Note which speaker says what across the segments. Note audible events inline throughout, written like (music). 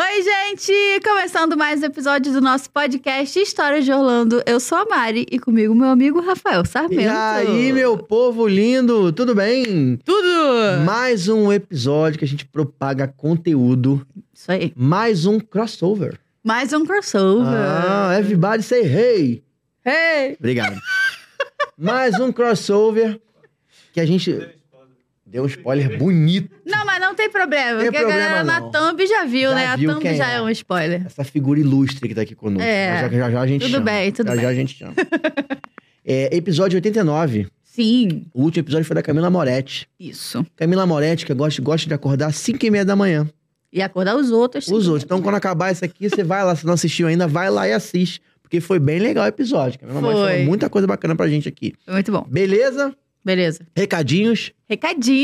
Speaker 1: Oi, gente! Começando mais um episódio do nosso podcast Histórias de Orlando. Eu sou a Mari e comigo meu amigo Rafael Sarmento.
Speaker 2: E aí, meu povo lindo, tudo bem?
Speaker 1: Tudo!
Speaker 2: Mais um episódio que a gente propaga conteúdo,
Speaker 1: Isso aí.
Speaker 2: mais um crossover.
Speaker 1: Mais um crossover.
Speaker 2: Ah, everybody say hey!
Speaker 1: Hey! (laughs)
Speaker 2: Obrigado. mais um crossover que a gente deu um spoiler bonito.
Speaker 1: Não, mas não tem problema,
Speaker 2: Tem
Speaker 1: porque
Speaker 2: problema,
Speaker 1: a galera na
Speaker 2: não.
Speaker 1: thumb já viu,
Speaker 2: Já
Speaker 1: né?
Speaker 2: viu
Speaker 1: a thumb
Speaker 2: quem
Speaker 1: já é.
Speaker 2: é.
Speaker 1: um spoiler.
Speaker 2: Essa figura ilustre que tá aqui conosco.
Speaker 1: É.
Speaker 2: Já, já, já a gente
Speaker 1: Tudo
Speaker 2: chama.
Speaker 1: bem, tudo
Speaker 2: já,
Speaker 1: bem.
Speaker 2: já a gente chama. É, episódio 89.
Speaker 1: Sim,
Speaker 2: O último episódio foi da Camila Moretti.
Speaker 1: isso.
Speaker 2: Camila Moretti, que gosta, gosta de acordar às 5 e meia da manhã.
Speaker 1: E acordar os outros.
Speaker 2: Os
Speaker 1: sim. é
Speaker 2: outros. Então, quando acabar isso aqui, você vai lá. Se não assistiu ainda, vai lá e assiste. Porque foi bem legal o episódio. Camila Moraes
Speaker 1: Foi.
Speaker 2: falou muita coisa bacana pra gente aqui.
Speaker 1: Muito bom.
Speaker 2: Beleza?
Speaker 1: Beleza.
Speaker 2: Recadinhos.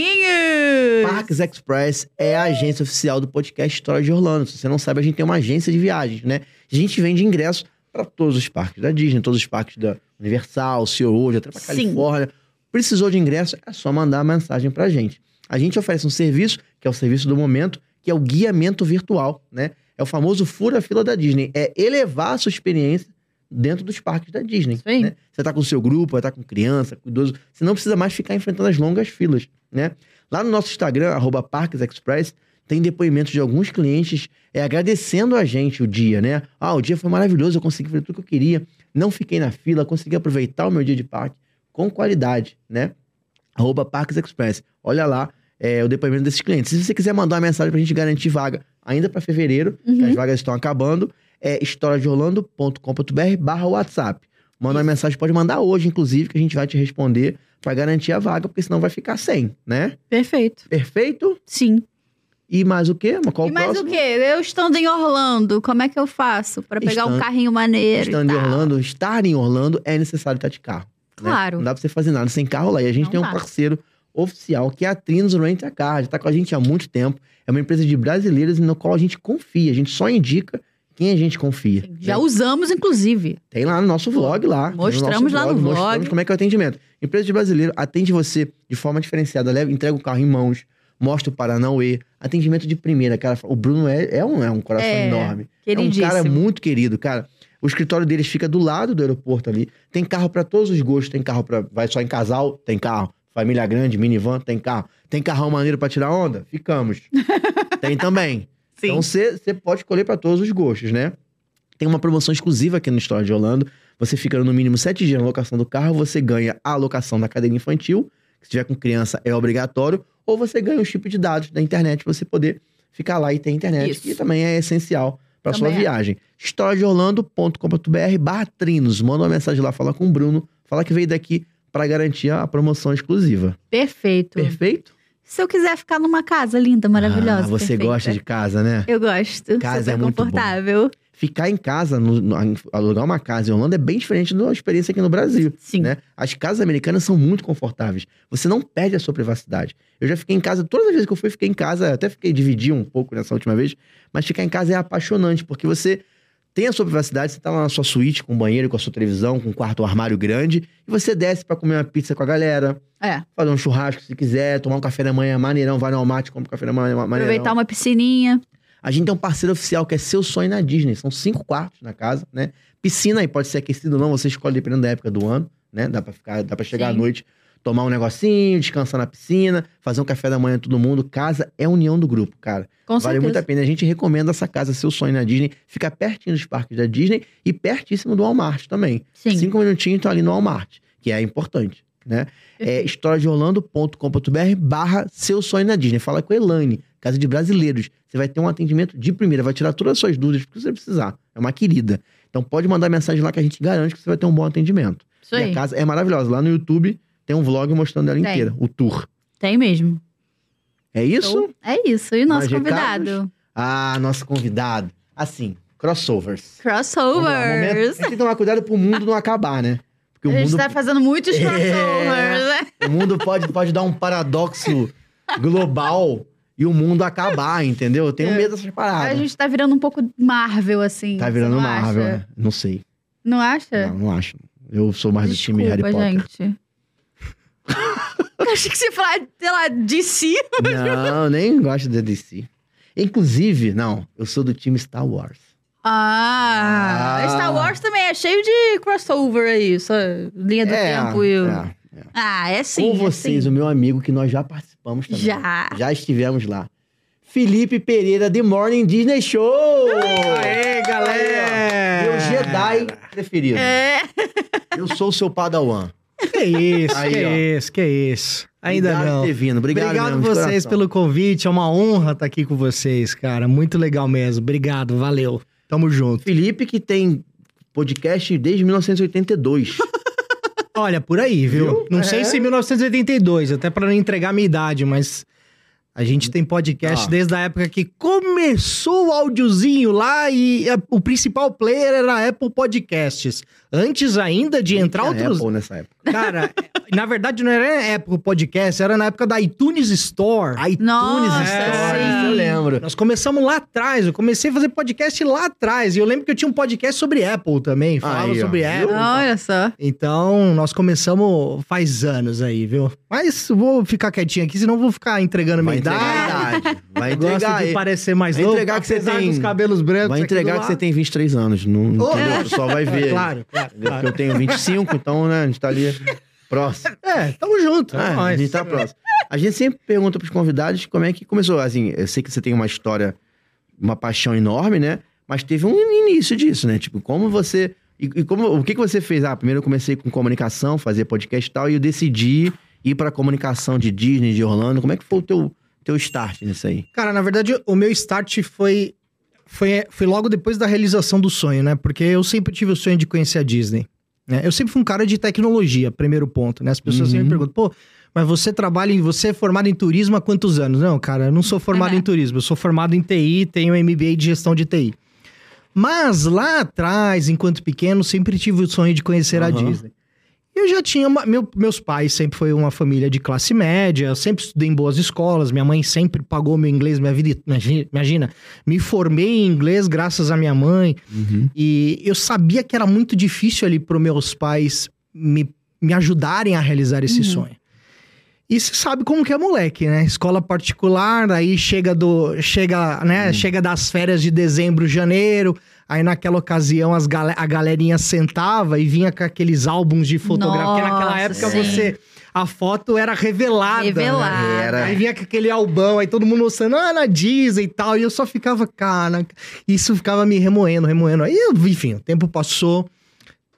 Speaker 1: Recadinhos!
Speaker 2: Parques Express é a agência oficial do podcast História de Orlando. Se você não sabe, a gente tem uma agência de viagens, né? A gente vende ingressos pra todos os parques da Disney, todos os parques da Universal, Hoje, até pra
Speaker 1: Sim.
Speaker 2: Califórnia. Precisou de ingresso? É só mandar a mensagem pra gente. A gente oferece um serviço, que é o serviço do momento, que é o guiamento virtual, né? É o famoso fura-fila da Disney. É elevar a sua experiência dentro dos parques da Disney.
Speaker 1: Isso aí.
Speaker 2: né? Você tá com o seu grupo, vai tá com criança, com idoso. Você não precisa mais ficar enfrentando as longas filas, né? Lá no nosso Instagram, arroba Parques Express, tem depoimentos de alguns clientes é, agradecendo a gente o dia, né? Ah, o dia foi maravilhoso, eu consegui fazer tudo que eu queria, não fiquei na fila, consegui aproveitar o meu dia de parque com qualidade, né? Arroba Parques Express. Olha lá é, o depoimento desses clientes. Se você quiser mandar uma mensagem pra gente garantir vaga ainda para fevereiro, que
Speaker 1: Uhum.
Speaker 2: as vagas estão acabando, é historiadeorlando.com.br barra WhatsApp. Manda uma mensagem, pode mandar hoje, inclusive, que a gente vai te responder pra garantir a vaga, porque senão vai ficar sem, né?
Speaker 1: Perfeito.
Speaker 2: Perfeito?
Speaker 1: Sim.
Speaker 2: E mais o quê? Qual
Speaker 1: e
Speaker 2: o
Speaker 1: mais
Speaker 2: próximo?
Speaker 1: o quê? Eu estando em Orlando, como é que eu faço pra pegar um
Speaker 2: Estando-
Speaker 1: carrinho maneiro? e
Speaker 2: Estando em
Speaker 1: tal?
Speaker 2: Orlando, estar em Orlando é necessário estar de carro. né?
Speaker 1: Claro.
Speaker 2: Não dá pra você fazer nada sem carro lá. E a gente
Speaker 1: Não
Speaker 2: tem um
Speaker 1: dá.
Speaker 2: parceiro oficial que é a Trinos Rent a Car. Já tá com a gente há muito tempo. É uma empresa de brasileiros no qual a gente confia. A gente só indica quem a gente confia.
Speaker 1: Sim, Já
Speaker 2: né?
Speaker 1: usamos, inclusive.
Speaker 2: Tem lá no nosso vlog lá. no
Speaker 1: Mostramos
Speaker 2: nosso
Speaker 1: lá no vlog.
Speaker 2: Mostramos como é que é o atendimento. Empresa de brasileiro atende você de forma diferenciada. Leva, entrega o carro em mãos, mostra o Paranauê. Atendimento de primeira, cara. O Bruno é, é um, é um coração
Speaker 1: É,
Speaker 2: enorme. É um
Speaker 1: Queridíssimo.
Speaker 2: cara muito querido, cara. O escritório deles fica do lado do aeroporto ali. Tem carro pra todos os gostos. Tem carro pra. Vai só em casal, tem carro. Família grande, minivan, tem carro. Tem carrão maneiro pra tirar onda?
Speaker 1: (laughs)
Speaker 2: Ficamos. tem também.
Speaker 1: Sim.
Speaker 2: Então você você pode escolher pra todos os gostos, né? Tem uma promoção exclusiva aqui no História de Orlando. Você fica no mínimo sete dias na locação do carro, você ganha a locação da cadeira infantil, que se tiver com criança é obrigatório, ou você ganha um chip de dados da internet pra você poder ficar lá e ter internet,
Speaker 1: Isso.
Speaker 2: que também é essencial para sua
Speaker 1: Também é.
Speaker 2: viagem. historiadeorlando.com.br barra trinos. Manda uma mensagem lá, fala com o Bruno, fala que veio daqui pra garantir a promoção exclusiva.
Speaker 1: Perfeito.
Speaker 2: Perfeito?
Speaker 1: Se eu quiser ficar numa casa linda, maravilhosa.
Speaker 2: Ah, você
Speaker 1: perfeita.
Speaker 2: gosta de casa, né?
Speaker 1: Eu gosto.
Speaker 2: Casa
Speaker 1: super
Speaker 2: é muito bom.
Speaker 1: confortável.
Speaker 2: Ficar em casa, no- no- alugar uma casa em Orlando é bem diferente da experiência aqui no Brasil.
Speaker 1: Sim.
Speaker 2: né? As casas americanas são muito confortáveis. Você não perde a sua privacidade. Eu já fiquei em casa, todas as vezes que eu fui, fiquei em casa, até fiquei dividi um pouco nessa última vez, mas ficar em casa é apaixonante, porque você tem a sua privacidade, você tá lá na sua suíte, com o banheiro, com a sua televisão, com um quarto, um armário grande, e você desce pra comer uma pizza com a galera,
Speaker 1: É.
Speaker 2: fazer um churrasco se quiser, tomar um café da manhã maneirão, vai no Almate, compra um café da manhã maneirão.
Speaker 1: Aproveitar uma piscininha.
Speaker 2: A gente tem um parceiro oficial que é Seu Sonho na Disney. São cinco quartos na casa, né? Piscina aí pode ser aquecido ou não, você escolhe dependendo da época do ano, né? Dá pra, ficar, dá pra chegar
Speaker 1: Sim.
Speaker 2: à noite tomar um negocinho, descansar na piscina, fazer um café da manhã todo mundo. Casa é a união do grupo, cara.
Speaker 1: Com
Speaker 2: vale muito a
Speaker 1: certeza.
Speaker 2: pena. A gente recomenda essa casa, seu sonho na Disney. Fica pertinho dos parques da Disney e pertíssimo do Walmart também.
Speaker 1: Sim.
Speaker 2: Cinco minutinhos tá ali no Walmart, que é importante, né? É historiadeorlando.com.br barra seu sonho na Disney. Fala com a Elane, casa de brasileiros. Você vai ter um atendimento de primeira, vai tirar todas as suas dúvidas, porque você precisar. É uma querida. Então pode mandar mensagem lá que a gente garante que você vai ter um bom atendimento.
Speaker 1: Isso aí.
Speaker 2: E a casa é maravilhosa. Lá no YouTube tem um vlog mostrando ela
Speaker 1: Tem.
Speaker 2: inteira, o tour.
Speaker 1: Tem mesmo.
Speaker 2: É isso?
Speaker 1: Então, é isso. E nosso
Speaker 2: Mais recados?
Speaker 1: convidado?
Speaker 2: Ah, nosso convidado. Assim, crossovers. Vamos lá, um momento- A
Speaker 1: Crossovers.
Speaker 2: gente tem que tomar cuidado pro mundo não acabar, né? Porque o
Speaker 1: A gente
Speaker 2: mundo,
Speaker 1: tá fazendo muitos
Speaker 2: (laughs) É.
Speaker 1: crossovers. né?
Speaker 2: o mundo pode, pode dar um paradoxo global e o mundo acabar, entendeu? Eu tenho
Speaker 1: É.
Speaker 2: medo dessas
Speaker 1: A
Speaker 2: paradas.
Speaker 1: gente tá virando um pouco Marvel, assim.
Speaker 2: Tá virando
Speaker 1: você não
Speaker 2: Marvel,
Speaker 1: acha?
Speaker 2: né? Não sei.
Speaker 1: Não acha?
Speaker 2: Não, não acho. Eu sou mais
Speaker 1: Desculpa,
Speaker 2: do time Harry Potter.
Speaker 1: gente. Eu (laughs) achei que você ia falar, sei lá, de si.
Speaker 2: Não, nem gosto da DC. Inclusive, não, eu sou do time Star Wars.
Speaker 1: Ah,
Speaker 2: Ah.
Speaker 1: Star Wars também é cheio de crossover aí, só linha do tempo e... o-
Speaker 2: é, é.
Speaker 1: Ah, é sim.
Speaker 2: Com
Speaker 1: é
Speaker 2: vocês, um
Speaker 1: sim.
Speaker 2: o meu amigo, que nós já participamos também.
Speaker 1: Já.
Speaker 2: Já estivemos lá. Felipe Pereira, The Morning Disney Show!
Speaker 3: Aê, galera!
Speaker 2: Meu Jedi preferido.
Speaker 1: É,
Speaker 2: Eu sou o seu Padawan.
Speaker 3: Que isso,
Speaker 2: Aí,
Speaker 3: que
Speaker 2: ó.
Speaker 3: isso, que isso. Ainda
Speaker 2: Obrigado
Speaker 3: não.
Speaker 2: por ter vindo. Obrigado,
Speaker 3: Obrigado
Speaker 2: mesmo, de
Speaker 3: vocês
Speaker 2: coração.
Speaker 3: pelo convite. É uma honra estar aqui com vocês, cara. Muito legal mesmo. Obrigado, valeu. Tamo junto.
Speaker 2: Felipe, que tem podcast desde
Speaker 3: (laughs)
Speaker 2: 1982.
Speaker 3: Olha, por aí, viu?
Speaker 2: Viu?
Speaker 3: Não
Speaker 2: É.
Speaker 3: sei se 1982, até pra não entregar a minha idade, mas a gente tem podcast
Speaker 2: Ó.
Speaker 3: desde a época que começou o áudiozinho lá e é, o principal player era a Apple Podcasts. Antes ainda de entrar
Speaker 2: Tinha
Speaker 3: outros.
Speaker 2: Apple nessa época.
Speaker 3: Cara, é, na verdade não era época do podcast, era na época da iTunes Store.
Speaker 2: iTunes
Speaker 1: Nossa,
Speaker 3: é
Speaker 2: Stories,
Speaker 1: sim.
Speaker 2: eu lembro.
Speaker 3: Nós começamos lá atrás, eu comecei a fazer podcast lá atrás. E eu lembro que eu tinha um podcast sobre Apple também, falava
Speaker 2: Aí, ó,
Speaker 3: sobre
Speaker 2: viu?
Speaker 3: Apple.
Speaker 1: olha só.
Speaker 3: Então, nós começamos faz anos aí, viu? Mas vou ficar quietinho aqui, senão eu vou ficar entregando
Speaker 2: Vai
Speaker 3: minha
Speaker 2: entregar
Speaker 3: idade.
Speaker 2: a idade. Vai
Speaker 3: Eu Gosto
Speaker 2: entregar
Speaker 3: de
Speaker 2: aí.
Speaker 3: parecer mais
Speaker 2: Vai
Speaker 3: novo.
Speaker 2: entregar que você
Speaker 3: apesar
Speaker 2: tem-
Speaker 3: dos cabelos brancos.
Speaker 2: Vai
Speaker 3: aqui do
Speaker 2: entregar que você
Speaker 3: lado.
Speaker 2: tem 23 anos. Não,
Speaker 3: Oh,
Speaker 2: entendeu?
Speaker 3: é.
Speaker 2: O pessoal vai ver.
Speaker 3: Claro, claro.
Speaker 2: Entendeu?
Speaker 3: claro.
Speaker 2: Porque eu tenho 25, então, né, a gente tá ali próximo.
Speaker 3: É, tamo junto.
Speaker 2: Ah,
Speaker 3: é
Speaker 2: a
Speaker 3: nóis.
Speaker 2: gente tá próximo. A gente sempre pergunta pros convidados como é que começou. Assim, eu sei que você tem uma história, uma paixão enorme, né? Mas teve um início disso, né? Tipo, como você. E, e como, o que, que você fez? Ah, primeiro eu comecei com comunicação, fazer podcast e tal, e eu decidi ir pra comunicação de Disney, de Orlando. Como é que foi o teu, teu start nisso aí?
Speaker 3: Cara, na verdade, o meu start foi, foi, foi logo depois da realização do sonho, né? Porque eu sempre tive o sonho de conhecer a Disney. né? Eu sempre fui um cara de tecnologia, primeiro ponto, né? As pessoas sempre
Speaker 2: Uhum.
Speaker 3: me perguntam, pô, mas você trabalha em. Você é formado em turismo há quantos anos? Não, cara, eu não sou formado em turismo, eu sou formado em TI, tenho MBA de gestão de TI. Mas lá atrás, enquanto pequeno, sempre tive o sonho de conhecer a
Speaker 2: Aham.
Speaker 3: Disney. Eu já tinha. uma- meu- meus pais sempre foi uma família de classe média, eu sempre estudei em boas escolas, minha mãe sempre pagou meu inglês, minha vida. imagi- Imagina, me formei em inglês graças à minha mãe.
Speaker 2: Uhum.
Speaker 3: E eu sabia que era muito difícil ali para meus pais me, me ajudarem a realizar esse
Speaker 1: Uhum.
Speaker 3: sonho. E você sabe como que é moleque, né? Escola particular, aí chega do. Chega, né? Chega das férias de dezembro, janeiro. Aí naquela ocasião as gale- a galerinha sentava e vinha com aqueles álbuns de fotografia. Porque naquela
Speaker 1: Nossa,
Speaker 3: época
Speaker 2: sim.
Speaker 3: você. A foto era revelada. né?
Speaker 1: Revelada.
Speaker 2: Era.
Speaker 3: Aí vinha com aquele albão, aí todo mundo mostrando, ah, na Disney e tal. E eu só ficava, cara, isso ficava me remoendo, remoendo. Aí, eu, enfim, o tempo passou,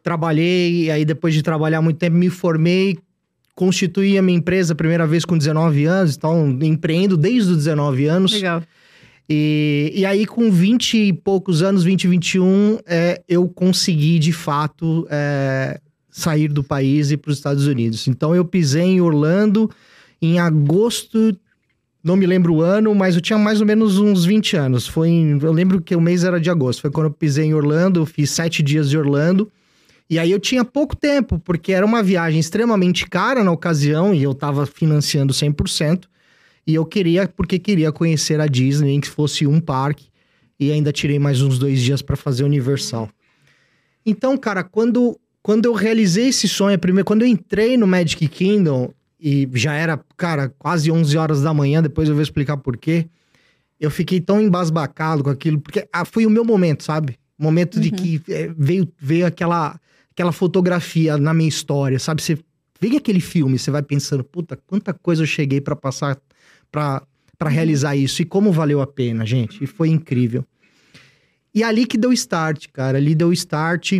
Speaker 3: trabalhei, e aí depois de trabalhar muito tempo, me formei, constituí a minha empresa a primeira vez com 19 anos, então empreendo desde os 19 anos.
Speaker 1: Legal.
Speaker 3: E, e aí, com 20 e poucos anos, 20, 21, é, eu consegui de fato é, sair do país e ir para os Estados Unidos. Então, eu pisei em Orlando em agosto, não me lembro o ano, mas eu tinha mais ou menos uns 20 anos. Foi em- eu lembro que o mês era de agosto. Foi quando eu pisei em Orlando, eu fiz sete dias de Orlando. E aí eu tinha pouco tempo, porque era uma viagem extremamente cara na ocasião e eu estava financiando 100%. E eu queria, porque queria conhecer a Disney, em que fosse um parque. E ainda tirei mais uns dois dias pra fazer Universal. Então, cara, quando, quando eu realizei esse sonho, primeiro, quando eu entrei no Magic Kingdom, e já era, cara, quase 11 horas da manhã, depois eu vou explicar por quê. Eu fiquei tão embasbacado com aquilo, porque ah, foi o meu momento, sabe? Momento de que eh, veio, veio aquela, aquela fotografia na minha história, sabe? Você vem aquele filme, você vai pensando, puta, quanta coisa eu cheguei pra passar, pra pra realizar isso e como valeu a pena, gente. E foi incrível. E é ali que deu start, cara, ali deu start.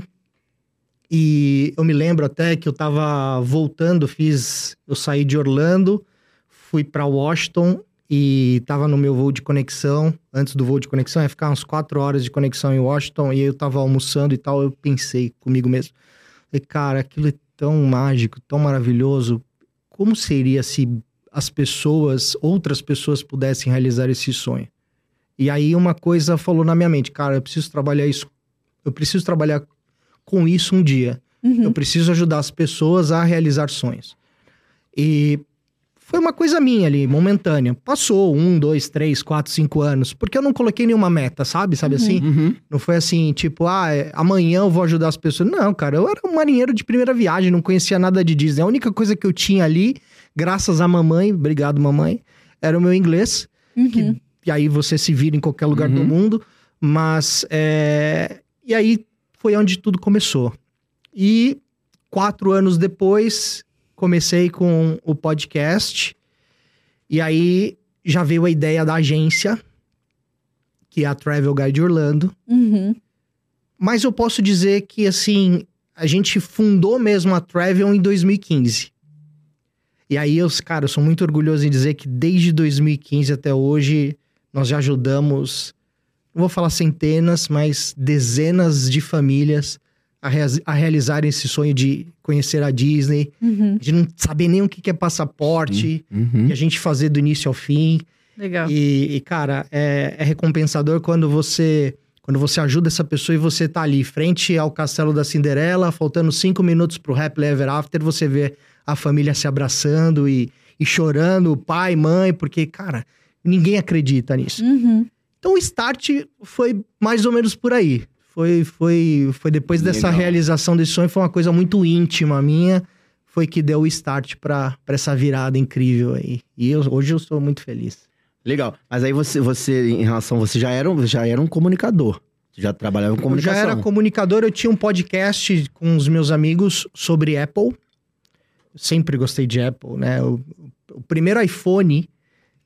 Speaker 3: E eu me lembro até que eu tava voltando, fiz, eu saí de Orlando, fui pra Washington e tava no meu voo de conexão. Antes do voo de conexão, ia ficar uns quatro horas de conexão em Washington e eu tava almoçando e tal. Eu pensei comigo mesmo, falei, cara, aquilo é tão mágico, tão maravilhoso. Como seria se as pessoas, outras pessoas pudessem realizar esse sonho? E aí uma coisa falou na minha mente, cara, eu preciso trabalhar isso, eu preciso trabalhar com isso um dia. Eu preciso ajudar as pessoas a realizar sonhos. E foi uma coisa minha ali, momentânea. Passou um, dois, três, quatro, cinco anos, porque eu não coloquei nenhuma meta, sabe? Sabe assim?
Speaker 2: Uhum.
Speaker 3: Não foi assim, tipo, ah, é, amanhã eu vou ajudar as pessoas. Não, cara, eu era um marinheiro de primeira viagem, não conhecia nada de Disney. A única coisa que eu tinha ali, graças à mamãe, obrigado mamãe, era o meu inglês. Que, e aí você se vira em qualquer lugar do
Speaker 2: Uhum.
Speaker 3: mundo. Mas, é, e aí foi onde tudo começou. E quatro anos depois, comecei com o podcast. E aí já veio a ideia da agência, que é a Travel Guide Orlando.
Speaker 1: Uhum.
Speaker 3: Mas eu posso dizer que, assim, a gente fundou mesmo a Travel em 2015. E aí, eu, cara, eu sou muito orgulhoso em dizer que desde 2015 até hoje, nós já ajudamos, não vou falar centenas, mas dezenas de famílias a, rea- a realizar esse sonho de conhecer a Disney,
Speaker 1: Uhum.
Speaker 3: de não saber nem o que que é passaporte,
Speaker 2: Uhum.
Speaker 3: e a gente fazer do início ao fim.
Speaker 1: Legal.
Speaker 3: E, e, cara, é, é recompensador quando você quando você ajuda essa pessoa e você tá ali, frente ao castelo da Cinderela, faltando cinco minutos pro Happily Ever After, você vê a família se abraçando e, e chorando, pai, mãe, porque, cara, ninguém acredita nisso.
Speaker 1: Uhum.
Speaker 3: Então o start foi mais ou menos por aí. Foi, foi, foi depois dessa
Speaker 2: Legal.
Speaker 3: realização desse sonho, foi uma coisa muito íntima minha, foi que deu o start pra pra essa virada incrível aí. E eu- hoje eu sou muito feliz.
Speaker 2: Legal. Mas aí você, você, em relação, você já era, um- já era um comunicador. Você já trabalhava com
Speaker 3: Eu já
Speaker 2: comunicação.
Speaker 3: era comunicador, eu tinha um podcast com os meus amigos sobre Apple. Sempre gostei de Apple, né? O, o primeiro iPhone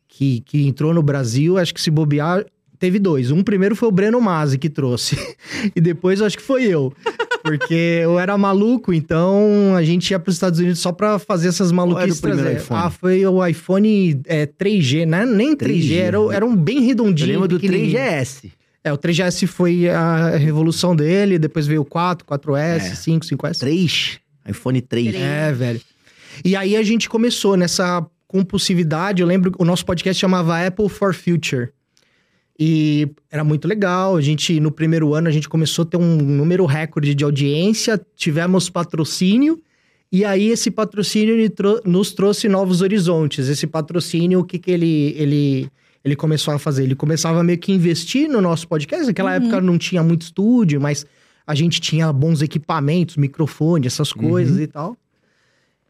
Speaker 3: que, que entrou no Brasil, acho que se bobear, teve dois. Um primeiro foi o Breno Masi que trouxe. (laughs) e depois acho que foi eu. Porque eu era maluco, então a gente ia para os Estados Unidos só para fazer essas
Speaker 2: era o
Speaker 3: maluquices.
Speaker 2: primeiro
Speaker 3: trazer.
Speaker 2: iPhone?
Speaker 3: Ah, foi o iPhone é, 3G, né? Nem 3G,
Speaker 2: 3G,
Speaker 3: era, o- era um bem
Speaker 2: Eu
Speaker 3: redondinho.
Speaker 2: lembro do
Speaker 3: pequenininho.
Speaker 2: 3GS.
Speaker 3: É, o 3GS foi a revolução dele, depois veio o 4, 4S,
Speaker 2: É.
Speaker 3: 5, 5S.
Speaker 2: 3. iPhone 3.
Speaker 1: Três.
Speaker 3: É, velho. E aí a gente começou nessa compulsividade. Eu lembro que o nosso podcast chamava Apple for Future. E era muito legal. A gente, no primeiro ano, a gente começou a ter um número recorde de audiência, tivemos patrocínio. E aí, esse patrocínio ele tro- nos trouxe novos horizontes. Esse patrocínio, o que, que ele, ele, ele começou a fazer? Ele começava meio que investir no nosso podcast. Naquela época não tinha muito estúdio, mas a gente tinha bons equipamentos, microfone, essas coisas e tal.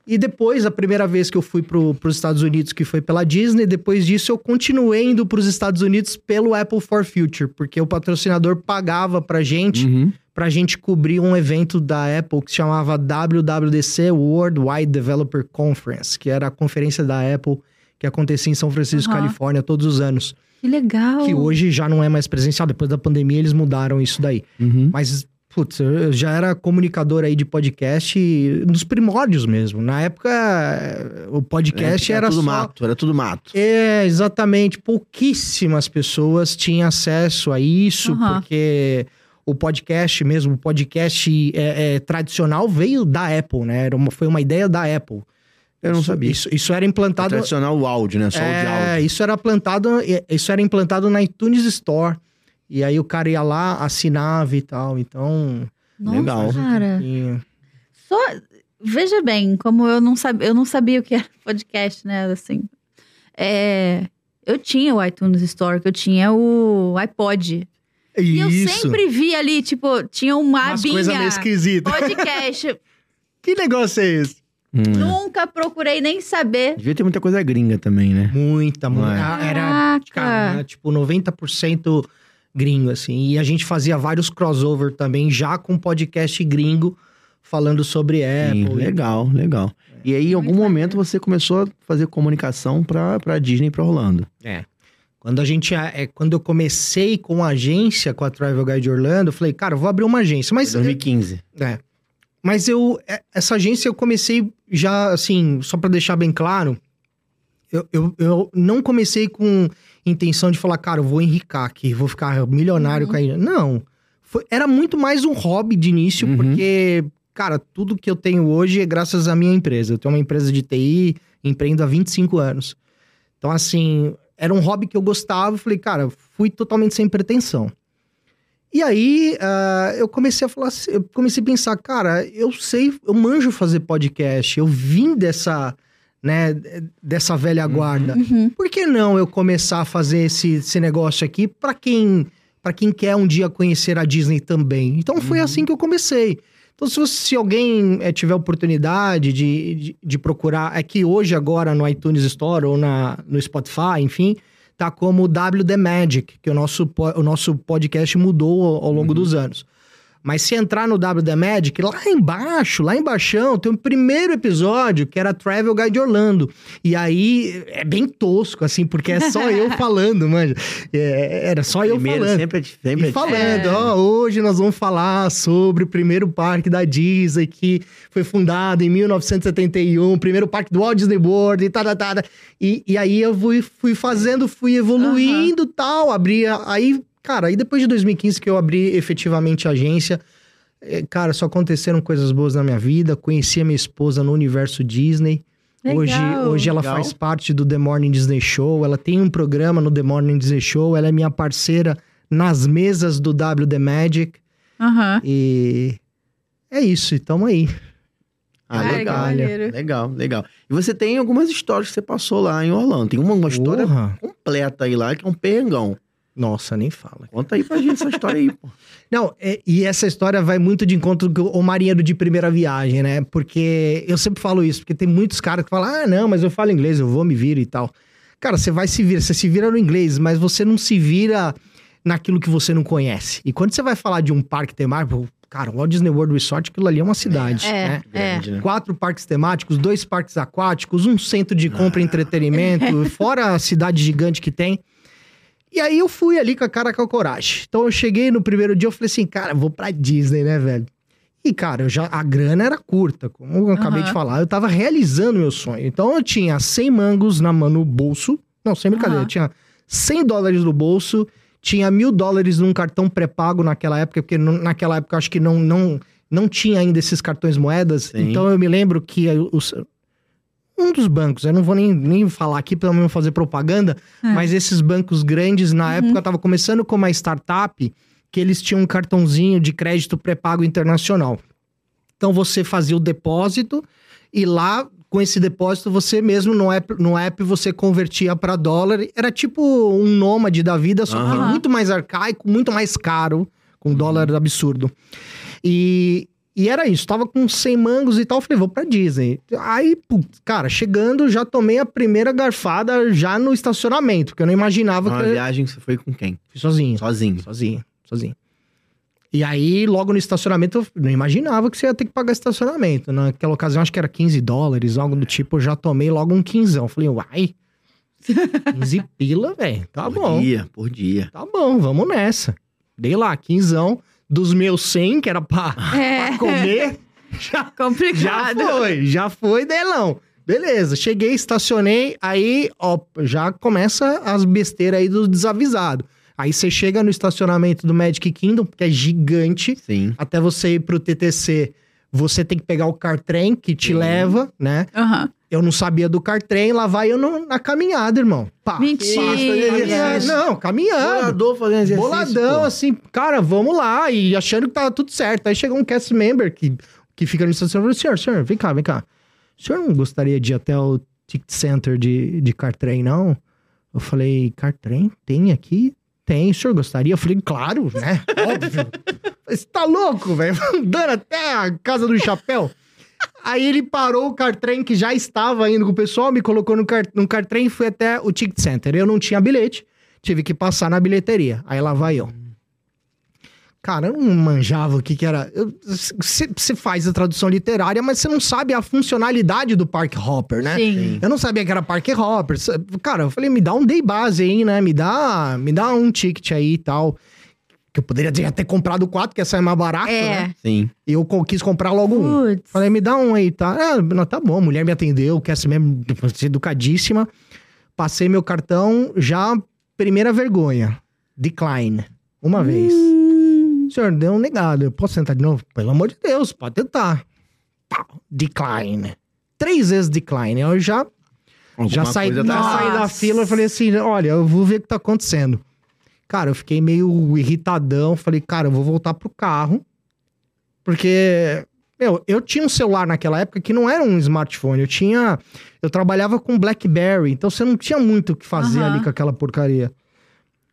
Speaker 3: E depois, a primeira vez que eu fui para os Estados Unidos, que foi pela Disney, depois disso eu continuei indo para os Estados Unidos pelo Apple for Future, porque o patrocinador pagava pra gente,
Speaker 2: Uhum.
Speaker 3: pra gente cobrir um evento da Apple que se chamava WWDC Worldwide Developer Conference, que era a conferência da Apple que acontecia em São Francisco,
Speaker 1: Aham. Oh.
Speaker 3: Califórnia, todos os anos.
Speaker 1: Que legal.
Speaker 3: Que hoje já não é mais presencial, depois da pandemia eles mudaram isso daí.
Speaker 2: Uhum.
Speaker 3: Mas, putz, eu- eu já era comunicador aí de podcast e- nos primórdios mesmo. Na época, eh, o podcast
Speaker 2: É,
Speaker 3: era,
Speaker 2: tudo
Speaker 3: só...
Speaker 2: mato, era tudo mato.
Speaker 3: É, exatamente. Pouquíssimas pessoas tinham acesso a isso,
Speaker 1: Aham.
Speaker 3: porque o podcast mesmo, o podcast é, é, tradicional veio da Apple, né? Era uma- foi uma ideia da Apple.
Speaker 2: Eu não
Speaker 3: Isso-
Speaker 2: sabia.
Speaker 3: Isso, isso era
Speaker 2: O
Speaker 3: implantado...
Speaker 2: tradicional o áudio, né? Só o de
Speaker 3: Tá É,
Speaker 2: áudio.
Speaker 3: isso era plantado, isso era implantado na iTunes Store. E aí o cara ia lá, assinava e tal. Então,
Speaker 1: Nossa,
Speaker 2: Legal.
Speaker 1: cara.
Speaker 3: e-
Speaker 1: Só... Veja bem, como eu não, sab... eu não sabia o que era (laughs) podcast, né? Assim, é... Eu tinha o iTunes Store, que eu tinha o iPod. E eu sempre vi ali, tipo, tinha uma
Speaker 3: É Umas
Speaker 1: abinha.
Speaker 3: coisas meio esquisitas.
Speaker 1: (laughs) Podcast.
Speaker 3: Que negócio é esse?
Speaker 2: Hum.
Speaker 1: Nunca procurei nem saber.
Speaker 2: Devia ter muita coisa gringa também, né?
Speaker 3: Muita,
Speaker 2: Não
Speaker 3: muita.
Speaker 2: é?
Speaker 3: Ah, Era,
Speaker 1: Caraca.
Speaker 3: cara, era tipo 90% gringo, assim. E a gente fazia vários crossover também, já com podcast gringo, falando sobre
Speaker 2: Sim,
Speaker 3: Apple.
Speaker 2: legal, legal.
Speaker 3: É.
Speaker 2: E aí, em algum
Speaker 1: Muito
Speaker 2: momento, você começou a fazer comunicação pra, pra Disney e pra Orlando.
Speaker 3: Quando a gente é, quando eu comecei com a agência, com a Travel Guide Orlando, eu falei, cara, eu vou abrir uma agência, mas
Speaker 2: 2015.
Speaker 3: É. Mas eu, é- essa agência eu comecei já, assim, só pra deixar bem claro, eu, eu, eu não comecei com intenção de falar, cara, eu vou enricar aqui, vou ficar milionário com a agência. Não. Foi- era muito mais um hobby de início,
Speaker 2: Uhum.
Speaker 3: porque, cara, tudo que eu tenho hoje é graças à minha empresa. Eu tenho uma empresa de TI, empreendo há 25 anos. Então, assim, era um hobby que eu gostava. eu Falei, cara, fui totalmente sem pretensão. E aí, ah, eu comecei a falar, assim- eu comecei a pensar, cara, eu sei, eu manjo fazer podcast, eu vim dessa, né, dessa velha guarda.
Speaker 1: Uhum.
Speaker 3: Por que não eu começar a fazer esse, esse negócio aqui para quem para quem quer um dia conhecer a Disney também? Então foi assim que eu comecei. Então, se, você- se alguém eh, tiver oportunidade de, de, de procurar, é que hoje, agora, no iTunes Store ou na, no Spotify, enfim, tá como W The Magic, que é o nosso, po- o nosso podcast mudou ao, ao longo dos anos. Mas se entrar no W The Magic, lá embaixo, lá embaixão, tem o primeiro episódio que era Travel Guide Orlando. E aí é bem tosco, assim, porque é só eu falando, manja. É, era só eu
Speaker 2: Primeiro,
Speaker 3: falando.
Speaker 2: sempre é di- sempre
Speaker 3: E
Speaker 2: é
Speaker 3: falando,
Speaker 2: diferente.
Speaker 3: ó, hoje nós vamos falar sobre o primeiro parque da Disney, que foi fundado em 1971, o primeiro parque do Walt Disney World e tá, tal, tal, tal. E, e aí eu fui, fui fazendo, fui evoluindo tal, abria. Aí, cara, aí depois de 2015 que eu abri efetivamente a agência, eh, cara, só aconteceram coisas boas na minha vida. Conheci a minha esposa no universo Disney.
Speaker 1: Legal.
Speaker 3: Hoje, hoje ela
Speaker 2: Legal.
Speaker 3: faz parte do The Morning Disney Show. Ela tem um programa no The Morning Disney Show. Ela é minha parceira nas mesas do W The Magic.
Speaker 1: Aham.
Speaker 3: E é isso. E tamo aí.
Speaker 2: Ah,
Speaker 1: Cara, que
Speaker 2: legal.
Speaker 1: maneiro.
Speaker 2: Legal, legal. E você tem algumas histórias que você passou lá em Orlando. Tem uma, uma história
Speaker 3: Porra.
Speaker 2: completa aí lá, que é um perrengão.
Speaker 3: Nossa, nem fala.
Speaker 2: Conta aí pra gente essa história aí, pô.
Speaker 3: Não, é- e essa história vai muito de encontro com o marinheiro de primeira viagem, né? Porque eu sempre falo isso, porque tem muitos caras que falam, ah, não, mas eu falo inglês, eu vou me vir e tal. Cara, você vai se virar, você se vira no inglês, mas você não se vira naquilo que você não conhece. E quando você vai falar de um parque temático, cara, o Walt Disney World Resort, aquilo ali é uma cidade, né?
Speaker 1: É, é.
Speaker 2: Grande, né?
Speaker 3: Quatro parques temáticos, dois parques aquáticos, um centro de
Speaker 1: Ah.
Speaker 3: compra e
Speaker 1: (laughs)
Speaker 3: entretenimento, fora a cidade gigante que tem. E aí eu fui ali com a cara com a coragem. Então eu cheguei no primeiro dia, eu falei assim, cara, vou pra Disney, né, velho? E, cara, eu já, a grana era curta, como eu acabei
Speaker 1: Aham.
Speaker 3: de falar. Eu tava realizando meu sonho. Então eu tinha 100 mangos na mão no bolso. Não, sem brincadeira,
Speaker 1: Aham.
Speaker 3: eu tinha 100 dólares no bolso, tinha mil dólares num cartão pré-pago naquela época, porque não- naquela época eu acho que não, não, não tinha ainda esses cartões moedas.
Speaker 2: Sim.
Speaker 3: Então eu me lembro que eu- os- um dos bancos, eu não vou nem, nem falar aqui pra não fazer propaganda, mas esses bancos grandes, na época, tava começando com uma startup que eles tinham um cartãozinho de crédito pré-pago internacional. Então você fazia o depósito e lá com esse depósito você mesmo no app, no app você convertia para dólar. Era tipo um nômade da vida, só que
Speaker 2: Aham.
Speaker 3: muito mais arcaico, muito mais caro, com dólar absurdo. E, e era isso, tava com 100 mangos e tal, falei, vou pra Disney. Aí, putz, cara, chegando, já tomei a primeira garfada já no estacionamento, porque eu não imaginava
Speaker 2: Uma
Speaker 3: que eu
Speaker 2: viagem que você foi com quem?
Speaker 3: fui sozinho.
Speaker 2: Sozinho.
Speaker 3: Sozinho, sozinho. E aí, logo no estacionamento, eu não imaginava que você ia ter que pagar estacionamento. Naquela ocasião, acho que era 15 dólares, algo do tipo. Eu já tomei logo um quinzão. Falei, uai, 15 pila, velho. Tá
Speaker 2: por
Speaker 3: bom,
Speaker 2: dia, por dia.
Speaker 3: tá bom, vamos nessa. Dei lá, quinzão. Dos meus 100, que era pra, pra
Speaker 1: É.
Speaker 3: comer, já já
Speaker 1: Complicado.
Speaker 3: foi, já foi, Delão. Beleza, cheguei, estacionei, aí ó, já começa as besteiras aí do desavisado. Aí você chega no estacionamento do Magic Kingdom, que é gigante,
Speaker 2: Sim.
Speaker 3: até você ir pro TTC, você tem que pegar o cartrem que te
Speaker 2: Sim.
Speaker 3: leva, né?
Speaker 1: Aham.
Speaker 3: Eu não sabia do cartrem, lá vai eu no- na caminhada, irmão. Pá,
Speaker 1: Mentira.
Speaker 3: pá, caminhando, não, caminhando.
Speaker 2: Bolador fazendo exercício.
Speaker 3: Boladão,
Speaker 2: pô.
Speaker 3: assim, cara, vamos lá. E achando que tava tudo certo. Aí chegou um cast member que, que fica no estacionamento e falou: senhor, senhor, vem cá, vem cá. O senhor não gostaria de ir até o Ticket Center de, de Cartrem, não? Eu falei, Cartrem? Tem aqui? Tem, o senhor gostaria? Eu falei, claro, né? Óbvio. Você tá louco, velho? (laughs) Andando até a casa do chapéu. Aí ele parou o cartrem que já estava indo com o pessoal, me colocou no, car no cartrem e fui até o Ticket Center. Eu não tinha bilhete, tive que passar na bilheteria. Aí lá vai eu. Cara, eu não manjava o que que era. Você faz a tradução literária, mas você não sabe a funcionalidade do Park Hopper, né?
Speaker 1: Sim.
Speaker 3: Eu não sabia que era Park Hopper. sa- Cara, eu falei, me dá um day base aí, né? Me dá, me dá um ticket aí e tal. Que eu poderia já ter comprado quatro, que ia sair mais barato, né?
Speaker 1: É.
Speaker 2: Sim.
Speaker 3: E eu co- quis comprar logo um.
Speaker 1: Putz.
Speaker 3: Falei, me dá um aí, tá? Ah, não, tá bom, a mulher me atendeu, quer ser mesmo, tipo, ser educadíssima. Passei meu cartão, já primeira vergonha. Decline.
Speaker 1: Hum.
Speaker 3: Uma vez. O senhor deu um negado. Eu posso tentar de novo? Pelo amor de Deus, pode tentar. Pá, decline. Três vezes decline. Eu já, já
Speaker 2: Alguma
Speaker 3: saí,
Speaker 2: coisa
Speaker 3: já
Speaker 2: tá
Speaker 1: Nossa.
Speaker 3: saí da fila e falei assim: olha, eu vou ver o que tá acontecendo. Cara, eu fiquei meio irritadão. Falei, cara, eu vou voltar pro carro. Porque, meu, eu tinha um celular naquela época que não era um smartphone. Eu tinha. Eu trabalhava com Blackberry, então você não tinha muito o que fazer
Speaker 1: Aham.
Speaker 3: ali com aquela porcaria.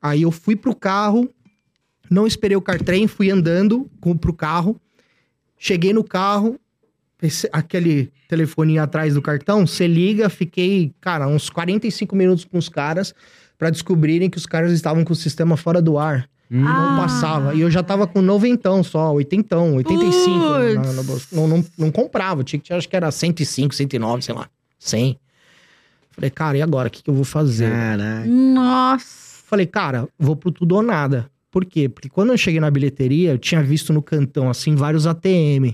Speaker 3: Aí eu fui pro carro, não esperei o cartrem, fui andando com, pro carro. Cheguei no carro, esse- aquele telefoninho atrás do cartão, você liga, fiquei, cara, uns 45 minutos com os caras pra descobrirem que os caras estavam com o sistema fora do ar.
Speaker 2: Hum.
Speaker 3: Não
Speaker 1: Ah.
Speaker 3: passava. E eu já tava com noventão só, oitentão, 85. na- na
Speaker 1: Puts.
Speaker 3: bolsa. não, não, não comprava, o ticket acho que era 105, 109, sei lá, 100. Falei, cara, e agora? O que, que eu vou fazer?
Speaker 2: É. Caraca.
Speaker 1: Nossa.
Speaker 3: Falei, cara, vou pro tudo ou nada. Por quê? Porque quando eu cheguei na bilheteria, eu tinha visto no cantão, assim, vários ATM.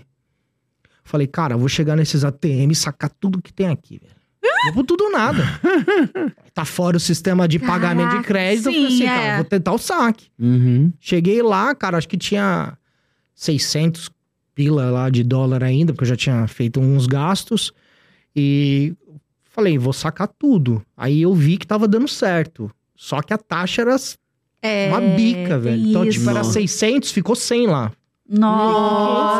Speaker 3: Falei, cara, eu vou chegar nesses ATM e sacar tudo que tem aqui, velho. Vou pro tudo ou nada.
Speaker 1: (laughs)
Speaker 3: tá fora o sistema de pagamento de
Speaker 1: Caraca,
Speaker 3: crédito. eu falei
Speaker 1: sim,
Speaker 3: assim,
Speaker 1: é.
Speaker 3: cara, vou tentar o saque.
Speaker 2: Uhum.
Speaker 3: Cheguei lá, cara, acho que tinha 600 pila lá de dólar ainda, porque eu já tinha feito uns gastos. E falei, vou sacar tudo. Aí eu vi que tava dando certo. Só que a taxa era
Speaker 1: É,
Speaker 3: uma bica,
Speaker 1: tem
Speaker 3: velho. Então, tipo,
Speaker 1: isso.
Speaker 3: era
Speaker 2: Nossa.
Speaker 3: 600, ficou 100 lá.
Speaker 1: Nossa.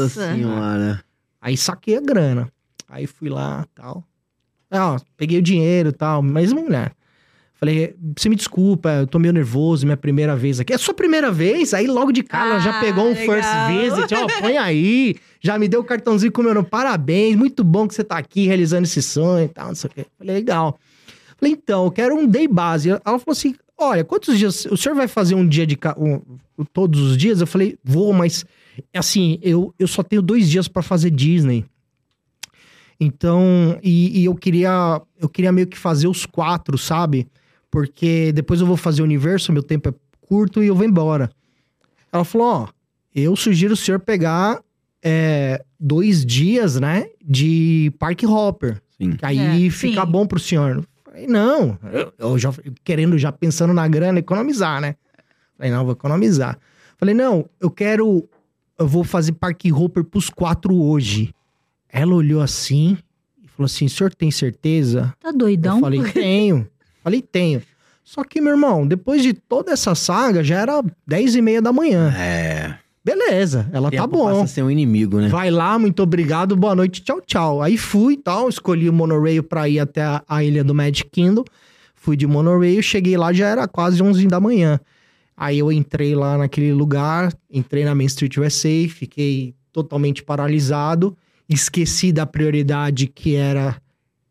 Speaker 2: Nossa senhora.
Speaker 3: Aí saquei a grana. Aí fui lá, tal. Ah, ó, peguei o dinheiro, tal. Mas, mulher, falei, você me desculpa, eu tô meio nervoso, minha primeira vez aqui. É sua primeira vez? Aí logo de cara ela já
Speaker 1: Ah,
Speaker 3: pegou um
Speaker 1: legal.
Speaker 3: first visit, ó, põe aí. Já me deu o cartãozinho com o meu nome, parabéns, muito bom que você tá aqui realizando esse sonho e tal, não sei o quê. Falei, legal. Falei, então, eu quero um day base. Ela falou assim, olha, quantos dias, o senhor vai fazer um dia de, ca- um, todos os dias? Eu falei, vou, mas assim, eu, eu só tenho dois dias pra fazer Disney. Então, e, e eu queria eu queria meio que fazer os quatro, sabe? Porque depois eu vou fazer o universo, meu tempo é curto e eu vou embora. Ela falou: ó, eu sugiro o senhor pegar é, dois dias, né? De Park Hopper.
Speaker 2: Sim.
Speaker 3: Que aí
Speaker 1: É,
Speaker 3: fica
Speaker 1: sim.
Speaker 3: bom pro senhor. Eu falei, não, eu, eu já querendo, já pensando na grana, economizar, né? Falei, não, vou economizar. Falei, não, eu quero. Eu vou fazer Park Hopper pros quatro hoje. Ela olhou assim e falou assim: o senhor tem certeza?
Speaker 1: Tá doidão?
Speaker 2: um
Speaker 3: Eu falei, tenho. Falei, tenho. Só que, meu irmão, depois de toda essa saga, já era 10 e meia da manhã.
Speaker 2: É.
Speaker 3: Beleza, ela tá
Speaker 2: Tempo
Speaker 3: bom.
Speaker 2: Passa a ser um inimigo, né?
Speaker 3: Vai lá, muito obrigado, boa noite, tchau, tchau. Aí fui e tal, escolhi o monorail pra ir até a, a ilha do Magic Kingdom. Fui de monorail, cheguei lá, já era quase 11 da manhã. Aí eu entrei lá naquele lugar, entrei na Main Street USA, fiquei totalmente paralisado. Esqueci da prioridade que era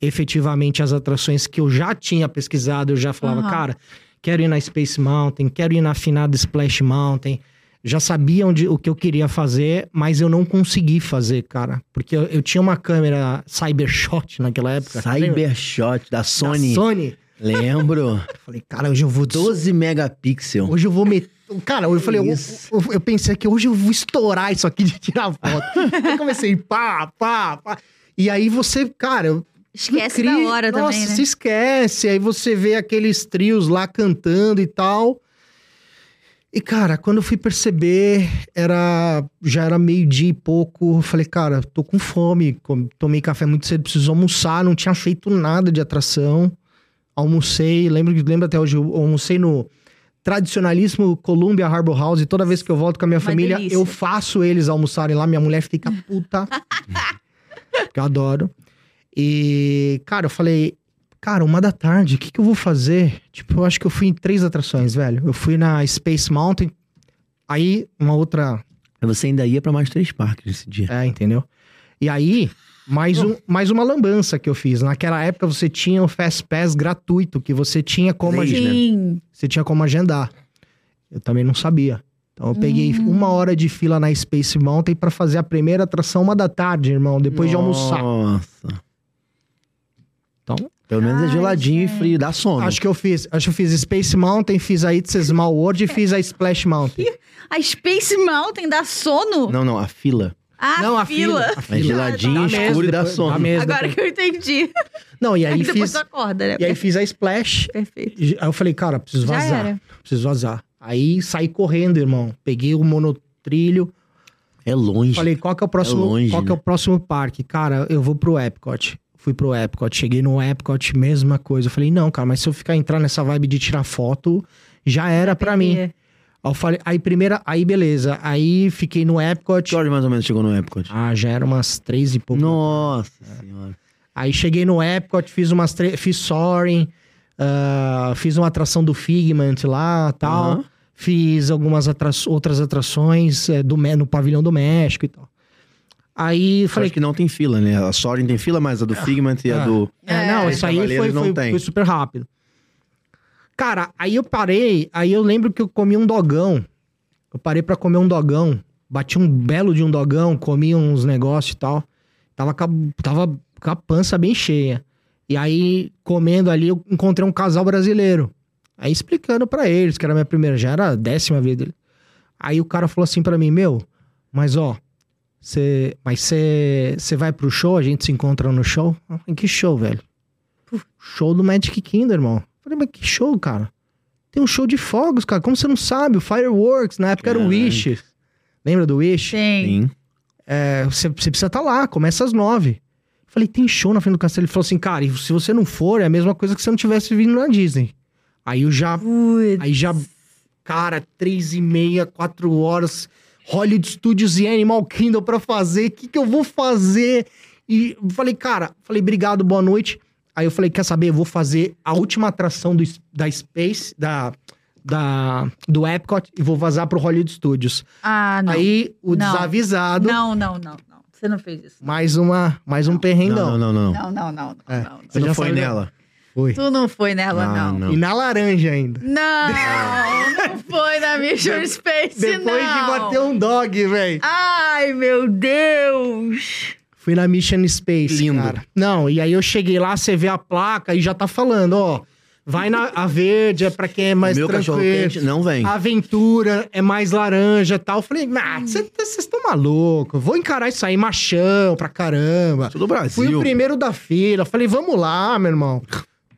Speaker 3: efetivamente as atrações que eu já tinha pesquisado. Eu já falava,
Speaker 1: Aham.
Speaker 3: cara, quero ir na Space Mountain, quero ir na afinada Splash Mountain. Já sabia onde, o que eu queria fazer, mas eu não consegui fazer, cara. Porque eu, eu tinha uma câmera Cybershot naquela época. lembra?
Speaker 2: Cybershot da
Speaker 3: Da
Speaker 2: Sony.
Speaker 3: Sony. (laughs)
Speaker 2: Lembro.
Speaker 3: Eu falei, cara, hoje eu vou...
Speaker 2: 12 megapixel.
Speaker 3: Hoje eu vou meter. (laughs) Cara, eu falei, eu,
Speaker 2: Isso.
Speaker 3: eu, eu pensei que hoje eu vou estourar isso aqui de tirar foto. (laughs) aí comecei, pá, pá, pá. E aí você, cara, eu-
Speaker 1: Esquece
Speaker 3: cria-
Speaker 1: da hora
Speaker 3: Nossa,
Speaker 1: também, né?
Speaker 3: se esquece. Aí você vê aqueles trios lá cantando e tal. E, cara, quando eu fui perceber, era já era meio-dia e pouco. Eu falei, cara, tô com fome. com- Tomei café muito cedo, preciso almoçar. Não tinha feito nada de atração. Almocei, lembro, lembro até hoje, eu almocei no tradicionalíssimo Columbia Harbor House. E toda vez que eu volto com a minha
Speaker 1: Uma
Speaker 3: família,
Speaker 1: delícia.
Speaker 3: eu faço eles almoçarem lá. Minha mulher fica
Speaker 1: (laughs)
Speaker 3: puta. que eu adoro. E, cara, eu falei, cara, uma da tarde, o que, que eu vou fazer? Tipo, eu acho que eu fui em três atrações, velho. Eu fui na Space Mountain, aí uma outra.
Speaker 2: Você ainda ia pra mais três parques nesse dia.
Speaker 3: É, entendeu? E aí, mais,
Speaker 1: (laughs)
Speaker 3: um, mais uma lambança que eu fiz. Naquela época você tinha o Fast Pass gratuito, que você tinha
Speaker 2: Sim.
Speaker 3: como, ag-
Speaker 1: Sim.
Speaker 3: você tinha como agendar. Eu também não sabia. Então eu peguei
Speaker 1: Hum.
Speaker 3: uma hora de fila na Space Mountain pra fazer a primeira atração uma da tarde, irmão, depois de almoçar.
Speaker 2: Nossa.
Speaker 3: Então,
Speaker 2: Pelo menos é
Speaker 1: Ai,
Speaker 2: geladinho
Speaker 1: gente.
Speaker 2: e frio, dá sono.
Speaker 3: acho que eu fiz, acho que eu fiz Space Mountain, fiz a It's a Small World e fiz a Splash
Speaker 1: (laughs)
Speaker 3: Mountain.
Speaker 1: A Space Mountain dá sono?
Speaker 2: Não, não, a fila.
Speaker 1: Ah,
Speaker 3: Não, a
Speaker 1: fila.
Speaker 3: fila, a
Speaker 2: É
Speaker 3: fila.
Speaker 2: geladinho,
Speaker 3: Dá mesmo,
Speaker 2: escuro e dá
Speaker 3: depois- dá
Speaker 2: sono.
Speaker 3: mesmo.
Speaker 1: Agora
Speaker 3: depois.
Speaker 1: que eu entendi. (laughs)
Speaker 3: Não, e aí
Speaker 1: depois
Speaker 3: fiz
Speaker 1: tu acorda, né?
Speaker 3: e aí fiz a Splash
Speaker 1: Perfeito.
Speaker 3: E Aí eu falei, cara, preciso
Speaker 1: Já
Speaker 3: vazar.
Speaker 1: era.
Speaker 3: Preciso vazar. Aí saí correndo, irmão. Peguei o monotrilho.
Speaker 2: É longe.
Speaker 3: Falei, qual que é o próximo,
Speaker 2: longe, né?
Speaker 3: qual que é o próximo parque? Cara, eu vou pro Epcot. Fui pro Epcot, cheguei no Epcot, mesma coisa. Eu falei, não, cara, mas se eu ficar entrar nessa vibe de tirar foto, já era pra mim. Aí eu falei, aí primeira, aí beleza. Aí fiquei no
Speaker 2: que
Speaker 3: Epcot.
Speaker 2: horas mais ou menos chegou no Epcot?
Speaker 3: Ah, já era umas três e pouco.
Speaker 2: Nossa senhora.
Speaker 3: Aí cheguei no Epcot, fiz umas tre... fiz Soaring, ah, fiz uma atração do Figment lá, tal.
Speaker 2: Aham.
Speaker 3: Fiz algumas atra... outras atrações eh, do... Me- no pavilhão do México e tal. Aí eu
Speaker 2: Falei
Speaker 3: falei,
Speaker 2: que não tem fila, né? A Sorin tem fila, mas a do Figment e a
Speaker 3: Ah.
Speaker 2: do.
Speaker 3: é, não,
Speaker 1: É.
Speaker 3: isso aí foi,
Speaker 2: Cavaleiros não
Speaker 3: foi,
Speaker 2: tem.
Speaker 3: foi super rápido. Cara, aí eu parei, aí eu lembro que eu comi um dogão. Eu parei pra comer um dogão, bati um belo de um dogão, comi uns negócios e tal. Tava com, a, tava com a pança bem cheia. E aí, comendo ali, eu encontrei um casal brasileiro. Aí explicando pra eles que era a minha primeira, já era a décima vez dele. Aí o cara falou assim pra mim, meu, mas ó, você, mas você, você vai pro show, a gente se encontra no show? Eu falei, que show, velho? Show do Magic Kingdom, irmão. Eu falei, mas que show, cara? Tem um show de fogos, cara. Como você não sabe? O Fireworks, na época era o
Speaker 2: Caralho.
Speaker 3: Wish. Lembra do Wish?
Speaker 1: Sim.
Speaker 2: Sim.
Speaker 3: É, você, você precisa estar lá, começa às nove. Eu Falei, tem show na frente do castelo. Ele falou assim, cara, e se você não for, é a mesma coisa que se você não tivesse vindo na Disney. Aí eu já
Speaker 1: Putz.
Speaker 3: Aí já, cara, três e meia, quatro horas, Hollywood Studios e Animal Kingdom pra fazer, o que, que eu vou fazer? E falei, cara, falei, obrigado, boa noite. Aí eu falei, quer saber, eu vou fazer a última atração do, S- da Space, da, da, do Epcot, e vou vazar pro Hollywood Studios.
Speaker 1: Ah, não.
Speaker 3: Aí o
Speaker 1: Não.
Speaker 3: desavisado,
Speaker 1: Não, não, não, não. Você não fez isso.
Speaker 3: mais uma, mais um perrengão.
Speaker 2: Não, não, não, não.
Speaker 1: Não, não, não, não,
Speaker 3: É.
Speaker 1: não, não.
Speaker 2: Você
Speaker 3: Eu
Speaker 2: não
Speaker 3: já
Speaker 2: foi
Speaker 3: falei-
Speaker 2: nela.
Speaker 3: Foi.
Speaker 1: Tu não foi nela,
Speaker 2: Ah,
Speaker 1: não.
Speaker 3: E na laranja ainda.
Speaker 1: Não, não foi na Mission Space,
Speaker 3: (laughs) Depois
Speaker 1: não.
Speaker 3: de bater um dog, velho.
Speaker 1: Ai, meu Deus.
Speaker 3: Fui na Mission Space,
Speaker 2: Lindo.
Speaker 3: cara. Não, e aí eu cheguei lá, você vê a placa e já tá falando, ó. Vai na a verde, é pra quem é mais
Speaker 2: Meu cachorro quente
Speaker 3: tranquilo.
Speaker 2: não vem.
Speaker 3: A Aventura é mais laranja e tal. Eu Falei, ah, vocês estão malucos. Vou encarar isso aí, machão pra caramba.
Speaker 2: Sou do Brasil.
Speaker 3: Fui o primeiro da fila. Falei, vamos lá, meu irmão.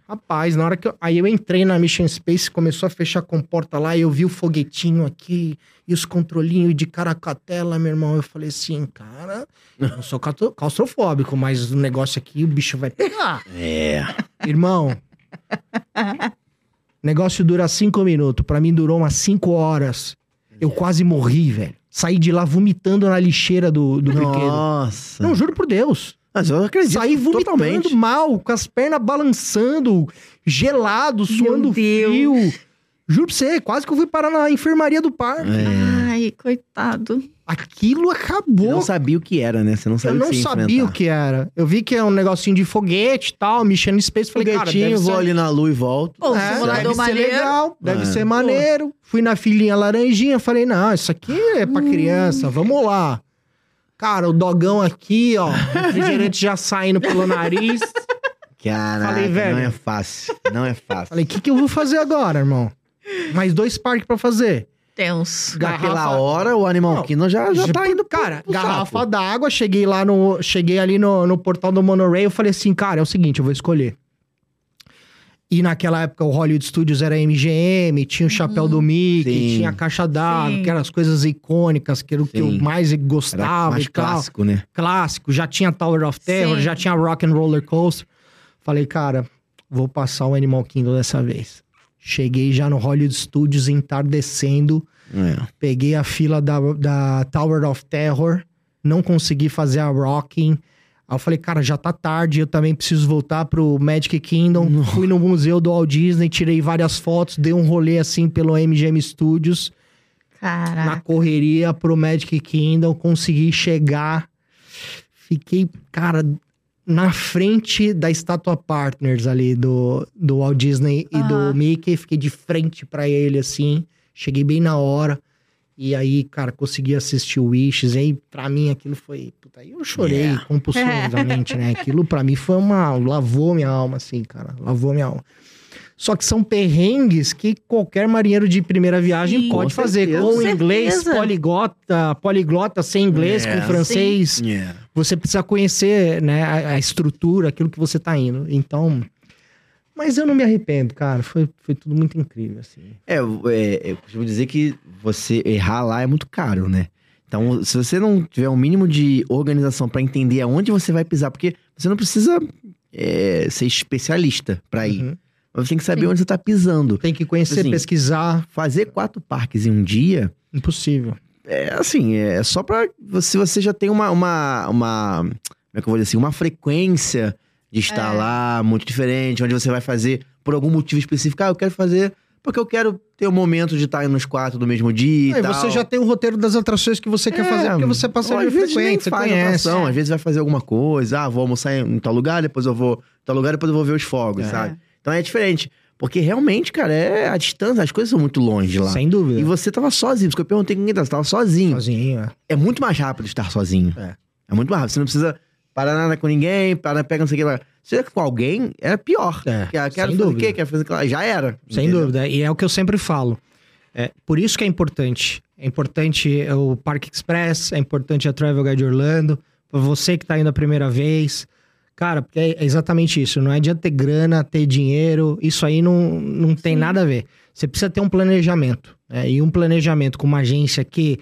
Speaker 3: Rapaz, na hora que eu... Aí eu entrei na Mission Space, começou a fechar a comporta lá, e eu vi o foguetinho aqui, e os controlinhos de caracatela, meu irmão. Eu falei assim, cara, eu não sou catro- claustrofóbico, mas o negócio aqui, o bicho vai pegar.
Speaker 2: É.
Speaker 3: Irmão, o negócio dura cinco minutos. Pra mim durou umas cinco horas. Eu quase morri, velho. Saí de lá vomitando na lixeira do, do brinquedo.
Speaker 2: Nossa.
Speaker 3: Não, juro por Deus.
Speaker 2: Mas eu acredito.
Speaker 3: Saí vomitando
Speaker 2: totalmente.
Speaker 3: mal, com as pernas balançando, gelado, suando
Speaker 1: Deus.
Speaker 3: frio. Juro pra você, quase que eu fui parar na enfermaria do parque.
Speaker 2: É.
Speaker 1: Ai, coitado.
Speaker 3: Aquilo
Speaker 2: Você
Speaker 3: acabou.
Speaker 2: não sabia o que era, né? Você não
Speaker 3: Eu
Speaker 2: sabia
Speaker 3: não
Speaker 2: o que
Speaker 3: sabia o que era. Eu vi que era um negocinho de foguete e tal, mexendo em space. Falei, cara, deve
Speaker 2: Foguetinho,
Speaker 3: ser...
Speaker 2: Um vou ali na lua e volto.
Speaker 1: Pô,
Speaker 3: É,
Speaker 1: simulador
Speaker 3: deve ser
Speaker 1: maneiro.
Speaker 3: legal, deve
Speaker 2: É.
Speaker 3: ser maneiro. Fui na filhinha laranjinha, falei, não, isso aqui é pra
Speaker 1: Hum.
Speaker 3: criança, vamos lá. Cara, o dogão aqui, ó, o refrigerante já saindo pelo nariz.
Speaker 2: Caraca,
Speaker 3: Falei, velho.
Speaker 2: não é fácil. Não é fácil.
Speaker 3: Falei, o que, que eu vou fazer agora, irmão? Mais dois parques pra fazer.
Speaker 1: Tenso.
Speaker 2: Naquela
Speaker 3: garrafa-
Speaker 2: hora, o Animal
Speaker 3: Não,
Speaker 2: Kingdom já, já tá indo pro-
Speaker 3: Cara,
Speaker 2: pro
Speaker 3: garrafa
Speaker 2: saco.
Speaker 3: d'água, cheguei lá no. Cheguei ali no, no portal do Monorail, eu falei assim, cara, é o seguinte, eu vou escolher. E naquela época o Hollywood Studios era MGM, tinha o chapéu do Mickey,
Speaker 2: Uhum. Sim.
Speaker 3: tinha a caixa d'água,
Speaker 1: Sim.
Speaker 3: que eram as coisas icônicas, que era o que eu
Speaker 2: Sim.
Speaker 3: mais
Speaker 2: Era
Speaker 3: gostava
Speaker 2: mais
Speaker 3: e tal. Clássico.
Speaker 2: clássico, né?
Speaker 3: já tinha Tower of Terror,
Speaker 1: Sim.
Speaker 3: já tinha Rock and Roller Coaster. Falei, cara, vou passar o Animal Kingdom dessa vez. Cheguei já no Hollywood Studios entardecendo,
Speaker 2: É.
Speaker 3: Peguei a fila da, da Tower of Terror, não consegui fazer a Rocking. Aí eu falei, cara, já tá tarde, eu também preciso voltar pro Magic Kingdom. Fui no museu do Walt Disney, tirei várias fotos, dei um rolê assim pelo MGM Studios, na
Speaker 1: Caraca.
Speaker 3: correria pro Magic Kingdom, consegui chegar. Fiquei, cara, na frente da estátua Partners ali do, do Walt Disney e do
Speaker 1: Aham.
Speaker 3: Mickey, fiquei de frente pra ele assim, cheguei bem na hora. E aí, cara, consegui assistir o Wishes, e aí pra mim aquilo foi... Puta, aí eu chorei
Speaker 2: Yeah.
Speaker 1: (laughs)
Speaker 3: compulsivamente, né? Aquilo pra mim foi uma... Lavou minha alma, assim, cara. Lavou minha alma. Só que são perrengues que qualquer marinheiro de primeira viagem
Speaker 1: Sim.
Speaker 3: pode
Speaker 2: Com
Speaker 3: fazer.
Speaker 2: certeza.
Speaker 3: Com
Speaker 1: Com
Speaker 3: inglês,
Speaker 1: certeza.
Speaker 3: poliglota, poliglota sem inglês,
Speaker 2: Yeah.
Speaker 3: com francês
Speaker 2: Yeah.
Speaker 3: você precisa conhecer né, a, a estrutura, aquilo que você tá indo. Então. Mas eu não me arrependo, cara. Foi, foi tudo muito incrível, assim.
Speaker 2: É, eu- é, eu costumo dizer que você errar lá é muito caro, né? Então, se você não tiver um mínimo de organização pra entender aonde você vai pisar, porque você não precisa é, ser especialista pra ir.
Speaker 3: Uhum.
Speaker 2: Mas você tem que saber
Speaker 1: Sim.
Speaker 2: onde você tá pisando.
Speaker 3: Tem que conhecer,
Speaker 2: Assim,
Speaker 3: pesquisar.
Speaker 2: Fazer quatro parques em um dia
Speaker 3: Impossível.
Speaker 2: é assim, é só pra. Se você já tem uma. uma, uma- como é que eu vou dizer assim? Uma frequência de estar
Speaker 1: É.
Speaker 2: lá muito diferente, onde você vai fazer por algum motivo específico. Ah, eu quero fazer porque eu quero ter o momento de estar nos quatro do mesmo dia.
Speaker 3: Aí
Speaker 2: e tal.
Speaker 3: É, você já tem o roteiro das atrações que você quer
Speaker 2: É,
Speaker 3: fazer, porque você passa
Speaker 2: Ou,
Speaker 3: ali
Speaker 2: às vezes nem
Speaker 3: frequente, você
Speaker 2: faz
Speaker 3: conhece.
Speaker 2: atração, às vezes vai fazer alguma coisa. Ah, vou almoçar em, em tal lugar, depois eu vou. em tal lugar, depois eu vou ver os fogos,
Speaker 3: É.
Speaker 2: sabe? Então é diferente. Porque realmente, cara, é a distância, as coisas são muito longe lá.
Speaker 3: Sem
Speaker 2: E
Speaker 3: dúvida.
Speaker 2: você tava sozinho, porque eu perguntei quem tava, você tava sozinho
Speaker 3: Sozinho, é.
Speaker 2: é muito mais rápido estar sozinho.
Speaker 3: É.
Speaker 2: É muito mais rápido. Você não precisa parar nada com ninguém, parar, pega não sei o que lá. Se você é com alguém, é pior.
Speaker 3: É,
Speaker 2: Quer- Quer,
Speaker 3: sem
Speaker 2: fazer o
Speaker 3: dúvida.
Speaker 2: quê? Quer fazer aquilo lá? Já era.
Speaker 3: Sem
Speaker 2: entendeu?
Speaker 3: dúvida. E é o que eu sempre falo. É, por isso que é importante. É importante o Parque Express, é importante a Travel Guide Orlando. Pra você que tá indo a primeira vez. Cara, porque é exatamente isso. Não adianta ter grana, ter dinheiro. Isso aí não, não tem nada a ver. Você precisa ter um planejamento. né? E um planejamento com uma agência que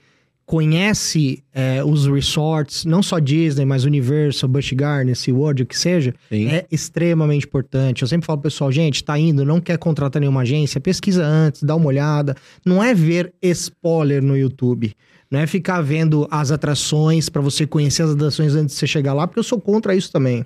Speaker 3: conhece é, os resorts, não só Disney, mas Universal, Busch Gardens, SeaWorld, o que seja.
Speaker 2: Sim.
Speaker 3: É extremamente importante. Eu sempre falo pro pessoal, gente, tá indo, não quer contratar nenhuma agência, pesquisa antes, dá uma olhada. Não é ver spoiler no YouTube. Não é ficar vendo as atrações pra você conhecer as atrações antes de você chegar lá, porque eu sou contra isso também.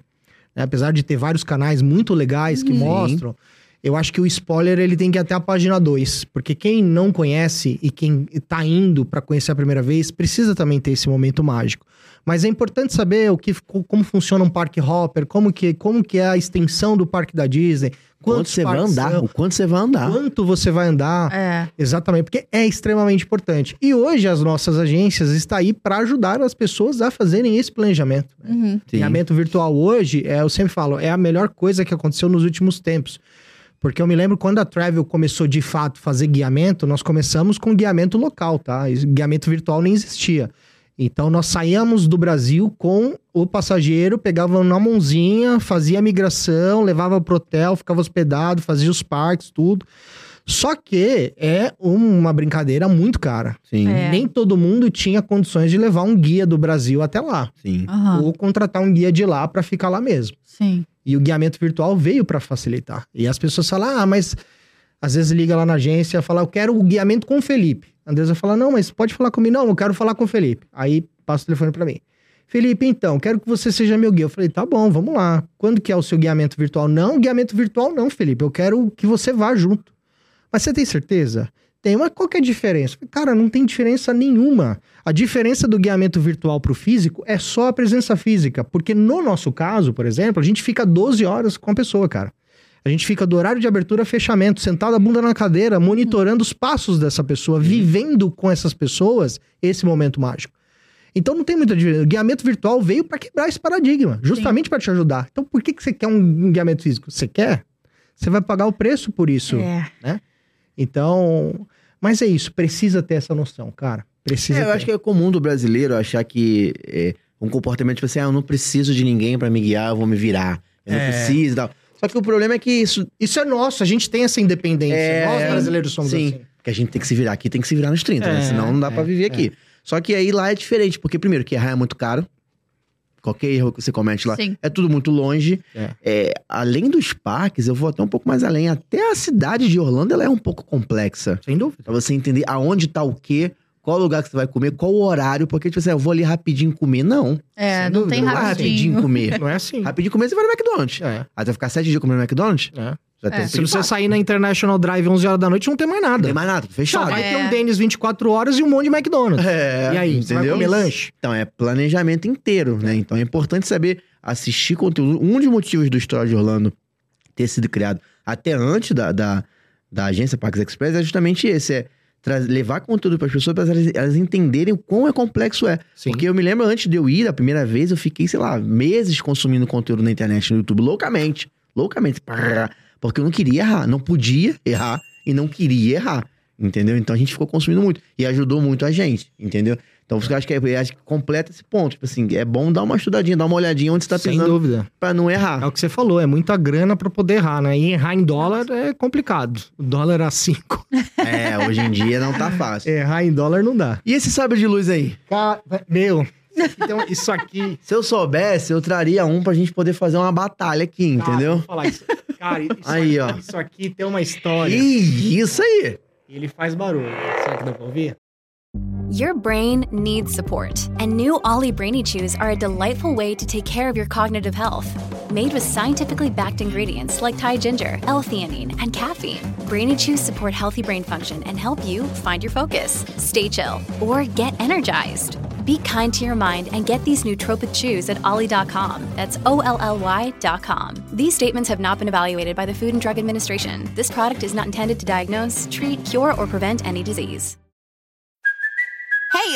Speaker 3: né? Apesar de ter vários canais muito legais que
Speaker 2: Sim.
Speaker 3: mostram, eu acho que o spoiler ele tem que ir até a página 2. Porque quem não conhece e quem tá indo pra conhecer a primeira vez, precisa também ter esse momento mágico. Mas é importante saber o que, co- como funciona um parque hopper, como que, como que é a extensão do parque da Disney,
Speaker 2: Quanto
Speaker 3: quantos
Speaker 2: você vai
Speaker 3: parques
Speaker 2: andar? tá?
Speaker 3: são,
Speaker 2: O quanto você vai andar?
Speaker 3: quanto você vai andar.
Speaker 1: É.
Speaker 3: Exatamente, porque é extremamente importante. E hoje as nossas agências estão aí para ajudar as pessoas a fazerem esse planejamento. né?
Speaker 1: Uhum.
Speaker 2: Sim.
Speaker 3: Alinhamento virtual hoje, é, eu sempre falo, é a melhor coisa que aconteceu nos últimos tempos. Porque eu me lembro quando a Travel começou de fato fazer guiamento, nós começamos com guiamento local, tá? E Guiamento virtual nem existia. Então nós saíamos do Brasil com o passageiro, pegava na mãozinha, fazia a migração, levava pro hotel, ficava hospedado, fazia os parques, tudo. Só que é uma brincadeira muito cara.
Speaker 2: Sim.
Speaker 1: É.
Speaker 3: Nem todo mundo tinha condições de levar um guia do Brasil até lá
Speaker 2: Sim.
Speaker 1: Aham.
Speaker 3: ou contratar um guia de lá para ficar lá mesmo.
Speaker 1: Sim.
Speaker 3: E o guiamento virtual veio para facilitar. E as pessoas falam, ah, mas às vezes liga lá na agência e fala, eu quero o guiamento com o Felipe. A Andresa fala, não, mas pode falar comigo. Não, eu quero falar com o Felipe. Aí passa o telefone para mim. Felipe, então, quero que você seja meu guia. Eu falei, tá bom, vamos lá. Quando que é o seu guiamento virtual? Não, guiamento virtual não, Felipe. Eu quero que você vá junto. Mas você tem certeza? Tem, mas qual que é a diferença? Eu falei, Cara, não tem diferença nenhuma. A diferença do guiamento virtual para o físico é só a presença física. Porque no nosso caso, por exemplo, a gente fica 12 horas com a pessoa, cara. A gente fica do horário de abertura a fechamento, sentado a bunda na cadeira, monitorando os passos dessa pessoa, vivendo com essas pessoas esse momento mágico. Então não tem muita diferença. O guiamento virtual veio para quebrar esse paradigma, justamente para te ajudar. Então por que, que você quer um guiamento físico? Você quer? Você vai pagar o preço por isso.
Speaker 1: É.
Speaker 3: Então, mas é isso, precisa ter essa noção, cara. Precisa
Speaker 2: É,
Speaker 3: ter.
Speaker 2: eu acho que é comum do brasileiro achar que é, um comportamento tipo assim, ah, eu não preciso de ninguém pra me guiar, eu vou me virar. Eu não
Speaker 3: É.
Speaker 2: preciso e tal. Só que o problema é que isso.
Speaker 3: Isso é nosso, a gente tem essa independência.
Speaker 2: É,
Speaker 3: Nós
Speaker 2: é.
Speaker 3: brasileiros somos
Speaker 2: Sim.
Speaker 3: assim.
Speaker 2: Que a gente tem que se virar aqui, tem que se virar nos 30, né?
Speaker 3: É,
Speaker 2: Senão não dá pra
Speaker 3: é,
Speaker 2: viver
Speaker 3: é.
Speaker 2: aqui. Só que aí lá é diferente, porque primeiro que errar é muito caro. Qualquer erro que você comete lá
Speaker 1: Sim.
Speaker 2: é tudo muito longe.
Speaker 3: É.
Speaker 2: É, além dos parques, eu vou até um pouco mais além. Até a cidade de Orlando ela é um pouco complexa.
Speaker 3: Sem dúvida.
Speaker 2: Pra você entender aonde tá o quê, qual lugar que você vai comer, qual o horário. Porque, tipo assim, ah, eu vou ali rapidinho comer. Não.
Speaker 1: É,
Speaker 3: Sem
Speaker 1: não tem
Speaker 3: dúvida. Um
Speaker 2: Não vai
Speaker 1: rapidinho.
Speaker 2: rapidinho
Speaker 1: (laughs)
Speaker 2: comer.
Speaker 3: Não é assim.
Speaker 2: rapidinho comer, você vai no McDonald's.
Speaker 3: É,
Speaker 2: Aí você vai ficar sete dias comendo no McDonald's.
Speaker 3: é.
Speaker 2: Já
Speaker 1: É.
Speaker 2: tem um
Speaker 3: Se você
Speaker 2: piripaque.
Speaker 3: sair na International Drive 11 horas da noite, não tem mais
Speaker 2: Não
Speaker 3: nada.
Speaker 2: tem mais nada, tudo
Speaker 3: Só
Speaker 2: fechado.
Speaker 3: vai
Speaker 1: É.
Speaker 3: ter um Dennis 24 horas e um monte de
Speaker 2: (laughs)
Speaker 3: McDonald's.
Speaker 2: É,
Speaker 3: e aí, você vai
Speaker 2: entendeu?
Speaker 3: comer lanche?
Speaker 2: Então, é planejamento inteiro, né? Então, é importante saber assistir conteúdo. Um dos motivos do História de Orlando ter sido criado até antes da, da, da agência Parques Express é justamente esse. É tra- levar conteúdo para as pessoas para elas, elas entenderem o quão é complexo é.
Speaker 3: Sim.
Speaker 2: Porque eu me lembro antes de eu ir, a primeira vez, eu fiquei, sei lá, meses consumindo conteúdo na internet, no YouTube, loucamente. Loucamente. Prrr. Porque eu não queria errar, não podia errar e não queria errar. Entendeu? Então a gente ficou consumindo muito. E ajudou muito a gente, entendeu? Então eu acho que, é, acho que completa esse ponto. Tipo assim, é bom dar uma estudadinha, dar uma olhadinha onde você tá
Speaker 3: Sem
Speaker 2: pisando
Speaker 3: dúvida.
Speaker 2: pra não errar.
Speaker 3: É o que você falou, é muita grana pra poder errar, né? E errar em dólar é complicado. O dólar a 5.
Speaker 2: É, hoje em dia não tá
Speaker 3: (laughs)
Speaker 2: fácil.
Speaker 3: Errar em dólar não dá.
Speaker 2: E esse sabre de luz aí?
Speaker 3: Cara, meu, então isso aqui.
Speaker 2: Se eu soubesse, eu traria um pra gente poder fazer uma batalha aqui,
Speaker 3: Cara,
Speaker 2: entendeu?
Speaker 3: vou falar isso. Cara, isso,
Speaker 2: Aí,
Speaker 3: aqui,
Speaker 2: ó.
Speaker 3: isso aqui tem uma história. E
Speaker 2: Ih, isso aí!
Speaker 3: ele faz barulho. Será que dá pra ouvir?
Speaker 4: Your brain needs support, and new Ollie Brainy Chews are a delightful way to take care of your cognitive health. Made with scientifically backed ingredients like Thai ginger, L-theanine, and caffeine, Brainy Chews support healthy brain function and help you find your focus, stay chill, or get energized. Be kind to your mind and get these nootropic chews at ollie.com. That's O L L Y.com. These statements have not been evaluated by the Food and Drug Administration. This product is not intended to diagnose, treat, cure, or prevent any disease.
Speaker 5: Hey,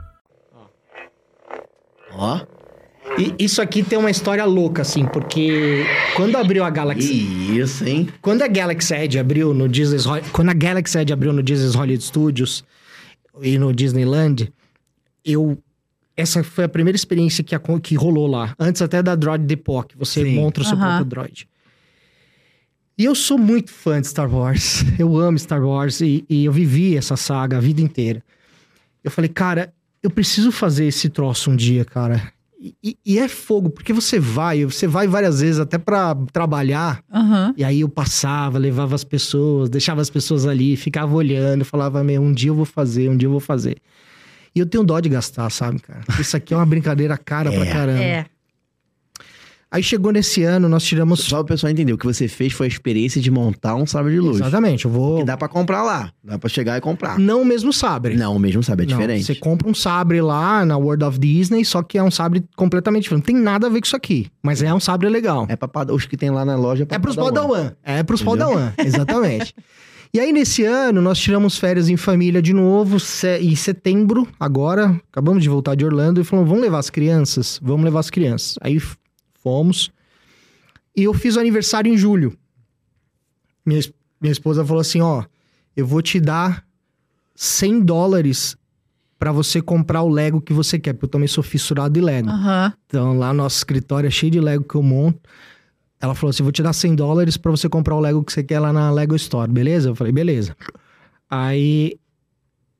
Speaker 2: Ó,
Speaker 3: E isso aqui tem uma história louca, assim, porque quando abriu a Galaxy.
Speaker 2: que isso, hein?
Speaker 3: Quando a Galaxy Edge abriu no Disney's Hol- quando a Galaxy Edge abriu no Disney's Hollywood Studios e no Disneyland, eu essa foi a primeira experiência que, acon- que rolou lá. Antes até da Droid Depot, que você
Speaker 2: Sim.
Speaker 3: monta o seu
Speaker 1: Aham.
Speaker 3: próprio droid. E eu sou muito fã de Star Wars. (laughs) Eu amo Star Wars e, e eu vivi essa saga a vida inteira. Eu falei, cara, eu preciso fazer esse troço um dia, cara. E, e- e é fogo, porque você vai, você vai várias vezes até pra trabalhar.
Speaker 1: Aham.
Speaker 3: E aí eu passava, levava as pessoas, deixava as pessoas ali, ficava olhando, falava, meu, um dia eu vou fazer, um dia eu vou fazer. E eu tenho dó de gastar, sabe, cara? Isso aqui é uma brincadeira cara pra caramba.
Speaker 1: É.
Speaker 3: Aí chegou nesse ano, nós tiramos.
Speaker 2: Só o pessoal entender, o que você fez foi a experiência de montar um sabre de luz.
Speaker 3: Exatamente, eu
Speaker 2: Que
Speaker 3: vou.
Speaker 2: dá pra comprar lá, dá pra chegar e comprar.
Speaker 3: Não o mesmo sabre.
Speaker 2: Não, o mesmo sabe, é
Speaker 3: Não,
Speaker 2: diferente.
Speaker 3: Você compra um sabre lá na World of Disney, só que é um sabre completamente diferente. Não tem nada a ver com isso aqui, mas é um sabre legal.
Speaker 2: É pra pad- os que tem lá na loja. pra
Speaker 3: É pros
Speaker 2: padawan.
Speaker 3: Padawan. É pros
Speaker 2: Entendeu?
Speaker 3: (laughs) Padawan, exatamente. e aí, nesse ano, nós tiramos férias em família de novo, se- em setembro, agora. Acabamos de voltar de Orlando e falamos: vamos levar as crianças? Vamos levar as crianças. Aí f- fomos. E eu fiz o aniversário em julho. Minha, es- minha esposa falou assim: ó, eu vou te dar 100 dólares pra você comprar o Lego que você quer, porque eu também sou fissurado em Lego.
Speaker 1: Aham.
Speaker 3: Então, lá no nosso escritório é cheio de Lego que eu monto. Ela falou assim: vou te dar 100 dólares pra você comprar o Lego que você quer lá na Lego Store, beleza? Eu falei, beleza. Aí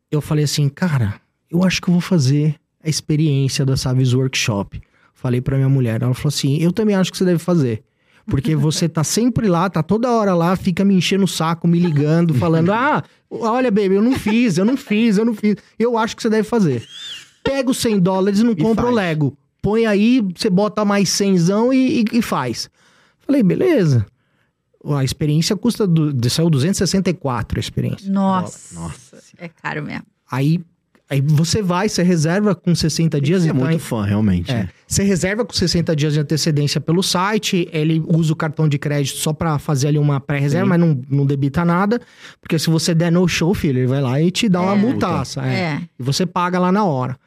Speaker 3: eu falei assim, cara, eu acho que eu vou fazer a experiência da Saves Workshop. Falei pra minha mulher. Ela falou assim: eu também acho que você deve fazer. Porque você tá sempre lá, tá toda hora lá, fica me enchendo o saco, me ligando, falando: ah, olha, baby, eu não fiz, eu não fiz, eu não fiz. Eu acho que você deve fazer. Pega os 100 dólares e não compra o
Speaker 2: faz.
Speaker 3: Lego. Põe aí, você bota mais 100 e, e, e faz. Falei, beleza. A experiência custa. Du... Saiu 264 a experiência.
Speaker 1: Nossa.
Speaker 2: Nossa.
Speaker 1: É caro mesmo.
Speaker 3: Aí, aí você vai, você reserva com 60 dias.
Speaker 2: Você é
Speaker 3: então,
Speaker 2: muito
Speaker 3: hein?
Speaker 2: fã, realmente.
Speaker 3: É. Você reserva com 60 dias de antecedência pelo site, ele usa o cartão de crédito só pra fazer ali uma pré-reserva, mas não, não debita nada, porque se você der no show, filho, ele vai lá e te dá uma
Speaker 1: É.
Speaker 3: multaça. é.
Speaker 1: É.
Speaker 3: E você paga lá na hora.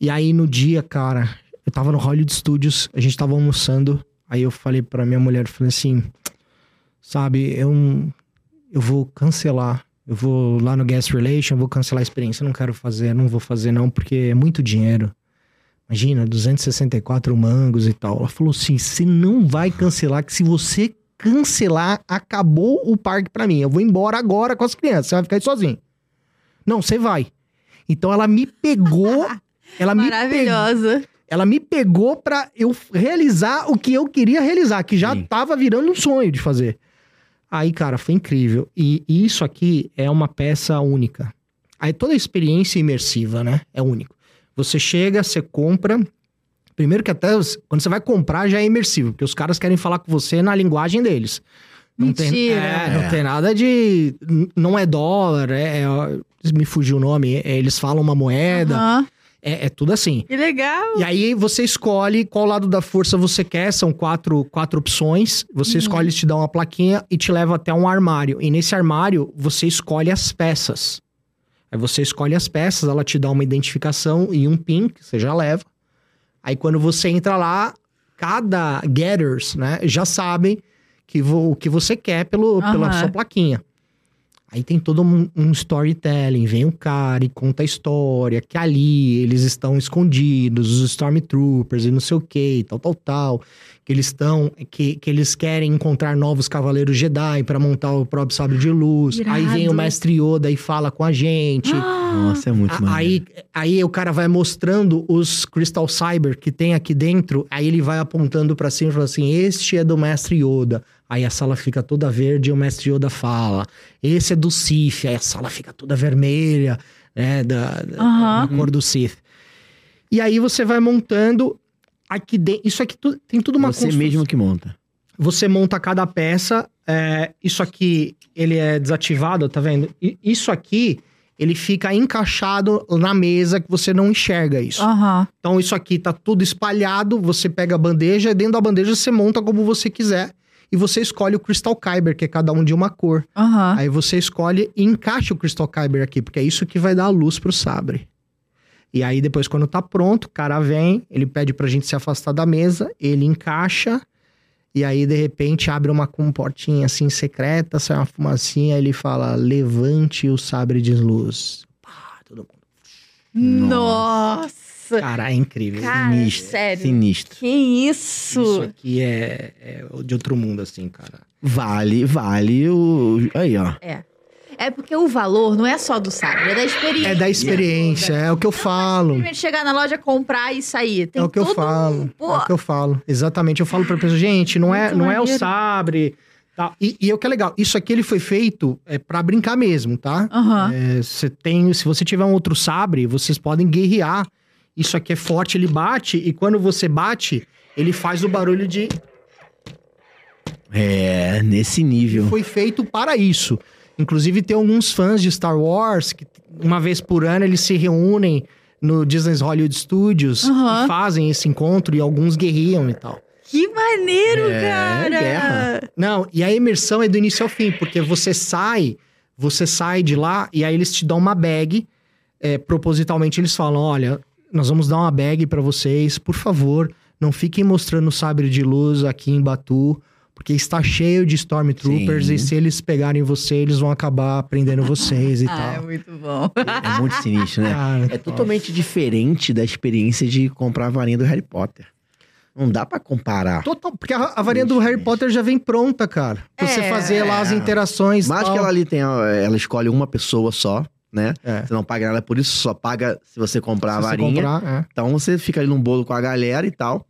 Speaker 3: E aí no dia, cara, eu tava no Hollywood Studios, a gente tava almoçando. Aí eu falei pra minha mulher, eu falei assim, sabe, eu, não- eu vou cancelar. Eu vou lá no Guest Relation, eu vou cancelar a experiência. Eu não quero fazer, não vou fazer não, porque é muito dinheiro. Imagina, 264 mangos e tal. Ela falou assim, você não vai cancelar, que se você cancelar, acabou o parque pra mim. Eu vou embora agora com as crianças, você vai ficar aí sozinho. Não, você vai. Então ela me pegou. ela me pegou.
Speaker 1: Maravilhosa.
Speaker 3: Ela me pegou pra eu f- realizar o que eu queria realizar, que já
Speaker 2: Sim.
Speaker 3: tava virando um sonho de fazer. Aí, cara, foi incrível. E, e isso aqui é uma peça única. Aí toda a experiência imersiva, né? É único. Você chega, você compra. Primeiro que até os- quando você vai comprar já é imersivo, porque os caras querem falar com você na linguagem deles. Não tem,
Speaker 1: Mentira.
Speaker 3: é, não tem nada de. n- Não é dólar, é. é- me fugiu o nome. é- eles falam uma moeda.
Speaker 1: Aham.
Speaker 3: É- é tudo assim.
Speaker 1: Que legal.
Speaker 3: E aí você escolhe qual lado da força você quer, são quatro, quatro opções. Você escolhe te dá uma plaquinha e te leva até um armário. E nesse armário você escolhe as peças. Aí você escolhe as peças, ela te dá uma identificação e um PIN que você já leva. Aí quando você entra lá, cada getters, né, já sabem que vo- o que você quer pelo, pela
Speaker 1: Aham.
Speaker 3: sua plaquinha. Aí tem todo um, um storytelling, vem um cara e conta a história, que ali eles estão escondidos, os Stormtroopers e não sei o que, e tal, tal, tal. Que eles estão, que, que eles querem encontrar novos Cavaleiros Jedi pra montar o próprio Sabre de Luz. Aí vem o
Speaker 1: Irado.
Speaker 3: Mestre Yoda e fala com a gente.
Speaker 2: Nossa, é muito
Speaker 3: A-
Speaker 2: maneiro.
Speaker 3: Ah, Aí, aí o cara vai mostrando os Crystal Cyber que tem aqui dentro, aí ele vai apontando pra cima e fala assim: Este é do Mestre Yoda. Aí a sala fica toda verde e o Mestre Yoda fala: Esse é do Sith. Aí a sala fica toda vermelha, né? Da, da-
Speaker 1: Aham.
Speaker 3: da cor do Sith. E aí você vai montando. Aqui dentro. Isso aqui tu- tem tudo uma
Speaker 2: Você
Speaker 3: construção.
Speaker 2: mesmo que monta.
Speaker 3: Você monta cada peça. é, isso aqui, ele é desativado, tá vendo? I- isso aqui, ele fica encaixado na mesa que você não enxerga isso.
Speaker 1: Aham.
Speaker 3: Então, isso aqui tá tudo espalhado. Você pega a bandeja e dentro da bandeja você monta como você quiser. E você escolhe o Crystal Kyber, que é cada um de uma cor.
Speaker 1: Aham.
Speaker 3: Aí você escolhe e encaixa o Crystal Kyber aqui, porque é isso que vai dar a luz pro sabre. E aí depois, quando tá pronto, o cara vem, ele pede pra gente se afastar da mesa, ele encaixa, e aí de repente abre uma comportinha assim secreta, sai uma fumacinha, ele fala: levante o sabre de luz. Pá, todo mundo.
Speaker 1: Nossa.
Speaker 3: Cara, é incrível.
Speaker 1: Cara,
Speaker 2: Sinistro.
Speaker 1: sério.
Speaker 2: Sinistro.
Speaker 1: Que isso?
Speaker 3: Isso aqui é, é de outro mundo, assim, cara.
Speaker 2: Vale, vale o. Aí, ó.
Speaker 1: É porque o valor não é só do sabre, é da experiência.
Speaker 3: É da experiência, é o que eu falo.
Speaker 1: Simplesmente chegar na loja, comprar e sair. Tem
Speaker 3: é o que eu
Speaker 1: todo um-
Speaker 3: falo.
Speaker 1: Pô,
Speaker 3: É o que eu falo. Exatamente. Eu falo pra pessoa, gente, não é,
Speaker 1: Muito
Speaker 3: não é o
Speaker 1: maneiro.
Speaker 3: sabre. Tá. E, e é o que é legal. Isso aqui ele foi feito é, para brincar mesmo, tá?
Speaker 1: Aham.
Speaker 3: É, você tem, se você tiver um outro sabre, vocês podem guerrear. Isso aqui é forte, ele bate, e quando você bate, ele faz o barulho de.
Speaker 2: É, nesse nível.
Speaker 3: Foi feito para isso. Inclusive, tem alguns fãs de Star Wars que uma vez por ano eles se reúnem no Disney's Hollywood Studios
Speaker 1: Aham.
Speaker 3: e fazem esse encontro e alguns guerreiam e tal.
Speaker 1: Que maneiro,
Speaker 2: É,
Speaker 1: cara!
Speaker 2: guerra.
Speaker 3: Não, e a imersão é do início ao fim, porque você sai, você sai de lá e aí eles te dão uma bag. é, propositalmente eles falam: olha, nós vamos dar uma bag pra vocês, por favor, não fiquem mostrando o sabre de luz aqui em Batu, porque está cheio de Stormtroopers
Speaker 2: Sim.
Speaker 3: e se eles pegarem você, eles vão acabar prendendo vocês
Speaker 1: (laughs)
Speaker 3: e
Speaker 1: Ah, é
Speaker 3: tal.
Speaker 1: muito
Speaker 3: (laughs)
Speaker 1: bom.
Speaker 2: É muito sinistro, né?
Speaker 3: Cara,
Speaker 2: É totalmente diferente da experiência de comprar a varinha do Harry Potter. Não dá pra comparar.
Speaker 3: Total, porque a, a varinha do Harry Potter já vem pronta, cara. Pra Você
Speaker 1: É.
Speaker 3: fazer lá as interações.
Speaker 2: Mas
Speaker 3: tal.
Speaker 2: que ela ali tem, ó, ela escolhe uma pessoa só, né?
Speaker 3: É.
Speaker 2: Você não paga nada por isso, só paga se você comprar
Speaker 3: Se
Speaker 2: a
Speaker 3: você
Speaker 2: varinha.
Speaker 3: comprar, é.
Speaker 2: Então você fica ali num bolo com a galera e tal.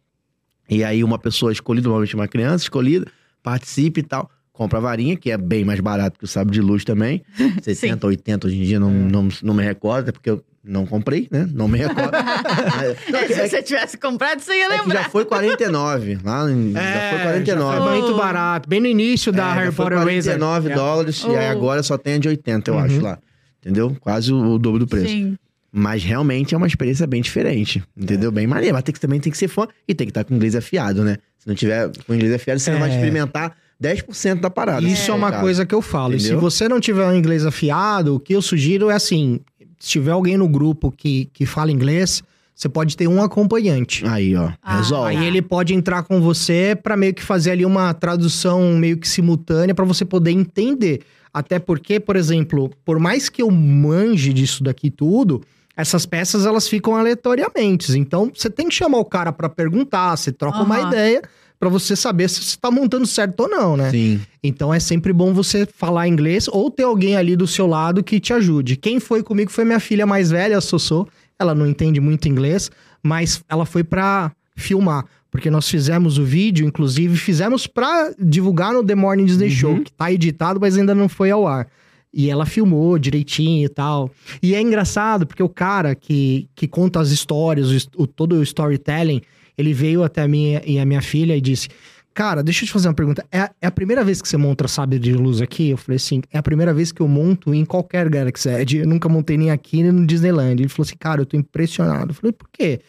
Speaker 2: E aí uma pessoa escolhida, normalmente uma criança escolhida, participa e tal. Compra a varinha, que é bem mais barato que o sabre de luz
Speaker 3: (laughs)
Speaker 2: também. 60, 80 hoje em dia, não,
Speaker 3: É.
Speaker 2: não, não me recordo, até porque eu não comprei, né? Não me
Speaker 3: (laughs)
Speaker 2: recordo. Não,
Speaker 1: É,
Speaker 2: que-
Speaker 1: se
Speaker 2: é-
Speaker 1: você tivesse comprado, você ia
Speaker 2: é que já
Speaker 1: lembrar.
Speaker 2: foi 49, lá em- já foi 49.
Speaker 3: É, já foi muito
Speaker 1: Oh.
Speaker 3: barato. Bem no início da
Speaker 2: É,
Speaker 3: Tá, Harry
Speaker 2: já foi
Speaker 3: Potter Wizard.
Speaker 2: 49
Speaker 3: É.
Speaker 2: dólares e aí
Speaker 1: Oh.
Speaker 2: agora só tem a de 80, eu
Speaker 3: Uhum.
Speaker 2: acho, lá. Entendeu? Quase o, o dobro do preço.
Speaker 1: Sim.
Speaker 2: Mas realmente é uma experiência bem diferente, entendeu?
Speaker 3: É.
Speaker 2: Bem maneira. Mas tem que, também tem que ser fã e tem que estar com o inglês afiado, né? Se não tiver com o inglês afiado, você não vai
Speaker 3: É.
Speaker 2: experimentar 10% da parada.
Speaker 3: Isso é uma
Speaker 2: cara.
Speaker 3: coisa que eu falo. E Se
Speaker 2: Entendeu?
Speaker 3: você não tiver um inglês afiado, o que eu sugiro é assim: se tiver alguém no grupo que, que fala inglês, você pode ter um acompanhante.
Speaker 2: Aí, ó.
Speaker 1: Ah,
Speaker 2: resolve.
Speaker 3: Aí ele pode entrar com você pra meio que fazer ali uma tradução meio que simultânea pra você poder entender. Até porque, por exemplo, por mais que eu manje disso daqui tudo, essas peças elas ficam aleatoriamente. Então você tem que chamar o cara pra perguntar, você troca uma
Speaker 1: Aham.
Speaker 3: ideia pra você saber se você tá montando certo ou não, né?
Speaker 2: Sim.
Speaker 3: Então é sempre bom você falar inglês ou ter alguém ali do seu lado que te ajude. Quem foi comigo foi minha filha mais velha, a Sossô. Ela não entende muito inglês, mas ela foi pra filmar, porque nós fizemos o vídeo, inclusive fizemos pra divulgar no The Morning Disney Show, que tá editado, mas ainda não foi ao ar. E ela filmou direitinho e tal. E é engraçado porque o cara que, que conta as histórias, o, his- o- todo o storytelling, ele veio até a minha e a minha filha e disse: Cara, deixa eu te fazer uma pergunta. É, é a primeira vez que você monta sabre de luz aqui? Eu falei assim: É a primeira vez que eu monto em qualquer Galaxy Edge. Eu nunca montei nem aqui nem no Disneyland. Ele falou assim: Cara, eu tô impressionado. Eu falei: Por quê?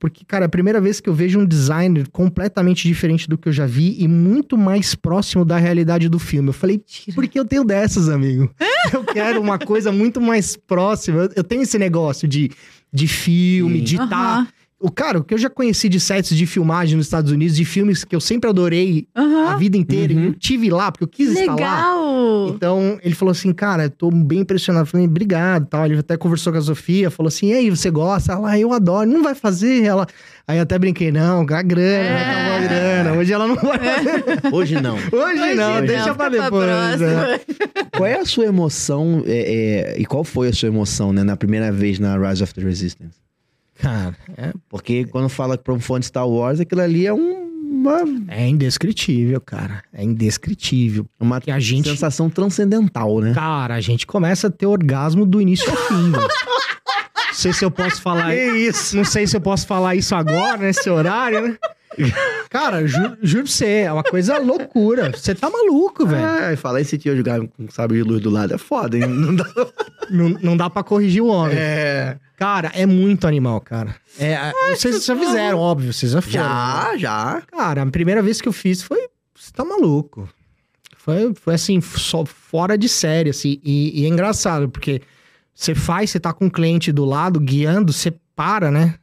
Speaker 3: Porque, cara, é a primeira vez que eu vejo um design completamente diferente do que eu já vi e muito mais próximo da realidade do filme. Eu falei, porque eu tenho dessas, amigo. Eu quero uma coisa muito mais próxima. Eu- Eu tenho esse negócio de, de filme,
Speaker 2: Sim.
Speaker 3: de tá.
Speaker 1: Aham.
Speaker 3: O cara, o que eu já conheci de sets de filmagem nos Estados Unidos, de filmes que eu sempre adorei a
Speaker 1: Aham.
Speaker 3: vida inteira,
Speaker 2: Uhum.
Speaker 3: e eu tive lá, porque eu quis estar lá.
Speaker 1: Legal!
Speaker 3: Então, ele falou assim, cara, eu tô bem impressionado. Eu Falei, obrigado, tal. Ele até conversou com a Sofia, falou assim, e aí, você gosta? Ela, ah, eu adoro, não vai fazer? Ela, aí eu até brinquei, não, a grana,
Speaker 1: É.
Speaker 3: acabou a grana. Hoje ela não vai fazer.
Speaker 2: Hoje
Speaker 3: (laughs)
Speaker 2: não.
Speaker 3: Hoje, não,
Speaker 2: não,
Speaker 3: deixa
Speaker 1: fica
Speaker 3: pra depois. né?
Speaker 1: próxima.
Speaker 2: Qual é a sua emoção, é, é, e qual foi a sua emoção, né, na primeira vez na Rise of the Resistance?
Speaker 3: Cara, é,
Speaker 2: Porque quando fala pra um fã de Star Wars, aquilo ali é um- uma,
Speaker 3: é indescritível, cara. É indescritível.
Speaker 2: uma
Speaker 3: Que a gente-
Speaker 2: sensação transcendental, né?
Speaker 3: Cara, a gente começa a ter orgasmo do início ao fim. velho. Não sei se eu posso falar isso. Não sei se eu posso falar isso agora, nesse horário, né? Cara, ju- juro pra você, é uma coisa loucura. Você tá maluco, velho.
Speaker 2: Ah, e falar esse tio jogar com sabre de luz do lado é foda, hein? (laughs) Não dá...
Speaker 3: Não, não dá pra corrigir o homem.
Speaker 2: É.
Speaker 3: Cara, é muito animal, cara. É, a- vocês já fizeram, óbvio, vocês já foram. né?
Speaker 2: Já, já.
Speaker 3: Cara, a primeira vez que eu fiz foi. Você tá maluco. Foi, foi assim, só fora de série, assim. E, e é engraçado, porque você faz, você tá com o cliente do lado, guiando, você para, né?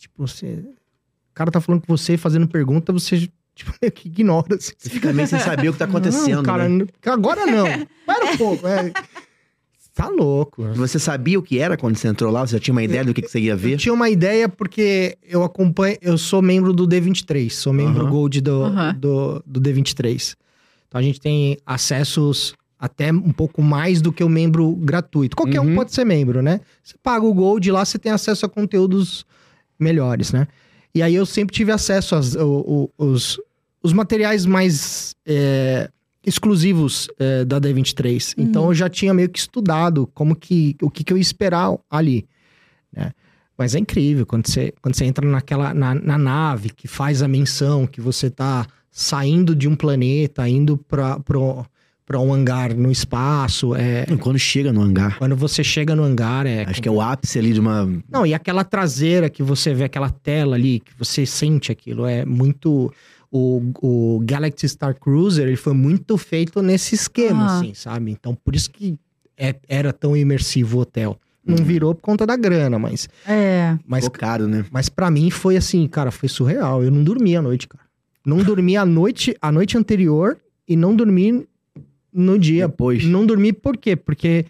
Speaker 3: Tipo, você. O cara tá falando com você, fazendo pergunta, você tipo, (laughs) meio que ignora. Assim.
Speaker 2: Você fica meio sem saber (laughs) o que tá acontecendo,
Speaker 3: não, cara,
Speaker 2: né?
Speaker 3: n- agora não. Para um
Speaker 2: (laughs)
Speaker 3: pouco. É. Tá louco.
Speaker 2: Você sabia o que era quando você entrou lá? Você já tinha uma ideia do que, que você ia
Speaker 3: Eu
Speaker 2: ver?
Speaker 3: tinha uma ideia porque eu acompanho, eu sou membro do D23, sou membro
Speaker 2: Aham.
Speaker 3: Gold do,
Speaker 1: Aham.
Speaker 3: do, do D23. Então a gente tem acessos até um pouco mais do que o membro gratuito. Qualquer um
Speaker 2: Uhum.
Speaker 3: pode ser membro, né? Você paga o Gold lá, você tem acesso a conteúdos melhores, né? E aí eu sempre tive acesso aos o- o- os, os materiais mais é, exclusivos é, da D23. Então eu já tinha meio que estudado como que o que, que eu ia esperar ali. né? Mas é incrível quando você, quando você entra naquela na, na nave que faz a menção que você tá saindo de um planeta, indo para para um hangar no espaço. É,
Speaker 2: Quando chega no hangar,
Speaker 3: quando você chega no hangar é
Speaker 2: acho que é o ápice ali de uma...
Speaker 3: não, e aquela traseira que você vê, aquela tela ali, que você sente aquilo, é muito. O, o Galaxy Star Cruiser, ele foi muito feito nesse esquema,
Speaker 1: Ah.
Speaker 3: assim, sabe? Então, por isso que é- era tão imersivo o hotel. Não virou por conta da grana, mas.
Speaker 1: É.
Speaker 3: Mas,
Speaker 2: Focado, né?
Speaker 3: mas para mim foi assim, cara, foi surreal. Eu não dormi à noite, cara. Não dormi a noite, a noite anterior e não dormi no dia.
Speaker 2: Depois.
Speaker 3: Não dormi por quê? Porque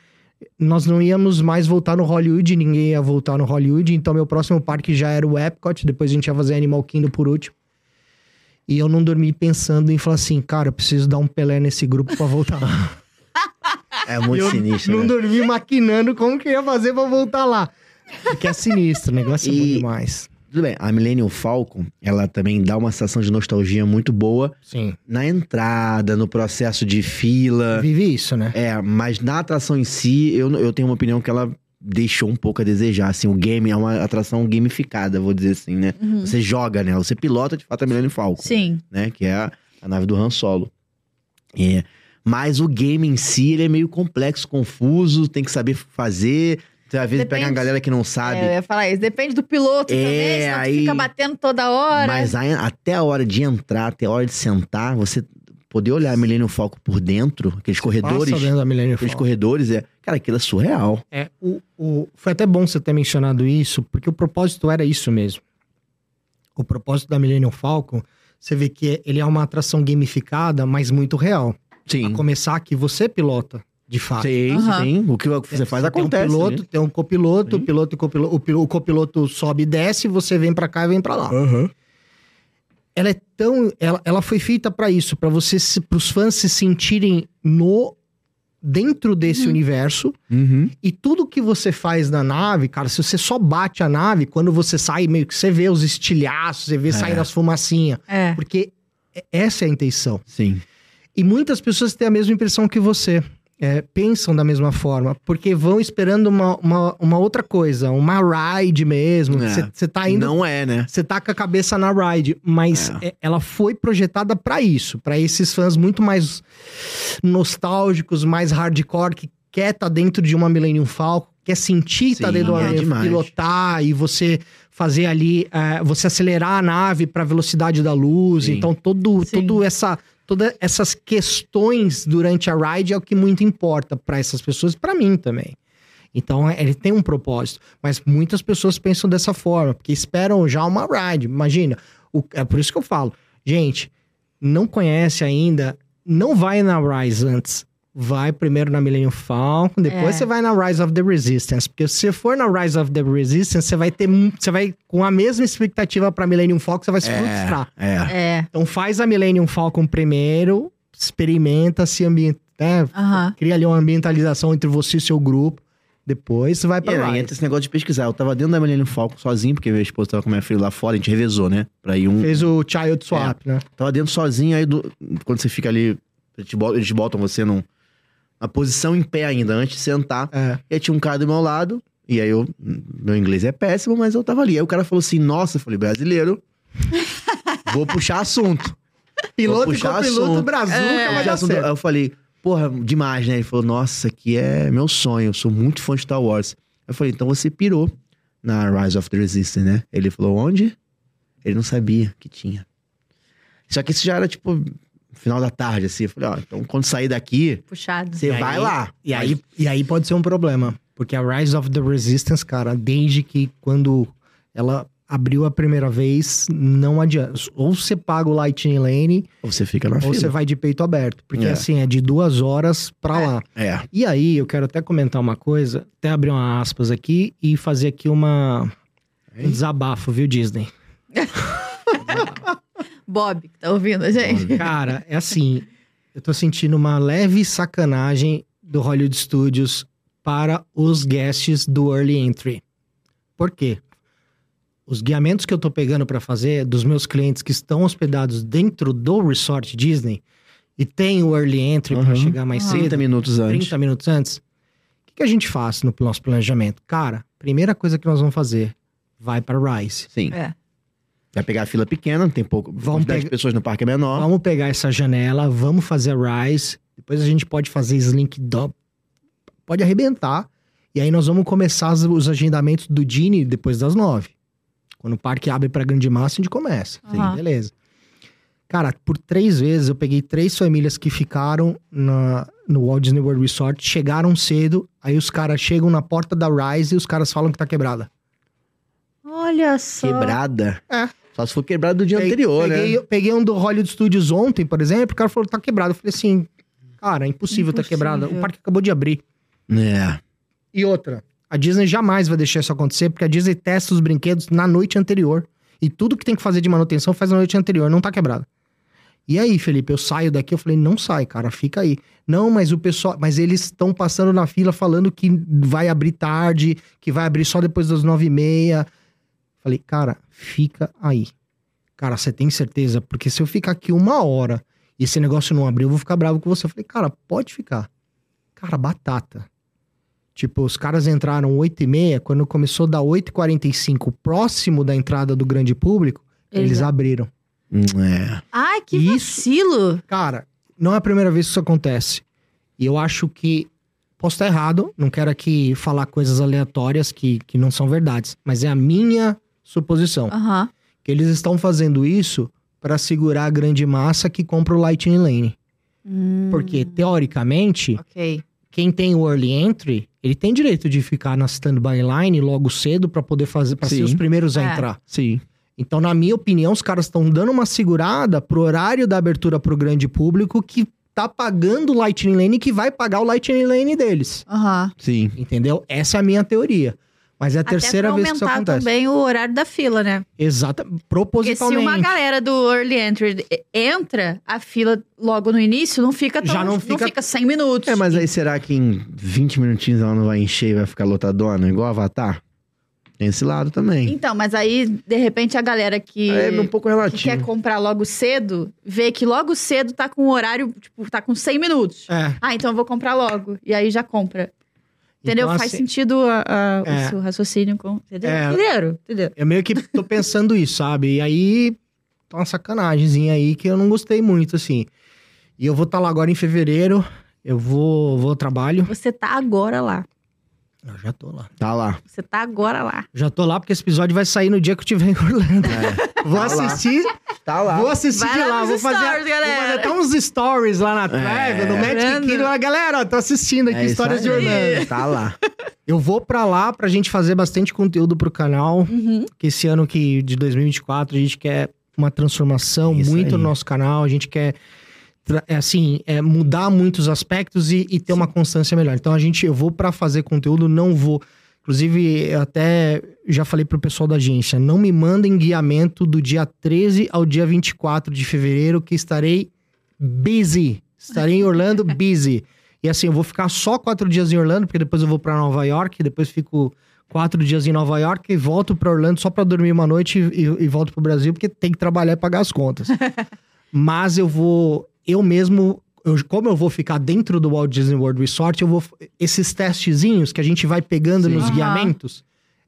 Speaker 3: nós não íamos mais voltar no Hollywood, ninguém ia voltar no Hollywood, então meu próximo parque já era o Epcot, depois a gente ia fazer Animal Kingdom por último. E eu não dormi pensando em falar assim, cara, eu preciso dar um Pelé nesse grupo (laughs) pra voltar.
Speaker 2: É muito
Speaker 3: eu
Speaker 2: sinistro,
Speaker 3: não
Speaker 2: né?
Speaker 3: dormi maquinando como que eu ia fazer pra voltar lá. Porque é sinistro, o negócio é bom
Speaker 2: E-
Speaker 3: demais.
Speaker 2: Tudo bem, a Millennium Falcon, ela também dá uma sensação de nostalgia muito boa
Speaker 3: Sim.
Speaker 2: na entrada, no processo de fila.
Speaker 3: Vive isso, né?
Speaker 2: É, mas na atração em si, eu, eu tenho uma opinião que ela deixou um pouco a desejar. Assim, o game é uma atração gamificada, vou dizer assim, né? Você joga nela, você pilota de fato a Millennium Falcon.
Speaker 1: Uhum. Sim.
Speaker 2: né? Que é a, a nave do Han Solo. É, mas o game em si, ele é meio complexo, confuso, tem que saber fazer. Então, às vezes
Speaker 1: Depende.
Speaker 2: pega uma galera que não sabe.
Speaker 1: É, eu ia falar isso. Depende do piloto
Speaker 2: É,
Speaker 1: também, senão
Speaker 2: aí-
Speaker 1: tu fica batendo toda hora.
Speaker 2: Mas aí, até a hora de entrar, até a hora de sentar, você poder olhar a Millennium Falcon por dentro, aqueles corredores,
Speaker 3: Passa dentro da Millennium
Speaker 2: aqueles
Speaker 3: Falcon.
Speaker 2: corredores, é, cara, aquilo é surreal.
Speaker 3: É, o, o- foi até bom você ter mencionado isso, porque o propósito era isso mesmo. O propósito da Millennium Falcon, você vê que ele é uma atração gamificada, mas muito real.
Speaker 2: Sim.
Speaker 3: A começar que você pilota, de fato.
Speaker 2: Sim,
Speaker 1: Aham.
Speaker 2: sim. O que você faz acontece.
Speaker 3: Tem um piloto,
Speaker 2: né?
Speaker 3: tem um copiloto, o
Speaker 2: Sim.
Speaker 3: piloto, e copiloto, o pilo- o copiloto sobe e desce, você vem pra cá e vem pra lá. ela é tão. Ela, ela foi feita pra isso, para você, para os fãs se sentirem no dentro desse universo.
Speaker 2: Uhum.
Speaker 3: E tudo que você faz na nave, cara, se você só bate a nave, quando você sai, meio que você vê os estilhaços, você vê
Speaker 2: É.
Speaker 3: saindo as fumacinhas.
Speaker 1: É.
Speaker 3: Porque é- essa é a intenção.
Speaker 2: Sim.
Speaker 3: E muitas pessoas têm a mesma impressão que você. é, pensam da mesma forma, porque vão esperando uma, uma, uma outra coisa, uma ride mesmo.
Speaker 2: É.
Speaker 3: Você tá indo
Speaker 2: Não é, né?
Speaker 3: você tá com a cabeça na ride, mas é- ela foi projetada pra isso, pra esses fãs muito mais nostálgicos, mais hardcore que quer tá dentro de uma Millennium Falcon, quer sentir tá
Speaker 2: Sim,
Speaker 3: dentro de uma
Speaker 2: é
Speaker 3: Millennium
Speaker 2: demais.
Speaker 3: pilotar e você fazer ali, eh, você acelerar a nave pra velocidade da luz,
Speaker 2: Sim.
Speaker 3: então todo,
Speaker 1: Sim.
Speaker 3: todo essa todas essas questões durante a ride é o que muito importa pra essas pessoas, pra mim também. Então, ele tem um propósito. Mas muitas pessoas pensam dessa forma, porque esperam já uma ride. Imagina, o- é por isso que eu falo. Gente, não conhece ainda, não vai na Rise antes. Vai primeiro na Millennium Falcon, depois
Speaker 1: É.
Speaker 3: você vai na Rise of the Resistance. Porque se você for na Rise of the Resistance, você vai ter... mu- Você vai, com a mesma expectativa pra Millennium Falcon, você vai se frustrar.
Speaker 2: É. é.
Speaker 1: É.
Speaker 3: Então faz a Millennium Falcon primeiro, experimenta, se ambienta, né?
Speaker 1: Aham.
Speaker 3: cria ali uma ambientalização entre você e seu grupo. Depois você vai
Speaker 2: E
Speaker 3: pra
Speaker 2: aí
Speaker 3: lá.
Speaker 2: entra esse negócio de pesquisar. Eu tava dentro da Millennium Falcon sozinho, porque minha esposa tava com minha filha lá fora, a gente revezou, né? Pra ir um.
Speaker 3: Fez o Child Swap, né?
Speaker 2: Tava dentro sozinho, aí do- quando você fica ali, eles te botam, eles botam você num... na posição em pé ainda, antes de sentar.
Speaker 3: É.
Speaker 2: E aí tinha um cara do meu lado, e aí eu. Meu inglês é péssimo, mas eu tava ali. Aí o cara falou assim: Nossa, eu falei, brasileiro. Vou puxar assunto.
Speaker 3: Piloto e
Speaker 2: puxar
Speaker 3: copiloto
Speaker 2: assunto.
Speaker 3: Brasil,
Speaker 2: Vou
Speaker 3: é. vai
Speaker 2: puxar
Speaker 3: dar
Speaker 2: assunto. Aí
Speaker 3: certo.
Speaker 2: eu falei, porra, demais, né? Ele falou, nossa, que é meu sonho, eu sou muito fã de Star Wars. Eu falei, então você pirou na Rise of the Resistance, né? Ele falou, onde? Ele não sabia que tinha. Só que isso já era, tipo, final da tarde, assim. Eu falei, ó, então quando sair daqui,
Speaker 1: Puxado.
Speaker 2: você
Speaker 3: E
Speaker 2: vai
Speaker 3: aí-
Speaker 2: lá.
Speaker 3: E aí, e aí pode ser um problema. Porque a Rise of the Resistance, cara, desde que quando ela abriu a primeira vez, não adianta. Ou você paga o Lightning Lane,
Speaker 2: Ou você fica na
Speaker 3: ou você
Speaker 2: (laughs) fila.
Speaker 3: vai de peito aberto. Porque
Speaker 2: É.
Speaker 3: assim, é de duas horas pra lá.
Speaker 2: É,
Speaker 3: E aí, eu quero até comentar uma coisa, até abrir uma aspas aqui e fazer aqui uma um desabafo, viu, Disney?
Speaker 1: Bob, que tá ouvindo a gente.
Speaker 3: Cara, é assim, eu tô sentindo uma leve sacanagem do Hollywood Studios para os guests do Early Entry. Por quê? Os guiamentos que eu tô pegando pra fazer dos meus clientes que estão hospedados dentro do Resort Disney e tem o Early Entry pra
Speaker 2: Uhum.
Speaker 3: chegar mais cedo.
Speaker 2: 30 minutos antes.
Speaker 3: 30 minutos antes. O que, que a gente faz no nosso planejamento? Cara, primeira coisa que nós vamos fazer, vai para Rice.
Speaker 2: Sim.
Speaker 1: (laughs) É.
Speaker 2: Vai pegar a fila pequena, tem pouco.
Speaker 3: Vamos
Speaker 2: a quantidade de
Speaker 3: pegar-
Speaker 2: pessoas no parque é menor.
Speaker 3: Vamos pegar essa janela, vamos fazer Rice. Depois a gente pode fazer Slink Dog. Pode arrebentar. E aí nós vamos começar as- os agendamentos do Dini depois das nove. Quando o parque abre para grande massa, a gente começa.
Speaker 1: Aham.
Speaker 3: Beleza. Cara, por três vezes eu peguei três famílias que ficaram na- no Walt Disney World Resort, chegaram cedo, aí os caras chegam na porta da Rise e os caras falam que tá quebrada.
Speaker 1: Olha só.
Speaker 2: Quebrada.
Speaker 3: É.
Speaker 2: Só se for quebrado do dia
Speaker 3: Pe-
Speaker 2: anterior,
Speaker 3: peguei,
Speaker 2: né?
Speaker 3: Peguei um do Hollywood Studios ontem, por exemplo, o cara falou, tá quebrado. Eu falei assim, cara, é impossível, tá
Speaker 1: Impossível.
Speaker 3: quebrado. O parque acabou de abrir.
Speaker 2: É.
Speaker 3: E outra, a Disney jamais vai deixar isso acontecer, porque a Disney testa os brinquedos na noite anterior. E tudo que tem que fazer de manutenção faz na noite anterior, não tá quebrado. E aí, Felipe, eu saio daqui, eu falei, não sai, cara, fica aí. Não, mas o pessoal, mas eles estão passando na fila falando que vai abrir tarde, que vai abrir só depois das nove e meia. Falei, cara, fica aí. Cara, você tem certeza? Porque se eu ficar aqui uma hora e esse negócio não abrir, eu vou ficar bravo com você. Eu falei, cara, pode ficar. Cara, batata. Tipo, os caras entraram 8 e meia, quando começou a dar 8h45, próximo da entrada do grande público, eles
Speaker 1: Exato.
Speaker 3: abriram.
Speaker 2: É.
Speaker 1: Ai, que
Speaker 3: Isso.
Speaker 1: vacilo.
Speaker 3: Cara, não é a primeira vez que isso acontece. E eu acho que. Posso estar errado, não quero aqui falar coisas aleatórias que, que não são verdades, mas é a minha suposição.
Speaker 1: Aham.
Speaker 3: Que eles estão fazendo isso para segurar a grande massa que compra o Lightning Lane.
Speaker 1: Hum,
Speaker 3: Porque, teoricamente,
Speaker 1: Ok.
Speaker 3: quem tem o early entry, ele tem direito de ficar na standby line logo cedo para poder fazer, para ser
Speaker 2: Sim.
Speaker 3: os primeiros a
Speaker 1: É.
Speaker 3: entrar.
Speaker 2: Sim.
Speaker 3: Então, na minha opinião, os caras estão dando uma segurada pro horário da abertura pro grande público que tá pagando o Lightning Lane que vai pagar o Lightning Lane deles.
Speaker 1: Aham.
Speaker 2: Sim.
Speaker 3: Entendeu? Essa é a minha teoria. Mas é a
Speaker 1: Até
Speaker 3: terceira
Speaker 1: pra
Speaker 3: vez que isso
Speaker 1: aumentar
Speaker 3: acontece.
Speaker 1: também o horário da fila, né?
Speaker 3: Exata,
Speaker 1: Porque se
Speaker 3: propositalmente. É,
Speaker 1: uma galera do early entry e- entra, a fila logo no início não fica tão,
Speaker 3: Já não fica-
Speaker 1: 100 minutos.
Speaker 2: É, mas aí será que em 20 minutinhos ela não vai encher e vai ficar lotadona, igual Avatar? Tem esse lado também.
Speaker 1: Então, mas aí, de repente, a galera que,
Speaker 2: É um pouco
Speaker 1: que quer
Speaker 2: relativo.
Speaker 1: comprar logo cedo, vê que logo cedo tá com o horário, tipo, tá com 100 minutos.
Speaker 3: É.
Speaker 1: Ah, então eu vou comprar logo. E aí já compra. Entendeu?
Speaker 3: Então,
Speaker 1: Faz
Speaker 3: assim,
Speaker 1: sentido a- a-
Speaker 3: É.
Speaker 1: o seu raciocínio com. Entendeu?
Speaker 3: É.
Speaker 1: Entenderam? Entendeu?
Speaker 3: Eu meio que tô pensando isso, sabe? E aí, tá uma sacanagemzinha aí que eu não gostei muito, assim. E eu vou estar lá agora em fevereiro, eu vou, vou ao trabalho.
Speaker 1: Você tá agora lá.
Speaker 3: Eu já tô lá.
Speaker 2: Tá lá.
Speaker 1: Você tá agora lá.
Speaker 3: Já tô lá porque esse episódio vai sair no dia que eu estiver em Orlando. (laughs) Vou
Speaker 2: Tá lá.
Speaker 3: assistir,
Speaker 2: Tá lá.
Speaker 3: vou assistir
Speaker 1: Vai
Speaker 3: de
Speaker 1: lá
Speaker 3: lá,
Speaker 1: nos
Speaker 3: vou fazer,
Speaker 1: stories,
Speaker 3: vou
Speaker 1: galera.
Speaker 3: fazer até uns stories lá na Travel, no Magic
Speaker 1: Lembrando.
Speaker 3: Kingdom. Olha, Galera, ó, tô assistindo aqui
Speaker 2: É isso
Speaker 3: Histórias de
Speaker 2: aí.
Speaker 3: Orlando.
Speaker 2: Tá
Speaker 3: (laughs)
Speaker 2: lá.
Speaker 3: Eu vou pra lá pra gente fazer bastante conteúdo pro canal. Que esse ano que de 2024 a gente quer uma transformação
Speaker 2: Isso
Speaker 3: muito
Speaker 2: aí.
Speaker 3: no nosso canal. A gente quer tra- é assim, é mudar muitos aspectos e, e ter uma constância melhor. Então a gente eu vou pra fazer conteúdo, não vou Inclusive, eu até já falei pro pessoal da agência, não me mandem guiamento do dia 13 ao dia 24 de fevereiro, que estarei busy. Estarei em Orlando busy. E assim, eu vou ficar só quatro dias em Orlando, porque depois eu vou pra Nova York, depois fico quatro dias em Nova York e volto pra Orlando só pra dormir uma noite e, e volto pro Brasil, porque tem que trabalhar e pagar as contas. Mas eu vou, eu mesmo, eu- como eu vou ficar dentro do Walt Disney World Resort, eu vou, esses testezinhos que a gente vai pegando
Speaker 2: Sim.
Speaker 3: nos
Speaker 1: Aham.
Speaker 3: guiamentos,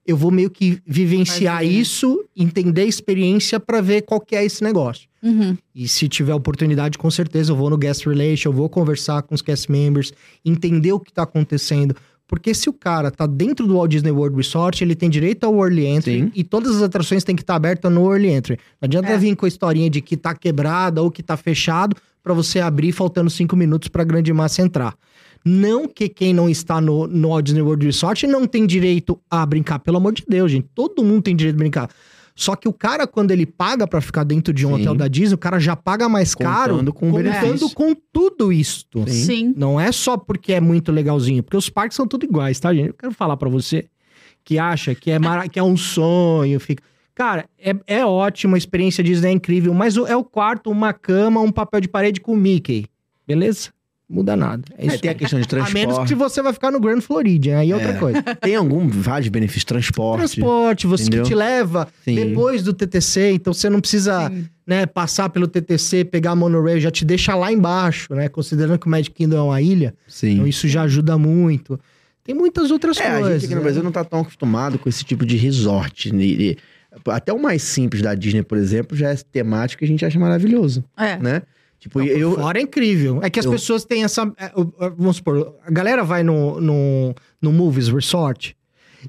Speaker 3: eu vou meio que vivenciar
Speaker 1: Fazer.
Speaker 3: isso, entender a experiência pra ver qual que é esse negócio.
Speaker 1: Uhum.
Speaker 3: E se tiver oportunidade, com certeza eu vou no guest relation, eu vou conversar com os cast members, entender o que tá acontecendo. Porque se o cara tá dentro do Walt Disney World Resort, ele tem direito ao early entry
Speaker 2: Sim.
Speaker 3: e todas as atrações têm que estar abertas no early entry. Não adianta
Speaker 1: É.
Speaker 3: vir com a historinha de que tá quebrada ou que tá fechado pra você abrir faltando cinco minutos pra grande massa entrar. Não que quem não está no, no Walt Disney World Resort não tem direito a brincar, pelo amor de Deus, gente. Todo mundo tem direito a brincar. Só que o cara, quando ele paga pra ficar dentro de um
Speaker 2: Sim.
Speaker 3: hotel da Disney, o cara já paga mais caro
Speaker 2: Contando com o benefício.
Speaker 3: com tudo isto.
Speaker 2: Sim.
Speaker 1: Sim.
Speaker 3: Não é só porque é muito legalzinho, porque os parques são tudo iguais, tá, gente? Eu quero falar pra você que acha que é, mara- que é um sonho, fica... Cara, é, é ótimo, a experiência Disney é incrível, mas o- é o quarto, uma cama, um papel de parede com o Mickey, beleza? Muda nada. É isso
Speaker 2: É, tem a
Speaker 3: aí.
Speaker 2: questão de
Speaker 3: A menos que
Speaker 2: transporte.
Speaker 3: você vai ficar no Grand Floridian, aí é outra
Speaker 2: É.
Speaker 3: coisa.
Speaker 2: Tem algum vários benefícios. Transporte.
Speaker 3: Transporte, você que
Speaker 2: entendeu?
Speaker 3: te leva
Speaker 2: Sim.
Speaker 3: depois do TTC, então você não precisa né, passar pelo TTC, pegar a monorail, já te deixa lá embaixo, né? Considerando que o Magic Kingdom é uma ilha,
Speaker 2: Sim.
Speaker 3: então isso já ajuda muito. Tem muitas outras
Speaker 2: É,
Speaker 3: coisas.
Speaker 2: a gente aqui no
Speaker 3: né?
Speaker 2: Brasil não tá tão acostumado com esse tipo de resort. né? E- Até o mais simples da Disney, por exemplo, já é temático que a gente acha maravilhoso,
Speaker 1: É.
Speaker 2: né? Tipo,
Speaker 3: Não, por
Speaker 2: eu...
Speaker 3: Fora é incrível. É que as
Speaker 2: eu-
Speaker 3: pessoas têm essa. é, o- é, Vamos supor, a galera vai no, no, no Movies Resort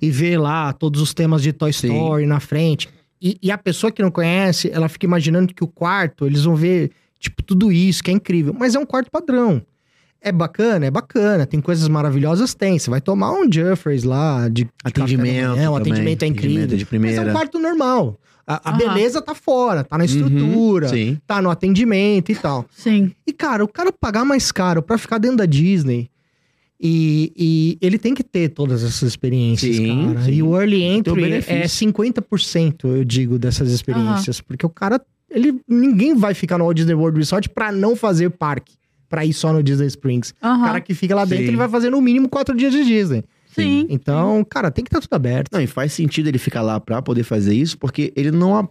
Speaker 3: e vê lá todos os temas de Toy
Speaker 2: Sim.
Speaker 3: Story na frente. E, e a pessoa que não conhece, ela fica imaginando que o quarto, eles vão ver, tipo, tudo isso, que é incrível. Mas é um quarto padrão. É bacana, é bacana. Tem coisas maravilhosas, tem. Você vai tomar um Jeffreys lá de de café da
Speaker 2: Atendimento
Speaker 3: manhã, o
Speaker 2: também,
Speaker 3: atendimento é incrível.
Speaker 2: atendimento é de primeira.
Speaker 3: Mas é um quarto normal. A, a
Speaker 1: Aham.
Speaker 3: beleza tá fora, tá na
Speaker 2: Uhum,
Speaker 3: estrutura,
Speaker 2: sim.
Speaker 3: tá no atendimento e tal.
Speaker 1: Sim.
Speaker 3: E, cara, o cara pagar mais caro pra ficar dentro da Disney. E, e ele tem que ter todas essas experiências,
Speaker 2: Sim,
Speaker 3: cara.
Speaker 2: sim.
Speaker 3: E o early
Speaker 2: que ter o
Speaker 3: entry é
Speaker 2: benefício.
Speaker 3: 50%, eu digo, dessas experiências. Porque o cara, ele ninguém vai ficar no Walt Disney World Resort pra não fazer parque. Pra ir só no Disney Springs. O
Speaker 1: Aham.
Speaker 3: cara que fica lá dentro,
Speaker 2: Sim.
Speaker 3: ele vai fazer no mínimo quatro dias de Disney.
Speaker 1: Sim.
Speaker 3: Então, cara, tem que estar tudo aberto.
Speaker 2: Não, e faz sentido ele ficar lá pra poder fazer isso, porque ele não... a-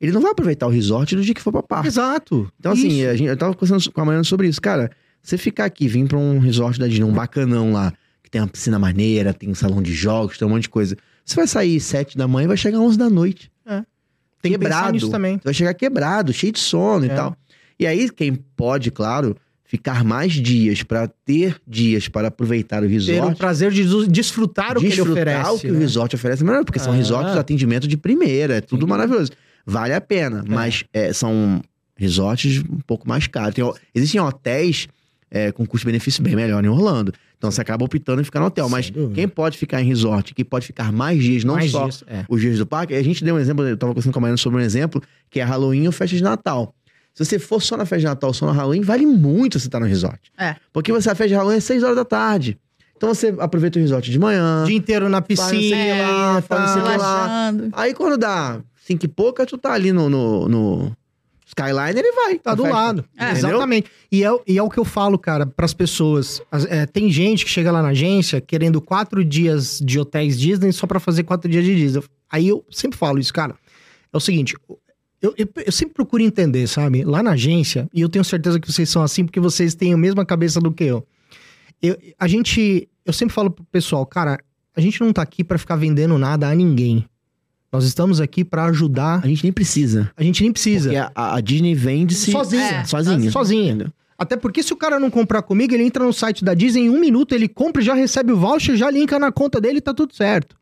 Speaker 2: Ele não vai aproveitar o resort do dia que for pra parque.
Speaker 3: Exato.
Speaker 2: Então, assim,
Speaker 3: Isso.
Speaker 2: a gente, eu tava conversando com a Mariana sobre isso. Cara, você ficar aqui, vir pra um resort da Disney, um bacanão lá, que tem uma piscina maneira, tem um salão de jogos, tem um monte de coisa. Você vai sair sete da manhã e vai chegar às 11 da noite.
Speaker 3: É. Tem que pensar
Speaker 2: Quebrado.
Speaker 3: nisso também.
Speaker 2: Você vai chegar quebrado, cheio de sono e
Speaker 3: É.
Speaker 2: tal. E aí, quem pode, claro, ficar mais dias pra ter dias para aproveitar o
Speaker 3: ter um o
Speaker 2: resort.
Speaker 3: prazer de des- desfrutar o que ele
Speaker 2: desfrutar
Speaker 3: oferece.
Speaker 2: o que o
Speaker 3: né?
Speaker 2: resort oferece é melhor, porque são
Speaker 3: Ah.
Speaker 2: resorts de atendimento de primeira, é tudo maravilhoso. Vale a pena, mas é, são resorts um pouco mais caros. Tem o- existem hotéis é, com custo-benefício bem melhor em Orlando. Então você acaba optando em ficar no hotel.
Speaker 3: Sem
Speaker 2: mas
Speaker 3: dúvida.
Speaker 2: quem pode ficar em resort, que pode ficar mais dias, não
Speaker 3: Mais
Speaker 2: só
Speaker 3: disso, é.
Speaker 2: os dias do parque, a gente deu um exemplo, eu tava conversando com a Mariana sobre um exemplo, que é Halloween ou festa de Natal. Se você for só na festa de Natal, só no Halloween, vale muito você estar no resort.
Speaker 1: É.
Speaker 2: Porque você, a festa de Halloween é 6 horas da tarde. Então você aproveita o resort de manhã.
Speaker 3: O dia inteiro na
Speaker 2: Faz não sei o
Speaker 3: piscina, tá,
Speaker 2: que lá, faz não sei o que lá.
Speaker 1: Relaxando.
Speaker 2: Aí quando dá cinco e pouca, tu tá ali no, no, no- Skyline, ele vai.
Speaker 3: Tá
Speaker 2: pra
Speaker 3: do
Speaker 2: festa.
Speaker 3: lado.
Speaker 1: É.
Speaker 3: Exatamente. E é, o- e é o que eu falo, cara, pras pessoas. As- é, tem gente que chega lá na agência querendo quatro dias de hotéis Disney só pra fazer quatro dias de Disney. Aí eu sempre falo isso, cara. É o seguinte. Eu, eu- eu sempre procuro entender, sabe? Lá na agência, e eu tenho certeza que vocês são assim, porque vocês têm a mesma cabeça do que eu. eu a gente. Eu sempre falo pro pessoal, cara, a gente não tá aqui pra ficar vendendo nada a ninguém. Nós estamos aqui pra ajudar.
Speaker 2: A gente nem precisa.
Speaker 3: A gente nem precisa.
Speaker 2: Porque a, a Disney vende-se
Speaker 3: Sozinha. Tá,
Speaker 1: É,
Speaker 2: sozinha.
Speaker 3: Sozinha. Até porque se o cara não comprar comigo, ele entra no site da Disney, em um minuto ele compra, e já recebe o voucher, já linka na conta dele e tá tudo certo.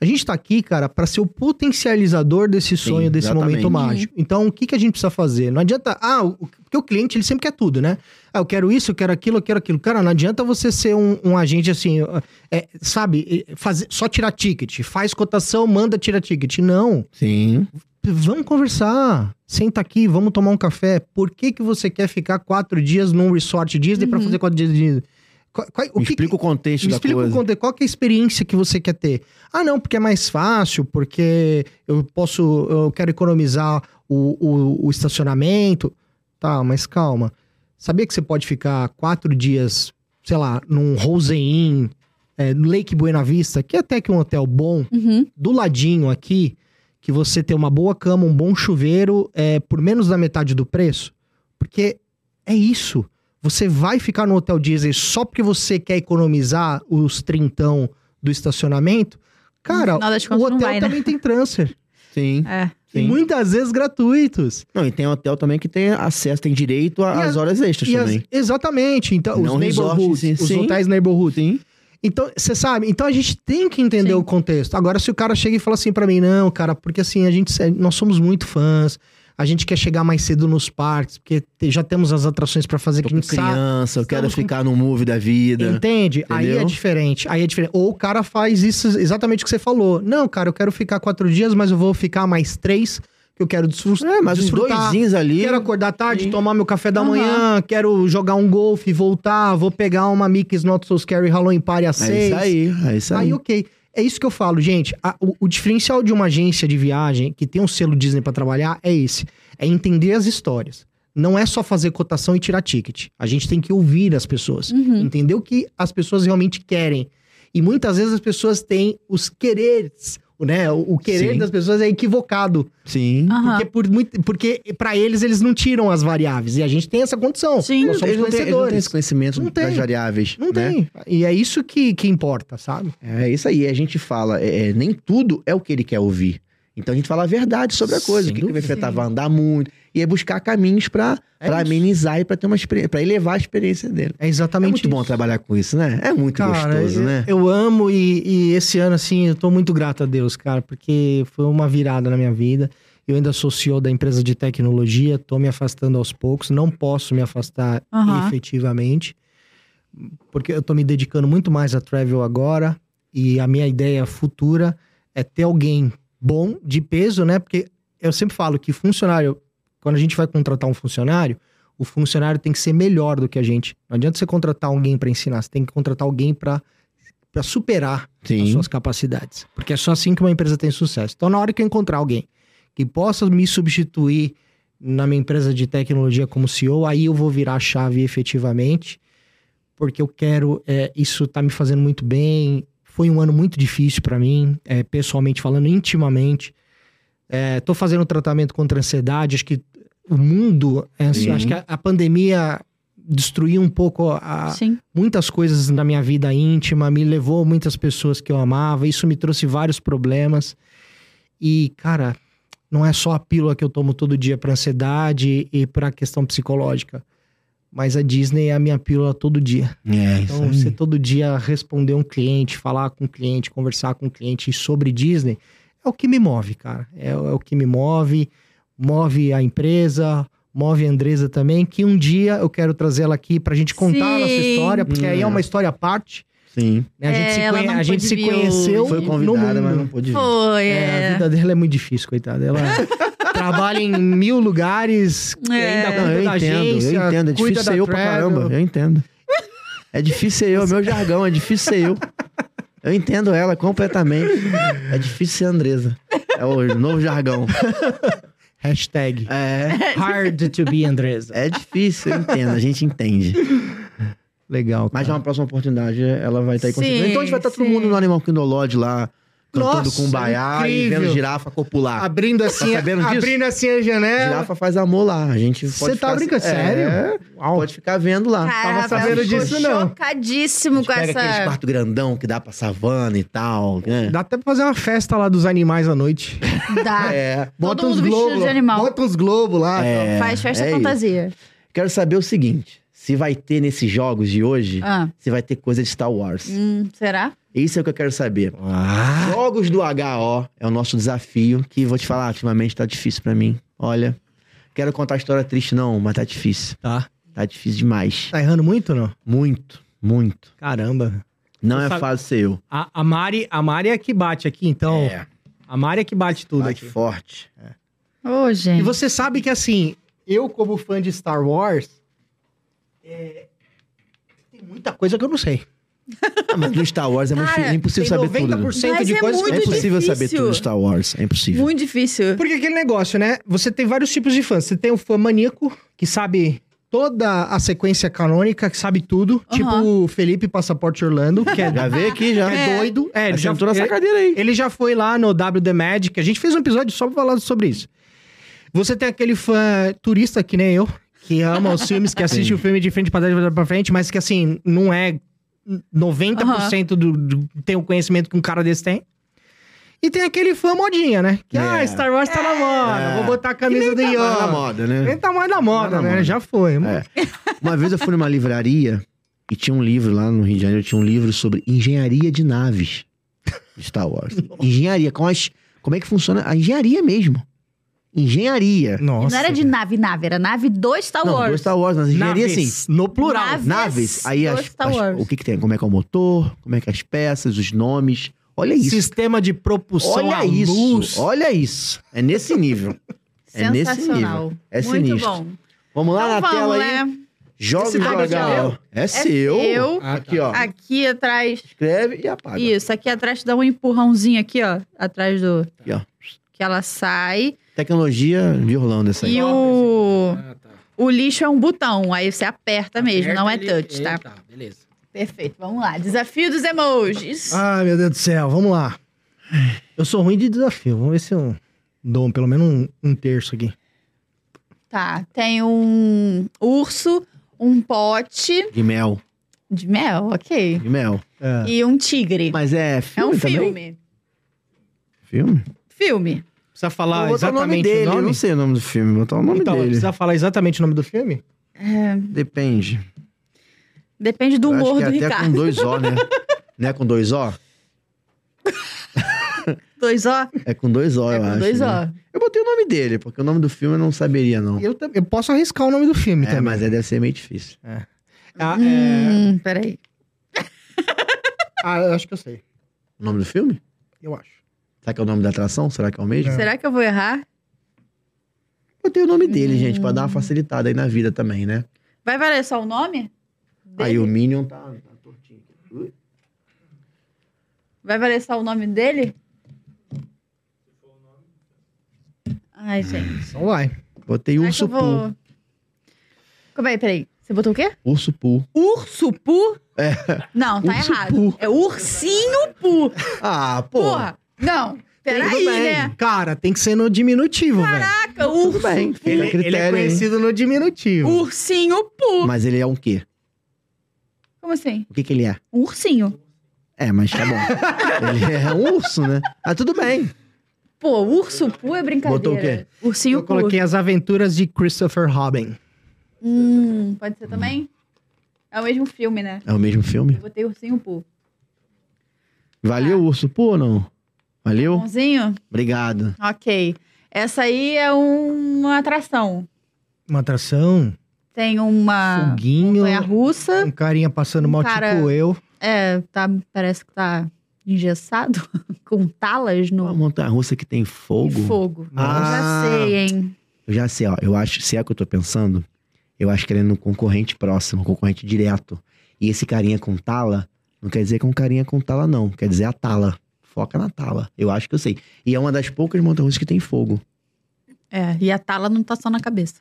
Speaker 3: A gente tá aqui, cara, pra ser o potencializador desse
Speaker 2: Sim,
Speaker 3: sonho, desse
Speaker 2: exatamente.
Speaker 3: momento mágico. Então, o que, que a gente precisa fazer? Não adianta... Ah, o, porque o cliente, ele sempre quer tudo, né? Ah, eu quero isso, eu quero aquilo, eu quero aquilo. Cara, não adianta você ser um, um agente assim, é, sabe, é, fazer, só tirar ticket. Faz cotação, manda tirar ticket. Não
Speaker 2: Sim.
Speaker 3: vamos conversar. Senta aqui, vamos tomar um café. Por que que você quer ficar quatro dias num resort Disney pra fazer quatro dias de Disney? Qual- qual- o
Speaker 2: Me
Speaker 3: que-
Speaker 2: explica o contexto
Speaker 3: me
Speaker 2: da
Speaker 3: explica o
Speaker 2: coisa.
Speaker 3: conte- qual que é a experiência que você quer ter. Ah, não, porque é mais fácil, porque eu posso, eu quero economizar o, o- o estacionamento. Tá, mas calma. Sabia que você pode ficar quatro dias, sei lá, num Rosen Inn, é, no Lake Buena Vista, que é até que um hotel bom,
Speaker 1: Uhum.
Speaker 3: do ladinho aqui, que você tem uma boa cama, um bom chuveiro, é, por menos da metade do preço? Porque é isso. Você vai ficar no Hotel Disney só porque você quer economizar os trintão do estacionamento? Cara,
Speaker 1: No final das
Speaker 3: o
Speaker 1: contas, não
Speaker 3: hotel
Speaker 1: vai, né?
Speaker 3: também tem
Speaker 1: (laughs)
Speaker 3: transfer.
Speaker 2: Sim.
Speaker 1: É.
Speaker 3: E
Speaker 2: Sim.
Speaker 3: muitas vezes gratuitos.
Speaker 2: Não, e tem hotel também que tem acesso, tem direito
Speaker 3: E
Speaker 2: às
Speaker 3: as-
Speaker 2: horas extras
Speaker 3: E as-
Speaker 2: também.
Speaker 3: exatamente. Então,
Speaker 2: Não
Speaker 3: os
Speaker 2: resort,
Speaker 3: neighborhoods,
Speaker 2: sim,
Speaker 3: os
Speaker 2: sim.
Speaker 3: hotéis neighborhood.
Speaker 2: Sim.
Speaker 3: Então, você sabe, então a gente tem que entender
Speaker 1: Sim.
Speaker 3: o contexto. Agora, se o cara chega e fala assim pra mim, não, cara, porque assim, a gente, nós somos muito fãs, a gente quer chegar mais cedo nos parques, porque te- já temos as atrações pra fazer
Speaker 2: Tô
Speaker 3: que a
Speaker 2: com
Speaker 3: gente sabe.
Speaker 2: criança, eu quero
Speaker 3: estamos com-
Speaker 2: ficar no movie da vida.
Speaker 3: Entende? Aí é
Speaker 2: Entendeu?
Speaker 3: diferente. Aí é diferente. Ou o cara faz isso exatamente o que você falou. Não, cara, eu quero ficar quatro dias, mas eu vou ficar mais três, que eu quero desfru- desfrutar.
Speaker 2: É, mas os doisinhos ali. é
Speaker 3: Quero acordar tarde,
Speaker 2: Sim.
Speaker 3: tomar meu café da
Speaker 1: Aham.
Speaker 3: manhã, quero jogar um golfe, voltar, vou pegar uma Mickey's Not So Scary Halloween Party às
Speaker 2: É
Speaker 3: seis.
Speaker 2: isso aí, é isso aí.
Speaker 3: Aí, ok. É isso que eu falo, gente. A- o, o diferencial de uma agência de viagem que tem um selo Disney pra trabalhar é esse: é entender as histórias. Não é só fazer cotação e tirar ticket. A gente tem que ouvir as pessoas,
Speaker 2: Uhum.
Speaker 3: entender o que as pessoas realmente querem. E muitas vezes as pessoas têm os quereres, né? O, o querer
Speaker 2: Sim.
Speaker 3: das pessoas é equivocado,
Speaker 2: Sim.
Speaker 1: Aham.
Speaker 3: porque por muito, porque para eles eles não tiram as variáveis e a gente tem essa condição.
Speaker 1: Sim.
Speaker 3: nós
Speaker 2: Eles não
Speaker 3: somos
Speaker 2: têm- eles não têm
Speaker 3: conhecedores.
Speaker 2: esse conhecimento
Speaker 3: Não tem.
Speaker 2: das variáveis.
Speaker 3: Não
Speaker 2: né?
Speaker 3: tem. E é isso que, que importa, sabe?
Speaker 2: É isso aí. A gente fala, é, é, nem tudo é o que ele quer ouvir. Então a gente fala a verdade sobre a coisa.
Speaker 3: Sem
Speaker 2: o que, que vai
Speaker 3: dúvida.
Speaker 2: afetar? Vai andar muito. E é buscar caminhos pra
Speaker 3: É
Speaker 2: pra
Speaker 3: isso.
Speaker 2: amenizar e pra ter uma experiência, pra elevar a experiência dele.
Speaker 3: É
Speaker 2: É
Speaker 3: exatamente
Speaker 2: muito bom
Speaker 3: isso.
Speaker 2: trabalhar com isso, né? É muito
Speaker 3: Cara,
Speaker 2: gostoso,
Speaker 3: eu,
Speaker 2: né?
Speaker 3: eu amo e, e esse ano, assim, eu tô muito grato a Deus, cara, porque foi uma virada na minha vida. Eu ainda sou CEO da empresa de tecnologia, tô me afastando aos poucos, não posso me afastar
Speaker 1: Aham.
Speaker 3: efetivamente, porque eu tô me dedicando muito mais a travel agora e a minha ideia futura é ter alguém bom, de peso, né? Porque eu sempre falo que funcionário, quando a gente vai contratar um funcionário, o funcionário tem que ser melhor do que a gente. Não adianta você contratar alguém para ensinar, você tem que contratar alguém para superar as
Speaker 2: Sim.
Speaker 3: suas capacidades. Porque é só assim que uma empresa tem sucesso. Então, na hora que eu encontrar alguém que possa me substituir na minha empresa de tecnologia como CEO, aí eu vou virar a chave efetivamente, porque eu quero. é, isso tá me fazendo muito bem. Foi um ano muito difícil para mim, é, pessoalmente falando, intimamente. É, tô fazendo tratamento contra a ansiedade. Acho que o mundo, é,
Speaker 2: Sim.
Speaker 3: acho que a, a pandemia destruiu um pouco a,
Speaker 1: Sim.
Speaker 3: muitas coisas na minha vida íntima, me levou a muitas pessoas que eu amava, isso me trouxe vários problemas. E, cara, não é só a pílula que eu tomo todo dia para ansiedade e para questão psicológica, mas a Disney é a minha pílula todo dia.
Speaker 2: É, isso
Speaker 3: Então,
Speaker 2: aí.
Speaker 3: você todo dia responder um cliente, falar com um cliente, conversar com um cliente sobre Disney, é o que me move, cara. É, é o que me move, move a empresa, move a Andresa também, que um dia eu quero trazer ela aqui pra gente contar a nossa
Speaker 1: Sim.
Speaker 3: história, porque aí é
Speaker 2: Hum.
Speaker 3: uma história à parte.
Speaker 2: Sim.
Speaker 3: né? A gente
Speaker 1: É,
Speaker 3: se,
Speaker 1: ela
Speaker 3: conhe-
Speaker 1: não
Speaker 3: a gente
Speaker 1: pôde
Speaker 3: se
Speaker 1: vir
Speaker 3: conheceu
Speaker 1: hoje.
Speaker 2: Foi
Speaker 3: no
Speaker 2: convidada,
Speaker 3: mundo.
Speaker 2: mas não pôde vir.
Speaker 1: Foi,
Speaker 3: É, a
Speaker 1: é.
Speaker 3: vida dela é muito difícil, coitada.
Speaker 1: (laughs)
Speaker 3: Ela trabalha em mil lugares,
Speaker 1: É.
Speaker 3: ainda
Speaker 2: Não,
Speaker 3: cuida
Speaker 2: Ah, eu
Speaker 3: da
Speaker 2: entendo,
Speaker 3: agência,
Speaker 2: eu entendo. É
Speaker 3: cuida
Speaker 2: difícil
Speaker 3: da
Speaker 2: ser eu pra
Speaker 3: travel.
Speaker 2: caramba, eu entendo. É difícil ser eu, é meu jargão, é difícil ser eu. Eu entendo ela completamente. É difícil ser a Andresa. É o novo jargão.
Speaker 3: Hashtag.
Speaker 2: É,
Speaker 3: Hard to be Andresa.
Speaker 2: é difícil, eu entendo, a gente entende.
Speaker 3: Legal.
Speaker 2: Mas é numa próxima oportunidade ela vai estar aí com
Speaker 1: Sim,
Speaker 2: certeza. Então a gente vai estar todo
Speaker 1: sim.
Speaker 2: mundo no Animal Kingdom Lodge lá, cantando
Speaker 3: Nossa,
Speaker 2: com baiá e
Speaker 3: incrível.
Speaker 2: vendo girafa copular.
Speaker 3: Abrindo assim,
Speaker 2: Tá sabendo disso?
Speaker 3: abrindo assim a
Speaker 2: A
Speaker 3: janela.
Speaker 2: girafa faz amor lá, a gente pode
Speaker 3: Você tá
Speaker 2: ficar-
Speaker 3: brincando?
Speaker 2: É,
Speaker 3: Sério? Uau.
Speaker 2: Pode ficar vendo lá.
Speaker 1: Cara,
Speaker 3: Tava sabendo
Speaker 1: eu tô
Speaker 3: disso, não.
Speaker 2: A
Speaker 1: chocadíssimo
Speaker 2: gente
Speaker 1: com
Speaker 2: pega aqueles
Speaker 1: essa.
Speaker 2: quarto grandão que dá pra savana e tal, né?
Speaker 3: Dá até pra fazer uma festa lá dos animais à noite.
Speaker 1: Dá.
Speaker 2: É.
Speaker 1: Todo
Speaker 3: uns
Speaker 1: mundo vestido
Speaker 3: globos,
Speaker 1: de animal.
Speaker 3: Bota uns globos lá.
Speaker 2: É.
Speaker 1: Faz festa
Speaker 2: é isso.
Speaker 1: fantasia.
Speaker 2: Quero saber o seguinte: se vai ter nesses jogos de hoje,
Speaker 1: Ah,
Speaker 2: se vai ter coisa de Star Wars.
Speaker 1: hum, será?
Speaker 2: Isso é o que eu quero saber.
Speaker 3: Ah,
Speaker 2: Jogos do HO é o nosso desafio, que vou te falar, ultimamente tá difícil pra mim. Olha, quero contar a história triste não, mas tá difícil.
Speaker 3: tá.
Speaker 2: Tá difícil demais.
Speaker 3: Tá errando muito ou não?
Speaker 2: Muito, muito.
Speaker 3: Caramba.
Speaker 2: Não
Speaker 3: Você
Speaker 2: é
Speaker 3: sabe-
Speaker 2: fácil ser eu.
Speaker 3: A, a, Mari, a Mari é que bate aqui, então.
Speaker 1: É.
Speaker 3: A Mari é que bate tudo
Speaker 2: Bate
Speaker 3: aqui.
Speaker 2: forte.
Speaker 1: Ô,
Speaker 3: E
Speaker 1: gente.
Speaker 3: você sabe que, assim, eu, como fã de Star Wars, é, tem muita coisa que eu não sei.
Speaker 2: Ah, mas no Star Wars é muito
Speaker 1: Cara,
Speaker 2: é impossível
Speaker 3: tem
Speaker 2: saber tudo.
Speaker 3: 90%
Speaker 1: Mas
Speaker 3: de
Speaker 1: é
Speaker 3: coisas que eu
Speaker 2: É
Speaker 3: não
Speaker 1: muito
Speaker 3: sei.
Speaker 2: impossível saber
Speaker 1: difícil.
Speaker 2: tudo no Star Wars. É impossível.
Speaker 1: Muito difícil.
Speaker 3: Porque aquele negócio, né? Você tem vários tipos de fãs. Você tem o fã maníaco, que sabe toda a sequência canônica, que sabe tudo. Tipo o Felipe Passaporte Orlando, que é,
Speaker 2: Já veio aqui, já.
Speaker 3: que é doido. É,
Speaker 2: Ele
Speaker 3: ele já,
Speaker 2: sentou nessa
Speaker 3: ele,
Speaker 2: cadeira aí.
Speaker 3: ele já foi lá no WD Magic. A gente fez um episódio só falando sobre isso. Você tem aquele fã turista, que nem eu, que ama os filmes, que assiste
Speaker 2: Sim.
Speaker 3: o filme de frente pra trás, de trás pra frente, mas que, assim, não é 90% do, do- tem o conhecimento que um cara desse tem. E tem aquele fã modinha, né? Que,
Speaker 2: É.
Speaker 3: ah, Star Wars tá na moda,
Speaker 2: É.
Speaker 3: vou botar a camisa do
Speaker 2: Tá mais na
Speaker 3: Yoda.
Speaker 2: moda, né?
Speaker 3: Nem tá mais na moda,
Speaker 2: na
Speaker 3: né?
Speaker 2: moda.
Speaker 3: Já foi.
Speaker 2: É. Uma vez eu fui numa livraria e tinha um livro lá no Rio de Janeiro, tinha um livro sobre engenharia de naves de Star
Speaker 1: (laughs)
Speaker 2: Wars. engenharia, com as, como é que funciona a engenharia mesmo. Engenharia.
Speaker 3: Nossa.
Speaker 1: não era de nave, nave, era nave do Star
Speaker 2: Não,
Speaker 1: Wars.
Speaker 2: do Star Wars, mas engenharia
Speaker 3: Naves,
Speaker 2: sim.
Speaker 3: No plural.
Speaker 1: Naves
Speaker 2: Naves, aí
Speaker 1: do
Speaker 2: as,
Speaker 1: Star
Speaker 2: as-
Speaker 1: Wars.
Speaker 2: o que que tem, como é que é o motor, como é que é as peças, os nomes. Olha isso.
Speaker 3: Sistema de propulsão
Speaker 2: Olha
Speaker 3: à
Speaker 2: isso.
Speaker 3: luz.
Speaker 2: Olha isso. É nesse nível. é nesse
Speaker 1: Sensacional.
Speaker 2: nível. É
Speaker 1: Muito
Speaker 2: sinistro.
Speaker 1: bom.
Speaker 2: Vamos lá
Speaker 1: Então
Speaker 2: na
Speaker 1: vamos,
Speaker 2: tela aí.
Speaker 1: né?
Speaker 2: Jogos
Speaker 3: Esse
Speaker 2: do
Speaker 3: dado é
Speaker 2: HO.
Speaker 3: meu.
Speaker 2: É seu.
Speaker 1: seu.
Speaker 3: Ah,
Speaker 2: Aqui, ó.
Speaker 1: Aqui atrás.
Speaker 2: Escreve e apaga.
Speaker 1: Isso, aqui atrás dá um empurrãozinho aqui, ó. Atrás do.
Speaker 2: Aqui, ó.
Speaker 1: Que ela sai.
Speaker 2: Tecnologia de Orlando, essa aí.
Speaker 1: E o. O lixo é um botão. Aí você aperta mesmo, não é touch, tá?
Speaker 6: beleza.
Speaker 1: Perfeito, vamos lá. Desafio dos emojis.
Speaker 3: Ai, meu Deus do céu, vamos lá. Eu sou ruim de desafio, vamos ver se eu dou pelo menos um, um terço aqui.
Speaker 1: Tá, tem um urso, um pote
Speaker 2: De mel.
Speaker 1: de mel, ok.
Speaker 2: De mel.
Speaker 3: É.
Speaker 1: E um tigre.
Speaker 2: Mas é
Speaker 1: É
Speaker 2: filme
Speaker 1: um
Speaker 2: também?
Speaker 1: filme.
Speaker 2: Filme?
Speaker 1: Filme.
Speaker 3: Precisa falar
Speaker 2: Vou botar o nome dele. Eu Não sei o nome do filme. Vou botar o nome
Speaker 3: Então,
Speaker 2: dele.
Speaker 3: precisa falar exatamente o nome do filme?
Speaker 2: Depende.
Speaker 1: Depende do
Speaker 2: Eu acho
Speaker 1: humor
Speaker 2: que é
Speaker 1: do
Speaker 2: até
Speaker 1: Ricardo.
Speaker 2: com dois O, né? Não é com dois O?
Speaker 1: (laughs) Dois ó.
Speaker 2: É com dois O,
Speaker 1: É
Speaker 2: eu
Speaker 1: com
Speaker 2: acho.
Speaker 1: dois
Speaker 2: né?
Speaker 1: ó.
Speaker 2: Eu botei o nome dele, porque o nome do filme eu não saberia, não.
Speaker 3: Eu, tam- eu posso arriscar o nome do filme
Speaker 2: É,
Speaker 3: também.
Speaker 2: mas é, deve ser meio difícil.
Speaker 3: Ah, é-
Speaker 1: Hum, peraí.
Speaker 3: ah, eu acho que eu sei.
Speaker 2: O nome do filme?
Speaker 3: Eu acho.
Speaker 2: Será que é o nome da atração? Será que é o mesmo?
Speaker 1: Será que eu vou errar?
Speaker 2: Eu tenho o nome dele, gente, pra dar
Speaker 1: Hum.
Speaker 2: uma facilitada aí na vida também, né?
Speaker 1: Vai valer só o nome?
Speaker 2: Aí o Minion tá, tá tortinho.
Speaker 1: Vai valer só o nome dele? Ai, gente.
Speaker 3: Então vai.
Speaker 2: Botei
Speaker 1: Será
Speaker 2: Urso
Speaker 1: que eu vou... Como é? Peraí. Você botou o quê?
Speaker 2: Poo. Urso Poo.
Speaker 1: Urso pu? Um
Speaker 2: É.
Speaker 1: Não, tá
Speaker 2: Urso
Speaker 1: errado.
Speaker 2: pu.
Speaker 1: É ursinho pu.
Speaker 2: Ah, Um pô.
Speaker 1: Porra. Não. Peraí,
Speaker 3: Tudo bem.
Speaker 1: né?
Speaker 3: Cara, tem que ser no diminutivo, velho.
Speaker 1: Caraca, urso.
Speaker 2: Tudo bem. Fica a
Speaker 3: Ele, ele é
Speaker 2: critério, hein?
Speaker 3: conhecido no diminutivo.
Speaker 1: Ursinho pu.
Speaker 2: Mas ele é um quê?
Speaker 1: Como assim?
Speaker 2: O que, que ele é?
Speaker 1: Um ursinho.
Speaker 2: É, mas tá
Speaker 1: (laughs)
Speaker 2: bom. ele é um urso, né? Ah, tudo bem.
Speaker 1: Pô, urso pu é brincadeira.
Speaker 2: Botou o quê?
Speaker 1: Ursinho
Speaker 3: Eu
Speaker 1: pu.
Speaker 3: coloquei as aventuras de Christopher Robin.
Speaker 1: Hum, pode ser também? É o mesmo filme, né?
Speaker 2: É o mesmo filme?
Speaker 1: Eu botei ursinho pu.
Speaker 2: Valeu, urso pô ou não?
Speaker 1: Tá
Speaker 2: Valeu?
Speaker 1: Bonzinho?
Speaker 2: Obrigado.
Speaker 1: Ok. Essa aí é um- uma atração.
Speaker 3: Uma atração,
Speaker 1: Tem uma
Speaker 3: foguinho,
Speaker 1: montanha russa.
Speaker 3: um carinha passando mal
Speaker 1: cara-
Speaker 3: tipo eu.
Speaker 1: É, tá, parece que tá engessado (laughs) com talas
Speaker 2: Uma
Speaker 1: no
Speaker 2: montanha russa que tem
Speaker 1: e
Speaker 2: fogo.
Speaker 1: fogo.
Speaker 2: Ah.
Speaker 1: Já sei, hein?
Speaker 2: Eu já sei, ó. Eu acho, se é o que eu tô pensando, eu acho que ele é um concorrente próximo, um concorrente direto. E esse carinha com tala, não quer dizer que é um carinha com tala, não. Quer dizer a tala. Foca na tala. Eu acho que eu sei. E é uma das poucas montanhas russas que tem fogo.
Speaker 1: É, e a tala não tá só na cabeça.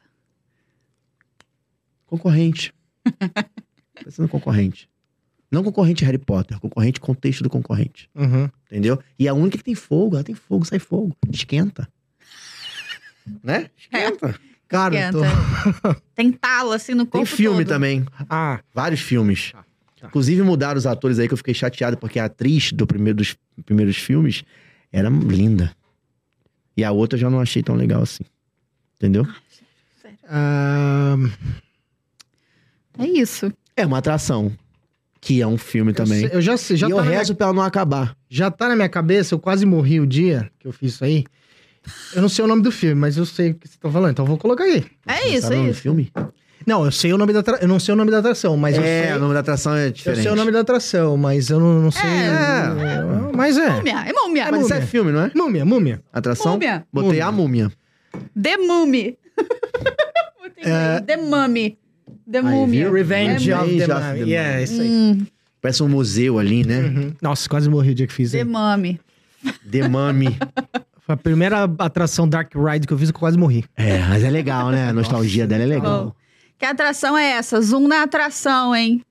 Speaker 2: Concorrente. Pensando concorrente. Não concorrente Harry Potter, concorrente contexto do concorrente.
Speaker 3: Uhum.
Speaker 2: Entendeu? E a única que tem fogo, ela tem fogo, sai fogo. Esquenta. né? Esquenta.
Speaker 3: Cara, eu tô...
Speaker 1: Esquenta. (laughs) Tem tala, assim, no
Speaker 2: Tem
Speaker 1: corpo
Speaker 2: filme
Speaker 1: todo.
Speaker 2: também.
Speaker 3: Ah,
Speaker 2: Vários filmes.
Speaker 3: Tá, tá.
Speaker 2: Inclusive mudaram os atores aí que eu fiquei chateado, porque a atriz do primeiro, dos primeiros filmes era linda. E a outra eu já não achei tão legal assim. Entendeu?
Speaker 3: ahn,
Speaker 1: É isso.
Speaker 2: É uma atração. Que é um filme também.
Speaker 3: Eu, sei- eu já sei, já
Speaker 2: e eu
Speaker 3: tá na minha
Speaker 2: rezo pra ela não acabar.
Speaker 3: Já tá na minha cabeça, eu quase morri o dia que eu fiz isso aí. Eu não sei o nome do filme, mas eu sei o que você tá falando, então eu vou colocar aí.
Speaker 1: É isso,
Speaker 2: Sabe o
Speaker 1: é
Speaker 2: nome do
Speaker 1: isso.
Speaker 2: filme?
Speaker 3: Não, eu sei o nome da atração. Eu não sei o nome da atração, mas
Speaker 2: é, o
Speaker 3: eu sei.
Speaker 2: nome da atração é
Speaker 3: Eu
Speaker 2: diferente.
Speaker 3: sei o nome da atração, mas eu não, não sei.
Speaker 2: É.
Speaker 3: Eu- Mas é.
Speaker 1: Múmia, é múmia.
Speaker 2: É, mas isso é
Speaker 3: Múmia.
Speaker 2: filme, não é?
Speaker 3: Múmia, múmia.
Speaker 2: Atração?
Speaker 1: Múmia.
Speaker 2: Botei
Speaker 3: Múmia.
Speaker 2: a múmia.
Speaker 1: The (laughs) Mummy. Botei aí, The Mummy. The Mummy.
Speaker 2: É. viu?
Speaker 3: Revenge
Speaker 2: É,
Speaker 3: of the
Speaker 2: Revenge of the
Speaker 3: Mummy.
Speaker 2: Mummy.
Speaker 3: Yeah, isso aí.
Speaker 1: Hum,
Speaker 2: Parece um museu ali, né?
Speaker 3: Uhum. Nossa, quase morri o dia que fiz
Speaker 1: The
Speaker 3: aí.
Speaker 1: Mummy.
Speaker 2: The Mummy.
Speaker 3: Foi a primeira atração Dark Ride que eu fiz, eu quase morri.
Speaker 2: É, mas é legal, né? A nostalgia dela é legal.
Speaker 1: Bom, que atração é essa? Zoom na atração, hein?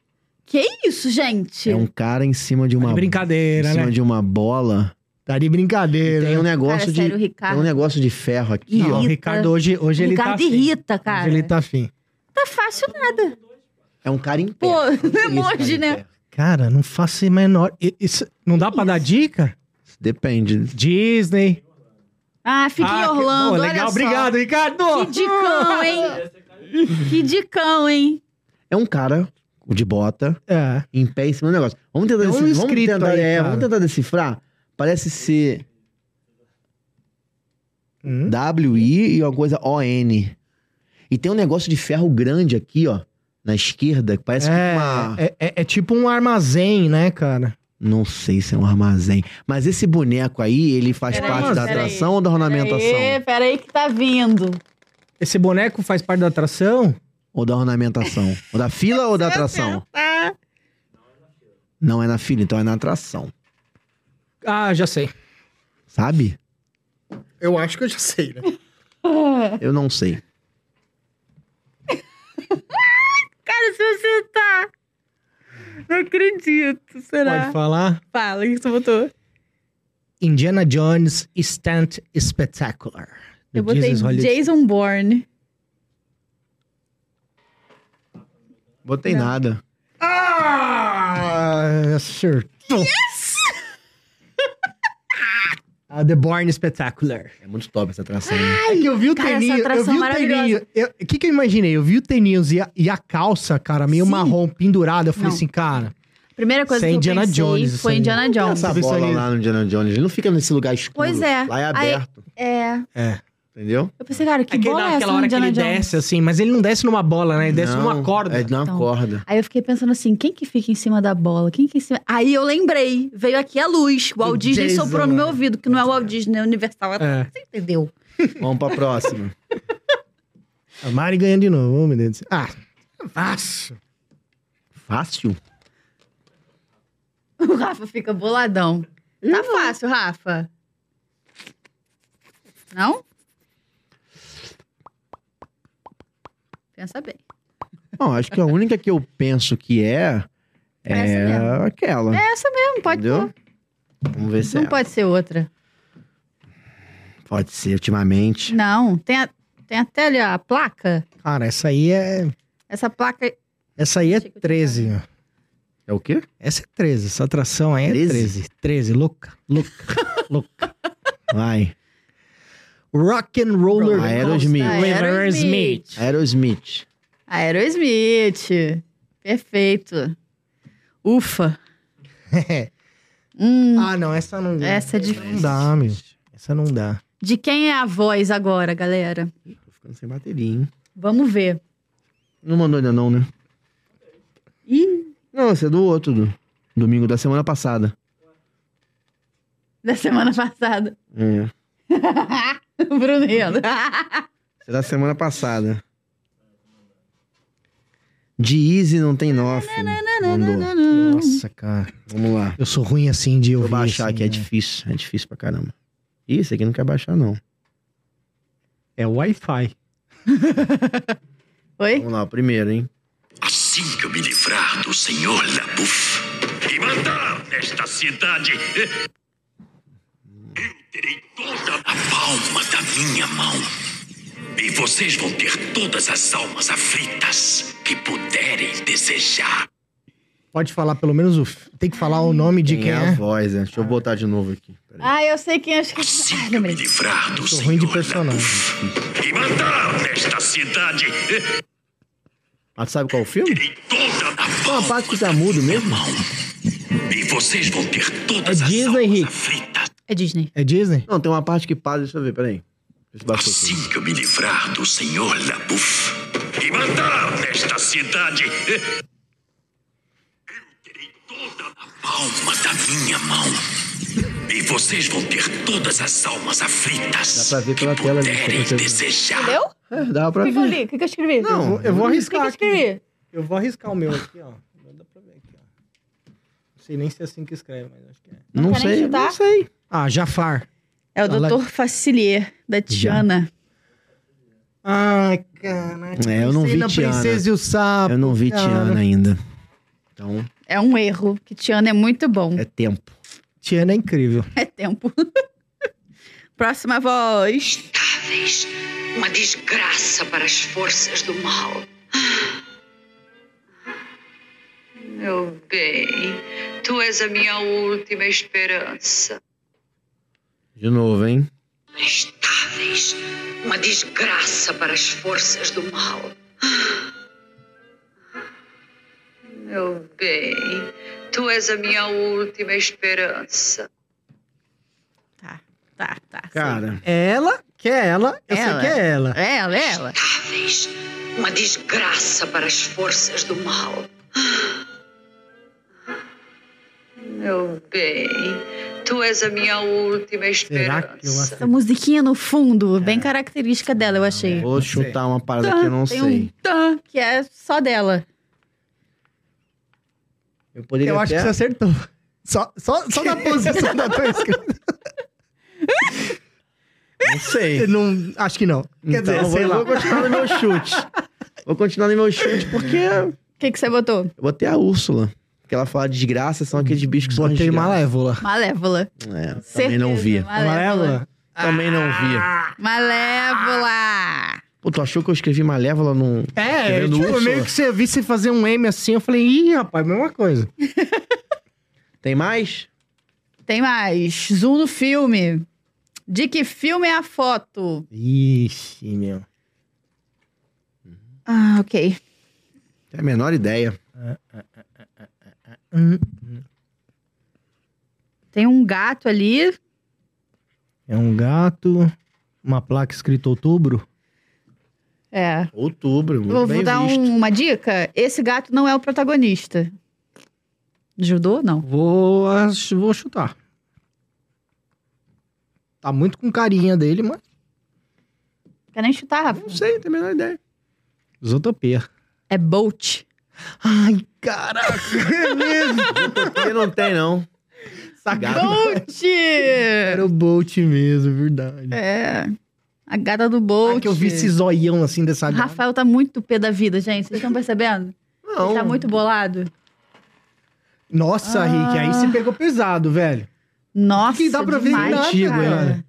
Speaker 1: Que isso, gente?
Speaker 2: É um cara em cima de uma
Speaker 3: Tá de
Speaker 2: em
Speaker 3: brincadeira,
Speaker 2: cima
Speaker 3: né?
Speaker 2: de uma bola.
Speaker 3: Tá de brincadeira. né?
Speaker 2: Tem um negócio
Speaker 1: Cara,
Speaker 2: de
Speaker 1: sério, o
Speaker 2: tem um
Speaker 1: Ricardo.
Speaker 2: negócio de ferro aqui,
Speaker 3: Não,
Speaker 2: ó.
Speaker 3: o
Speaker 1: Irrita.
Speaker 3: Ricardo hoje, hoje ele tá
Speaker 1: Ricardo
Speaker 3: afim.
Speaker 1: irrita, cara.
Speaker 3: Hoje ele tá afim.
Speaker 1: Tá fácil nada.
Speaker 2: É um
Speaker 1: (laughs)
Speaker 2: cara em pé.
Speaker 1: Pô,
Speaker 2: Não tem isso,
Speaker 1: emoji,
Speaker 2: cara em
Speaker 1: né?
Speaker 2: pé.
Speaker 3: Cara, não faço a menor. i- Isso, não dá pra dar dica?
Speaker 2: Depende.
Speaker 3: Disney.
Speaker 1: Ah, fica em
Speaker 3: Ah, que-
Speaker 1: Orlando,
Speaker 3: Pô,
Speaker 1: olha
Speaker 3: legal,
Speaker 1: só.
Speaker 3: obrigado, Ricardo.
Speaker 1: Que dicão, hein? que dicão, hein?
Speaker 2: É um cara de bota
Speaker 3: É.
Speaker 2: em pé em cima do negócio. Vamos tentar
Speaker 3: Tem um
Speaker 2: decifrar. vamos,
Speaker 3: escrito
Speaker 2: tentar,
Speaker 3: aí,
Speaker 2: é,
Speaker 3: cara.
Speaker 2: vamos tentar decifrar. Parece ser
Speaker 3: Hum?
Speaker 2: W I e uma coisa O N. E tem um negócio de ferro grande aqui, ó, na esquerda, que parece
Speaker 3: é,
Speaker 2: uma
Speaker 3: é, é- é tipo um armazém, né, cara?
Speaker 2: Não sei se é um armazém. Mas esse boneco aí, ele faz
Speaker 1: Peraí,
Speaker 2: parte da
Speaker 1: peraí.
Speaker 2: atração ou da ornamentação?
Speaker 1: Peraí, peraí que tá vindo.
Speaker 3: Esse boneco faz parte da atração?
Speaker 2: Ou da ornamentação? ou da fila ou da atração? Não é na fila, então é na atração.
Speaker 3: Ah, já sei.
Speaker 2: Sabe?
Speaker 3: Eu acho que eu já sei, né?
Speaker 2: Eu não sei.
Speaker 1: Cara, se você tá... Não acredito, será?
Speaker 3: Pode falar.
Speaker 1: Fala, o que você botou?
Speaker 3: Indiana Jones Stunt Spectacular. do
Speaker 1: Eu botei
Speaker 3: Jesus Hollywood.
Speaker 1: Jason Bourne.
Speaker 2: Botei nada.
Speaker 3: Ah, acertou. Yes! (laughs) ah, The Born Spectacular.
Speaker 2: É muito top essa atração. né?
Speaker 3: Ai, É eu vi o
Speaker 1: Cara, essa
Speaker 3: terninho, eu
Speaker 1: atração
Speaker 3: vi o
Speaker 1: maravilhosa.
Speaker 3: terninho. Eu- O que que eu imaginei? Eu vi o terninho e a, e a calça, cara, meio
Speaker 1: Sim.
Speaker 3: marrom pendurada. Eu falei
Speaker 1: Não.
Speaker 3: assim, cara,
Speaker 1: Primeira coisa
Speaker 3: Isso é
Speaker 1: que eu
Speaker 3: Indiana
Speaker 1: pensei
Speaker 3: Jones, isso
Speaker 1: foi
Speaker 3: aí.
Speaker 1: Indiana Jones.
Speaker 2: Essa
Speaker 3: Sabe isso
Speaker 2: bola
Speaker 3: ali?
Speaker 2: lá no Indiana Jones, ele não fica nesse lugar escuro.
Speaker 1: Pois é.
Speaker 2: Lá é
Speaker 1: Aí-
Speaker 2: aberto,
Speaker 1: É.
Speaker 3: é.
Speaker 2: entendeu?
Speaker 1: Eu pensei, cara, que
Speaker 3: Aquele-
Speaker 1: bola é essa
Speaker 3: naquela
Speaker 1: no
Speaker 3: hora que
Speaker 1: Indiana
Speaker 3: ele
Speaker 1: Jones?
Speaker 3: desce, assim, mas ele não desce numa bola, né? Ele desce
Speaker 2: Não,
Speaker 3: numa corda.
Speaker 2: É numa
Speaker 1: Então.
Speaker 2: corda.
Speaker 1: Aí eu fiquei pensando assim, quem que fica em cima da bola? Quem que em cima... Aí eu lembrei, veio aqui a luz. O Walt
Speaker 3: O
Speaker 1: Disney
Speaker 3: Jason,
Speaker 1: soprou no meu
Speaker 3: né?
Speaker 1: ouvido, que não é o Walt Disney, é Universal.
Speaker 3: É.
Speaker 1: Você entendeu?
Speaker 2: Vamos pra próxima.
Speaker 3: (laughs) A Mari ganha de novo, ô, meu Deus. do céu. Ah, fácil.
Speaker 2: Fácil?
Speaker 1: (laughs) O Rafa fica boladão. Tá fácil, Rafa. Não? Pensa bem.
Speaker 2: Bom, acho que a única que eu penso que é. É
Speaker 1: Essa mesmo.
Speaker 2: aquela.
Speaker 1: É essa mesmo, pode
Speaker 2: entendeu?
Speaker 1: pôr.
Speaker 2: Vamos ver se
Speaker 1: Não
Speaker 2: é.
Speaker 1: pode ser outra.
Speaker 2: Pode ser, ultimamente.
Speaker 1: Não, tem, a- tem até ali ó, a placa.
Speaker 3: Cara, essa aí é...
Speaker 1: Essa placa...
Speaker 3: Essa aí é
Speaker 1: Achei que eu tinha
Speaker 3: 13, ó.
Speaker 2: É o quê?
Speaker 3: Essa é 13, essa atração aí é
Speaker 2: 13?
Speaker 3: 13. 13, louca, louca, (laughs) louca.
Speaker 2: Vai.
Speaker 3: Rock and Roller
Speaker 2: Ah, Aerosmith.
Speaker 3: Coaster. Aerosmith.
Speaker 2: Aerosmith.
Speaker 1: Aerosmith. Perfeito. Ufa. Hum,
Speaker 3: ah, não, essa não dá.
Speaker 1: Essa é
Speaker 3: Não
Speaker 1: difícil.
Speaker 3: dá, meu. Essa não dá.
Speaker 1: De quem é a voz agora, galera?
Speaker 2: Ih, Tô ficando sem bateria, hein?
Speaker 1: Vamos ver.
Speaker 2: Não mandou ainda não, né?
Speaker 1: Ih,
Speaker 2: Não, esse é do outro, do domingo da semana passada.
Speaker 1: da semana (laughs) passada.
Speaker 2: É.
Speaker 1: Bruno rindo.
Speaker 2: Esse é da semana passada. De Easy não tem nove. Mandou.
Speaker 3: Nossa, cara.
Speaker 2: Vamos lá.
Speaker 3: Eu sou ruim assim de
Speaker 2: Deixa
Speaker 3: ouvir.
Speaker 2: eu baixar
Speaker 3: assim,
Speaker 2: aqui, é
Speaker 3: né?
Speaker 2: difícil. É difícil pra caramba. Ih, esse aqui não quer baixar, não.
Speaker 6: É Wi-Fi.
Speaker 1: Oi?
Speaker 2: Vamos lá, o primeiro, hein?
Speaker 7: Assim que eu me livrar do senhor Labuf e mandar nesta cidade, eu terei toda a palma da minha mão. E vocês vão ter todas as almas aflitas que puderem desejar.
Speaker 3: Pode falar pelo menos o. f- Tem que falar o nome de
Speaker 2: Quem
Speaker 3: quem
Speaker 2: é a
Speaker 3: é.
Speaker 2: voz, né? Deixa eu botar de novo aqui. Peraí.
Speaker 1: Ah, eu sei quem acho que.
Speaker 7: Assim
Speaker 1: Ah,
Speaker 7: que eu me
Speaker 1: lembrei.
Speaker 7: livrar
Speaker 3: Sou
Speaker 7: do senhor
Speaker 3: ruim de personagem.
Speaker 7: Labuf e mandar nesta cidade, eu
Speaker 2: Ah, tu sabe qual é o filme?
Speaker 7: terei toda
Speaker 2: Qual
Speaker 7: a
Speaker 2: a
Speaker 7: palma
Speaker 2: parte que tá mudo mesmo?
Speaker 7: e vocês vão ter todas
Speaker 2: É
Speaker 7: as
Speaker 2: Disney,
Speaker 7: almas
Speaker 2: Henrique.
Speaker 7: aflitas.
Speaker 1: É Disney.
Speaker 3: É Disney?
Speaker 2: Não, tem uma parte que para, deixa eu ver, peraí. Deixa eu baixar aqui.
Speaker 7: Assim que eu me livrar do senhor Labuf e mandar nesta cidade, (laughs) eu terei toda a palma da minha mão. E vocês vão ter todas as almas
Speaker 2: Dá
Speaker 7: aflitas
Speaker 2: pra ver pela
Speaker 7: que
Speaker 2: tela, gente,
Speaker 7: puderem
Speaker 2: tá acontecendo.
Speaker 7: desejar.
Speaker 1: Entendeu? O
Speaker 2: É, dá pra
Speaker 1: que, que eu
Speaker 2: ver.
Speaker 1: li? O que, que eu escrevi?
Speaker 2: Não,
Speaker 3: Eu, vou
Speaker 1: o que, que eu
Speaker 3: arriscar aqui.
Speaker 1: escrevi?
Speaker 3: Eu vou arriscar o meu aqui, ó. Não dá pra ver aqui, ó. Não sei nem se é assim que escreve, mas acho que é.
Speaker 2: Não,
Speaker 1: Não quer nem
Speaker 2: sei,
Speaker 1: né? chutar?
Speaker 2: não sei.
Speaker 3: Ah, Jafar.
Speaker 1: É o
Speaker 3: Ela-
Speaker 1: Dr. Facilier, da
Speaker 2: Uhum.
Speaker 1: Tiana.
Speaker 3: Ai, caraca.
Speaker 2: É, eu não
Speaker 3: Pensei
Speaker 2: vi
Speaker 3: na
Speaker 2: Tiana.
Speaker 3: Princesa e o Sapo.
Speaker 2: Eu não vi
Speaker 3: cara.
Speaker 2: Tiana ainda. Então,
Speaker 1: É um erro, que Tiana é muito bom.
Speaker 2: é tempo.
Speaker 3: Tiana é incrível.
Speaker 1: É tempo. (laughs) Próxima voz.
Speaker 8: Inaceitáveis. Uma desgraça para as forças do mal. Meu bem, tu és a minha última esperança.
Speaker 2: De novo, hein?
Speaker 8: Inaceitáveis. Uma desgraça para as forças do mal. Meu bem, tu és a minha última esperança.
Speaker 1: Tá, tá, tá.
Speaker 2: Cara,
Speaker 3: É ela, que é ela, eu
Speaker 1: Ela.
Speaker 3: sei que é ela.
Speaker 1: É ela, é ela.
Speaker 8: Inaceitáveis. Uma desgraça para as forças do mal. Meu bem, tu és a minha última
Speaker 3: Será que eu
Speaker 8: esperança.
Speaker 3: acertei?
Speaker 1: Essa musiquinha no fundo, bem característica dela, eu achei.
Speaker 2: vou chutar uma parada que eu não
Speaker 1: Tem
Speaker 2: sei.
Speaker 1: um tan que é só dela.
Speaker 2: Eu poderia
Speaker 3: Eu acho que
Speaker 2: até...
Speaker 3: você acertou. Só, só, só (laughs) na posição da tua
Speaker 2: (laughs)
Speaker 3: escrita.
Speaker 2: Não sei.
Speaker 3: Eu Não, acho que não. Quer dizer,
Speaker 2: Então,
Speaker 3: sei
Speaker 2: vou,
Speaker 3: lá.
Speaker 2: vou continuar no meu chute. Vou continuar no meu chute porque eu
Speaker 1: O que, que você botou?
Speaker 2: botei a Úrsula. Que ela fala desgraça, são aqueles bichos que são
Speaker 3: Botei
Speaker 2: desgraça.
Speaker 3: Malévola.
Speaker 1: Malévola.
Speaker 2: É, também
Speaker 1: Certeza,
Speaker 2: não vi.
Speaker 3: né?
Speaker 1: Malévola.
Speaker 2: Também não vi.
Speaker 1: Malévola.
Speaker 2: Pô, tu achou que eu escrevi Malévola num...
Speaker 3: É,
Speaker 2: Escrevendo
Speaker 3: tipo,
Speaker 2: Úrsula?
Speaker 3: meio que você vi você fazer um M assim, eu falei, ih, rapaz, mesma coisa.
Speaker 2: Tem mais?
Speaker 1: Tem mais. Zoom no filme. De que filme é a foto?
Speaker 3: Ixi, meu.
Speaker 1: Ah, ok.
Speaker 2: Tem a menor ideia.
Speaker 1: Tem um gato ali.
Speaker 3: É um gato, uma placa escrita outubro.
Speaker 1: É.
Speaker 2: Outubro, muito
Speaker 1: Vou, vou
Speaker 2: bem
Speaker 1: dar
Speaker 2: visto.
Speaker 1: um- uma dica. Esse gato não é o protagonista. Ajudou? Não.
Speaker 3: um- Vou, acho- vou chutar. Tá muito com carinha dele, mas...
Speaker 1: Quer nem chutar, Rafa?
Speaker 2: Não sei, tem a menor ideia.
Speaker 3: Isotopia.
Speaker 1: É Bolt.
Speaker 3: Ai,
Speaker 2: (laughs)
Speaker 3: caraca, é mesmo?
Speaker 2: Porque não tem, não. Sacado.
Speaker 1: Bolt!
Speaker 3: Era o Bolt mesmo, verdade.
Speaker 1: É. (laughs) A gata do Bolt.
Speaker 3: Ah, que eu vi esse zoião assim dessa
Speaker 1: O
Speaker 3: gata.
Speaker 1: Rafael tá muito pé da vida, gente. Vocês estão percebendo? Ele tá muito bolado.
Speaker 3: Nossa,
Speaker 1: Ah.
Speaker 3: Rick, aí você pegou pesado, velho.
Speaker 1: Nossa,
Speaker 3: Que dá pra ver
Speaker 1: é demais,
Speaker 3: nada,
Speaker 1: cara.
Speaker 3: né?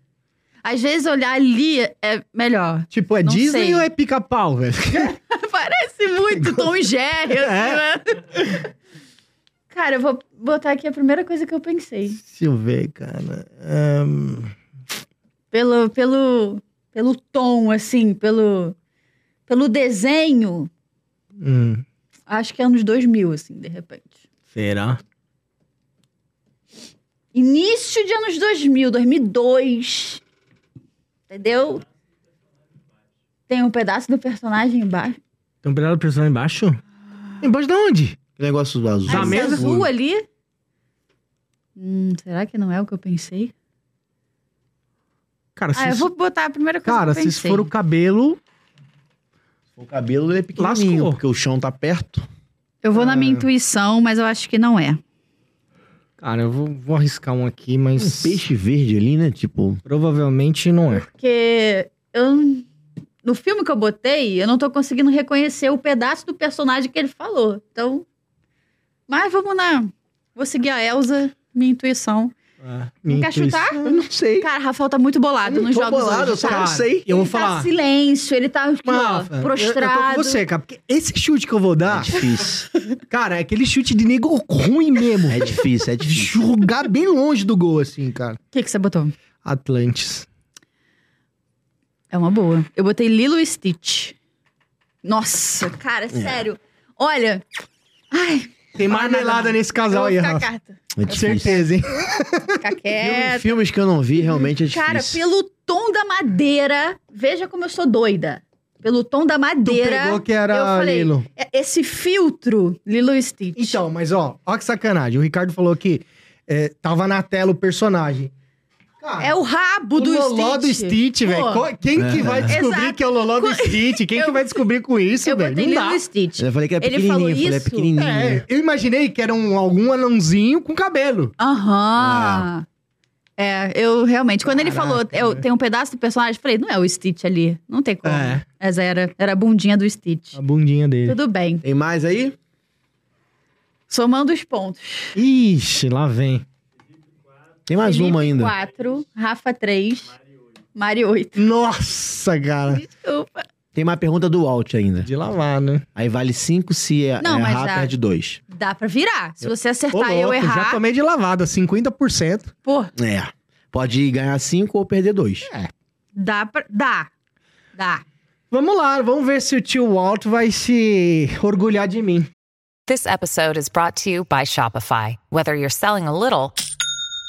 Speaker 1: Às vezes olhar ali é melhor.
Speaker 3: Tipo, é
Speaker 1: Não
Speaker 3: Disney
Speaker 1: sei.
Speaker 3: ou é pica-pau, velho? (laughs)
Speaker 1: Parece muito Tom e Jerry,
Speaker 3: É.
Speaker 1: assim, né? Cara, eu vou botar aqui a primeira coisa que eu pensei.
Speaker 3: Deixa eu ver, cara. Ahn,
Speaker 1: Pelo, pelo, pelo tom, assim, pelo, pelo desenho.
Speaker 3: hum,
Speaker 1: Acho que é anos 2000, assim, de repente.
Speaker 3: será?
Speaker 1: Início de anos 2000, 2002. Entendeu? Tem um pedaço do personagem embaixo.
Speaker 3: Tem um pedaço do personagem embaixo? Embaixo de onde?
Speaker 2: Negócio azul.
Speaker 3: Da
Speaker 1: Ah, esse
Speaker 3: mesa?
Speaker 1: azul ali? Hum, será que não é o que eu pensei?
Speaker 3: Cara,
Speaker 1: Ah, eu
Speaker 3: se,
Speaker 1: vou botar a primeira coisa
Speaker 3: cara,
Speaker 1: que eu
Speaker 3: se
Speaker 1: pensei.
Speaker 3: isso for o cabelo,
Speaker 2: O cabelo ele é pequenininho,
Speaker 3: Lascou.
Speaker 2: porque o chão tá perto.
Speaker 1: Eu vou na minha
Speaker 3: É.
Speaker 1: intuição, mas eu acho que não é.
Speaker 3: cara, eu vou, vou arriscar um aqui,
Speaker 2: Um
Speaker 3: mas
Speaker 2: peixe verde ali, né? Tipo,
Speaker 3: provavelmente não é.
Speaker 1: Porque eu n- no filme que eu botei, eu não tô conseguindo reconhecer o pedaço do personagem que ele falou. Então. Mas vamos lá. Vou seguir a Elsa, minha intuição.
Speaker 2: É.
Speaker 3: Minha
Speaker 1: quer chutar?
Speaker 3: intuição.
Speaker 2: Eu não sei.
Speaker 1: Cara, Rafael tá muito bolado
Speaker 2: Eu não
Speaker 1: nos
Speaker 2: tô
Speaker 1: jogos
Speaker 2: bolado, eu
Speaker 1: hoje.
Speaker 2: só
Speaker 1: tá?
Speaker 2: não sei.
Speaker 3: Eu vou
Speaker 1: Ele Tá
Speaker 3: falar.
Speaker 1: silêncio, ele tá aqui,
Speaker 3: Mas,
Speaker 1: ó,
Speaker 3: Rafa, eu- Eu, tô
Speaker 1: prostrado.
Speaker 3: com você, cara. Porque esse chute que eu vou
Speaker 2: É
Speaker 3: dar,
Speaker 2: difícil.
Speaker 3: (laughs) cara, é aquele chute de nego ruim mesmo.
Speaker 2: É difícil, é
Speaker 3: De
Speaker 2: difícil.
Speaker 3: jogar bem longe do gol, assim, cara.
Speaker 1: O que, que você botou?
Speaker 3: Atlantis.
Speaker 1: É uma boa. Eu botei Lilo e Stitch. Nossa,
Speaker 3: É.
Speaker 1: cara, sério. Olha. Ai,
Speaker 3: Tem marmelada nesse
Speaker 1: eu
Speaker 3: casal
Speaker 1: vou
Speaker 3: aí,
Speaker 1: ficar
Speaker 3: Rafa.
Speaker 1: carta.
Speaker 2: É difícil.
Speaker 3: Certeza, hein? (laughs)
Speaker 1: Ficar
Speaker 2: Filme-
Speaker 1: quieta.
Speaker 2: Filmes que eu não vi, realmente é difícil.
Speaker 1: Cara, pelo tom da madeira, veja como eu sou doida. Pelo tom da
Speaker 3: Tu
Speaker 1: madeira,
Speaker 3: pegou que era
Speaker 1: eu falei,
Speaker 3: Lilo.
Speaker 1: é- esse filtro Lilo e Stitch.
Speaker 3: Então, mas ó, ó que sacanagem. O Ricardo falou que é, tava na tela o personagem. Cara,
Speaker 1: é o rabo
Speaker 3: o
Speaker 1: do
Speaker 3: loló do
Speaker 1: Stitch.
Speaker 3: Stitch, velho. é
Speaker 1: Pô,
Speaker 3: Co- Quem que vai descobrir
Speaker 1: Exato.
Speaker 3: que é o loló do Stitch? Quem que
Speaker 1: Eu-
Speaker 3: vai descobrir com isso,
Speaker 1: Eu
Speaker 3: velho?
Speaker 1: botei
Speaker 3: Não dá.
Speaker 1: Lilo e Stitch.
Speaker 2: Eu falei que é
Speaker 1: Ele
Speaker 2: pequenininho,
Speaker 1: falou
Speaker 2: eu falei é
Speaker 1: isso?
Speaker 2: pequenininho.
Speaker 3: É, eu imaginei que era um, algum anãozinho com cabelo.
Speaker 1: Aham. É, eu realmente. Quando ele
Speaker 3: Ah. Caraca,
Speaker 1: falou, eu
Speaker 3: né?
Speaker 1: tem um pedaço do personagem, eu falei, não é o Stitch ali. Não tem como.
Speaker 3: É.
Speaker 1: Mas era, era a bundinha do Stitch.
Speaker 3: a bundinha dele.
Speaker 1: Tudo bem.
Speaker 2: Tem mais aí?
Speaker 1: Somando os pontos.
Speaker 3: Ixi, lá vem.
Speaker 2: Tem mais
Speaker 1: Felipe,
Speaker 2: uma ainda.
Speaker 1: 4, Rafa 3, Mari 8.
Speaker 3: Nossa, cara.
Speaker 1: Desculpa.
Speaker 2: Tem mais pergunta do Walt ainda.
Speaker 3: De lavar, né?
Speaker 2: Aí vale 5 se é,
Speaker 1: Não,
Speaker 2: é
Speaker 1: mas
Speaker 2: errar,
Speaker 1: já-
Speaker 2: perde 2.
Speaker 1: Dá pra virar. Se você
Speaker 3: Ô,
Speaker 1: acertar e Tá, eu
Speaker 3: louco,
Speaker 1: errar,
Speaker 3: já tomei de lavada, 50%.
Speaker 1: pô,
Speaker 2: É. Pode ganhar 5 ou perder 2.
Speaker 1: dá pra. Dá. Dá.
Speaker 3: Vamos lá, vamos ver se o tio Walt vai se orgulhar de mim.
Speaker 6: This episode is brought to you by Shopify. Whether you're selling a little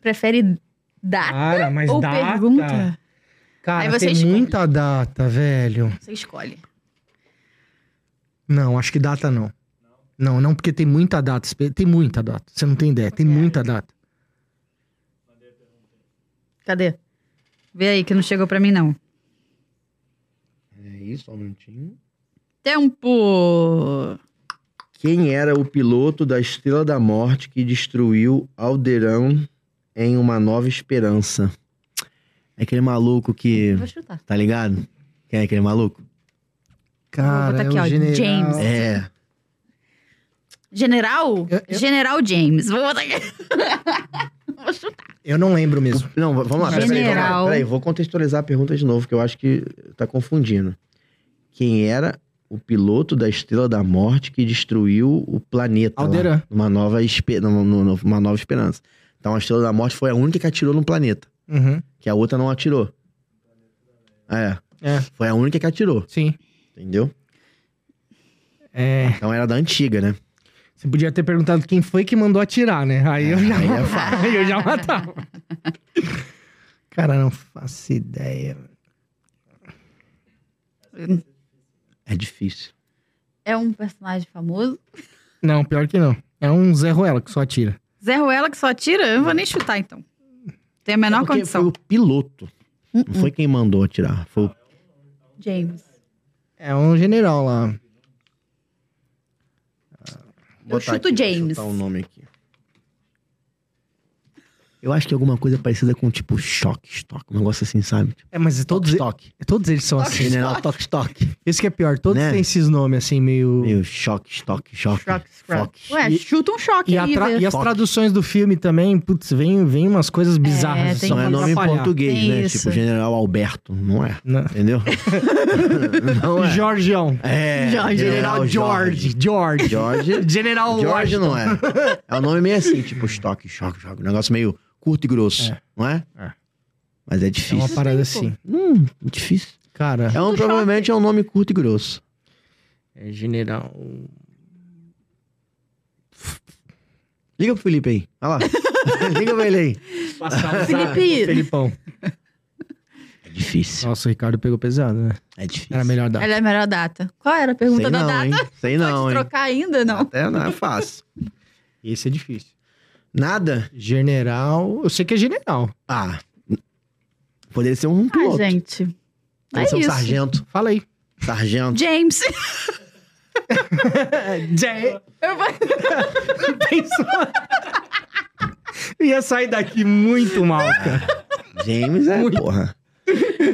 Speaker 1: Prefere data
Speaker 3: Cara, mas
Speaker 1: ou
Speaker 3: data?
Speaker 1: pergunta? Aí
Speaker 3: Cara,
Speaker 1: você
Speaker 3: tem
Speaker 1: escolhe.
Speaker 3: muita data, velho.
Speaker 1: Você escolhe.
Speaker 3: Não, acho que data não. Não, não, porque tem muita data. espe- Tem muita data. Você não tem ideia. Tem muita data.
Speaker 1: Cadê? Vê aí que não chegou pra mim, não.
Speaker 2: É isso, só um minutinho.
Speaker 1: Tempo!
Speaker 2: Quem era o piloto da Estrela da Morte que destruiu Alderão em Uma Nova Esperança? É aquele maluco que.
Speaker 1: Vou chutar.
Speaker 2: Tá ligado? Quem é aquele maluco?
Speaker 3: Cara,
Speaker 1: botar aqui,
Speaker 3: é um
Speaker 1: ó,
Speaker 3: general.
Speaker 1: James.
Speaker 2: É.
Speaker 1: General?
Speaker 3: Eu- eu-
Speaker 1: General James. Vou botar aqui.
Speaker 3: Eu não lembro mesmo.
Speaker 2: Não, v- vamos lá. peraí, Peraí, vamos
Speaker 1: General.
Speaker 2: lá. Peraí, vou contextualizar a pergunta de novo, que eu acho que tá confundindo. Quem era o piloto da Estrela da Morte que destruiu o planeta? lá?
Speaker 3: Alderan.
Speaker 2: Uma nova, espe- no- no- no- uma nova esperança. Então a Estrela da Morte foi a única que atirou no planeta,
Speaker 3: Uhum.
Speaker 2: que a outra não atirou. É,
Speaker 3: É,
Speaker 2: foi a única que atirou,
Speaker 3: sim.
Speaker 2: entendeu?
Speaker 3: É.
Speaker 2: Então era da antiga, né?
Speaker 3: Você podia ter perguntado quem foi que mandou atirar, né? Aí eu já,
Speaker 2: Aí é
Speaker 3: (laughs) aí eu já matava. Cara, não faço ideia.
Speaker 2: É difícil.
Speaker 1: É um personagem famoso.
Speaker 3: Não, pior que não. É um Zé Ruela que só atira.
Speaker 1: Zé Ruela que só atira? Eu não vou nem chutar, então. Tem a
Speaker 3: É
Speaker 1: menor
Speaker 2: Porque
Speaker 1: condição. Hum,
Speaker 2: Foi o piloto. Não foi quem mandou atirar. Foi o...
Speaker 1: James.
Speaker 3: É um general lá.
Speaker 1: Eu
Speaker 2: botar
Speaker 1: chuto
Speaker 2: aqui, vou
Speaker 1: James.
Speaker 2: chutar um nome aqui. Eu acho que é alguma coisa parecida com tipo choque, estoque, um negócio assim, sabe? Tipo,
Speaker 3: É, mas todos,
Speaker 2: estoque.
Speaker 3: todos eles são assim.
Speaker 2: General toque, estoque.
Speaker 3: Isso que é pior. Todos
Speaker 2: Né?
Speaker 3: têm esses nomes assim, meio...
Speaker 2: Meu, choque, estoque, choque.
Speaker 1: Choque,
Speaker 2: Choque.
Speaker 1: Ué,
Speaker 3: E-
Speaker 1: chuta um choque
Speaker 3: E, a
Speaker 1: aí,
Speaker 3: tra-
Speaker 1: vê.
Speaker 3: e as
Speaker 2: Fox.
Speaker 3: traduções do filme também, putz, vem, vem umas coisas bizarras. assim,
Speaker 1: tem
Speaker 2: Só é
Speaker 1: como
Speaker 2: nome em
Speaker 3: atrapalhar.
Speaker 2: português,
Speaker 1: Tem
Speaker 2: né?
Speaker 1: isso.
Speaker 2: Tipo General Alberto, não é?
Speaker 3: Não.
Speaker 2: Entendeu? não é.
Speaker 3: Jorgeão.
Speaker 2: É,
Speaker 3: Jorge. General George. George.
Speaker 2: George.
Speaker 3: General
Speaker 2: George
Speaker 3: Washington.
Speaker 2: não é. É um nome meio assim, tipo estoque, choque, choque. Um negócio meio curto e grosso, não é?
Speaker 3: É.
Speaker 2: Mas é
Speaker 3: É uma
Speaker 2: difícil.
Speaker 3: parada assim.
Speaker 2: Hum, difícil.
Speaker 3: Cara...
Speaker 2: É um, provavelmente é um nome curto e grosso.
Speaker 3: É general.
Speaker 2: Liga pro Felipe aí. Olha lá. Liga pra ele aí.
Speaker 3: Passar
Speaker 1: Felipe.
Speaker 3: Felipão.
Speaker 2: É Difícil.
Speaker 3: Nossa, o Ricardo pegou pesado, né?
Speaker 2: É difícil.
Speaker 3: Era a melhor dar.
Speaker 1: Ela é a melhor data. Qual era a pergunta
Speaker 2: Sei
Speaker 1: da
Speaker 2: não,
Speaker 1: data?
Speaker 2: hein? (laughs) Sei
Speaker 1: (laughs)
Speaker 2: não,
Speaker 1: Pode
Speaker 2: hein?
Speaker 1: trocar ainda, não? Ah,
Speaker 2: Até não é fácil.
Speaker 3: Esse é difícil.
Speaker 2: Nada?
Speaker 3: General, eu sei que é general.
Speaker 2: Ah. Poderia ser um
Speaker 1: Ah,
Speaker 2: piloto.
Speaker 1: gente.
Speaker 2: Poderia ser
Speaker 1: é
Speaker 2: um
Speaker 1: isso.
Speaker 2: sargento.
Speaker 3: Fala aí.
Speaker 1: (laughs)
Speaker 2: Sargento.
Speaker 1: James. Eu vou-
Speaker 3: Eu ia sair daqui muito mal, cara.
Speaker 2: James é,
Speaker 3: Muito.
Speaker 2: porra.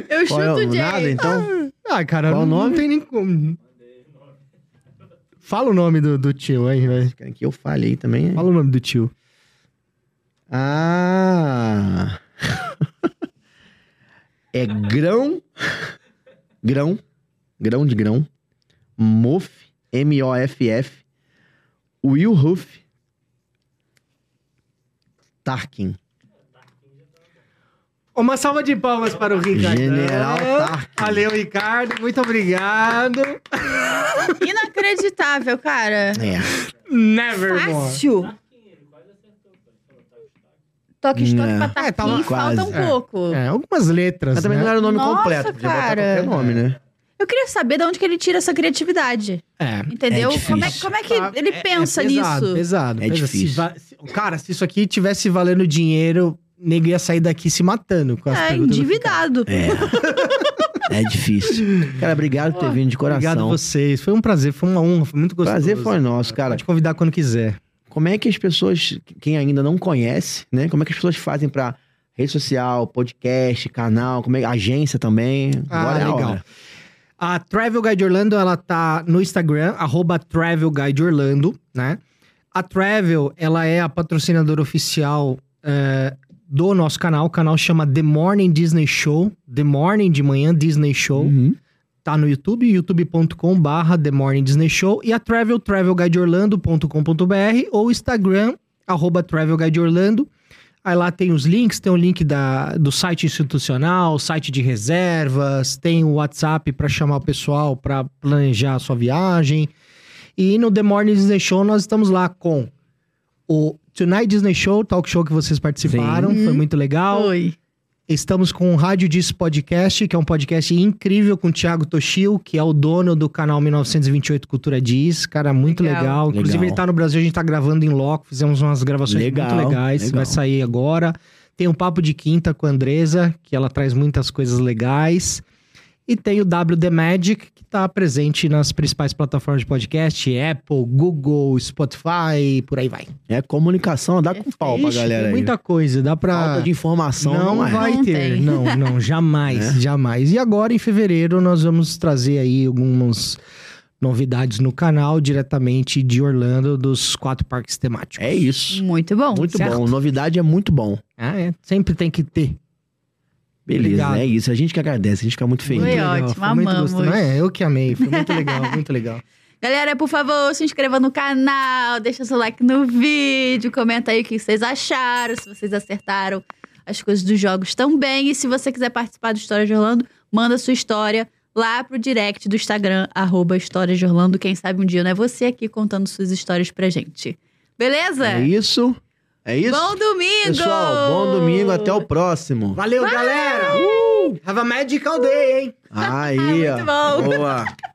Speaker 1: Eu
Speaker 2: Qual é
Speaker 1: chuto
Speaker 2: o
Speaker 1: James.
Speaker 2: nada, então?
Speaker 3: Ah, cara,
Speaker 2: Qual o
Speaker 3: não,
Speaker 2: nome?
Speaker 3: não tem nem como. Fala o nome do, do tio aí, velho.
Speaker 2: Querem que eu fale aí também? é
Speaker 3: Fala o nome do tio.
Speaker 2: Ah. é grão. Grão. Grão de grão. Moff. M-O-F-F. Will Huff. Tarkin.
Speaker 3: Uma salva de palmas para o Ricardo.
Speaker 2: General Tarkin.
Speaker 3: Valeu, Ricardo. Muito obrigado.
Speaker 1: Inacreditável, cara.
Speaker 2: É.
Speaker 3: Nevermore.
Speaker 1: Fácil. Toque estoque
Speaker 2: Não.
Speaker 1: pra Tarkin,
Speaker 3: É, tava
Speaker 1: falta um
Speaker 2: Né. quase.
Speaker 1: pouco.
Speaker 3: É, algumas letras,
Speaker 2: Mas também
Speaker 3: né?
Speaker 2: não era o nome
Speaker 1: Nossa,
Speaker 2: completo. Podia botar
Speaker 1: cara.
Speaker 2: qualquer nome, né?
Speaker 1: Eu queria saber de onde que ele tira essa criatividade.
Speaker 3: É.
Speaker 1: Entendeu?
Speaker 2: É difícil.
Speaker 1: como, é, como é que
Speaker 3: Tá,
Speaker 1: ele
Speaker 3: é-
Speaker 1: pensa
Speaker 3: é pesado,
Speaker 1: nisso?
Speaker 3: Pesado,
Speaker 2: É
Speaker 3: pesado.
Speaker 2: difícil.
Speaker 3: Se va- se- cara, se isso aqui tivesse valendo dinheiro, nego ia sair daqui se matando com as
Speaker 1: É,
Speaker 3: perguntas do Ricardo.
Speaker 1: endividado.
Speaker 2: É difícil. Cara, obrigado por ter vindo de coração.
Speaker 3: Obrigado a vocês. Foi um prazer, foi uma honra, foi muito gostoso.
Speaker 2: Prazer foi nosso, cara.
Speaker 3: Pode convidar quando quiser.
Speaker 2: Como é que as pessoas, quem ainda não conhece, né? Como é que as pessoas fazem pra rede social, podcast, canal, como é, agência também?
Speaker 3: Ah,
Speaker 2: Agora é a
Speaker 3: legal.
Speaker 2: hora.
Speaker 3: A Travel Guide Orlando, ela tá no Instagram, arroba Travel Guide Orlando, né? A Travel, ela é a patrocinadora oficial é, do nosso canal. O canal chama The Morning Disney Show. The Morning de manhã, Disney Show.
Speaker 2: Uhum.
Speaker 3: tá no YouTube, youtube.com barra The Morning Disney Show e a Travel, travelguideorlando.com.br ou Instagram, arroba Travel Guide Orlando. Aí lá tem os links, tem o link da, do site institucional, site de reservas, tem o WhatsApp para chamar o pessoal para planejar a sua viagem. E no The Morning Disney Show nós estamos lá com o Tonight Disney Show, talk show que vocês participaram, foi muito
Speaker 2: É.
Speaker 3: legal.
Speaker 1: Oi.
Speaker 3: Estamos com o Rádio Disso Podcast, que é um podcast incrível com o Thiago Toshio, que é o dono do canal 1928 Cultura Diz. Cara, muito legal.
Speaker 1: Legal.
Speaker 3: Inclusive,
Speaker 2: Legal.
Speaker 3: ele tá no Brasil, a gente tá gravando em loco, fizemos umas gravações
Speaker 2: Legal,
Speaker 3: muito legais,
Speaker 2: legal.
Speaker 3: vai sair agora. Tem um papo de quinta com a Andresa, que ela traz muitas coisas legais. E tem o WD Magic, que tá presente nas principais plataformas de podcast, Apple, Google, Spotify, por aí vai.
Speaker 2: É comunicação, dá com pau pra
Speaker 3: Ixi,
Speaker 2: galera
Speaker 3: tem
Speaker 2: aí.
Speaker 3: muita coisa, dá pra...
Speaker 2: Falta de informação
Speaker 3: Não,
Speaker 2: não, é.
Speaker 3: vai
Speaker 1: Não
Speaker 3: ter,
Speaker 1: tem.
Speaker 3: não, Né? não, jamais, jamais. E agora em fevereiro nós vamos trazer aí algumas novidades no canal diretamente de Orlando dos quatro parques temáticos.
Speaker 2: É isso.
Speaker 1: Muito bom.
Speaker 2: Muito
Speaker 3: certo.
Speaker 2: bom. Novidade é muito bom.
Speaker 3: Ah, é. Sempre tem que ter.
Speaker 2: Beleza,
Speaker 3: Obrigado.
Speaker 2: é isso. A gente que agradece, a gente fica muito feliz.
Speaker 1: Foi
Speaker 3: Legal,
Speaker 1: ótimo,
Speaker 3: foi muito
Speaker 1: amamos.
Speaker 3: gostoso. É, eu que amei, foi muito legal, muito legal.
Speaker 1: Galera, por favor, se inscreva no canal, deixa seu like no vídeo, comenta aí o que vocês acharam, se vocês acertaram as coisas dos jogos também. E se você quiser participar do História de Orlando, manda sua história lá pro direct do Instagram, arroba História de Orlando. Quem sabe um dia não é você aqui contando suas histórias pra gente. Beleza?
Speaker 2: É isso. É isso.
Speaker 1: Bom domingo!
Speaker 2: Pessoal, bom domingo. Até o próximo.
Speaker 3: Valeu, galera! Uh! Have a magical day, hein?
Speaker 2: Aí, ó.
Speaker 1: (laughs) Muito bom. (laughs)
Speaker 2: Boa.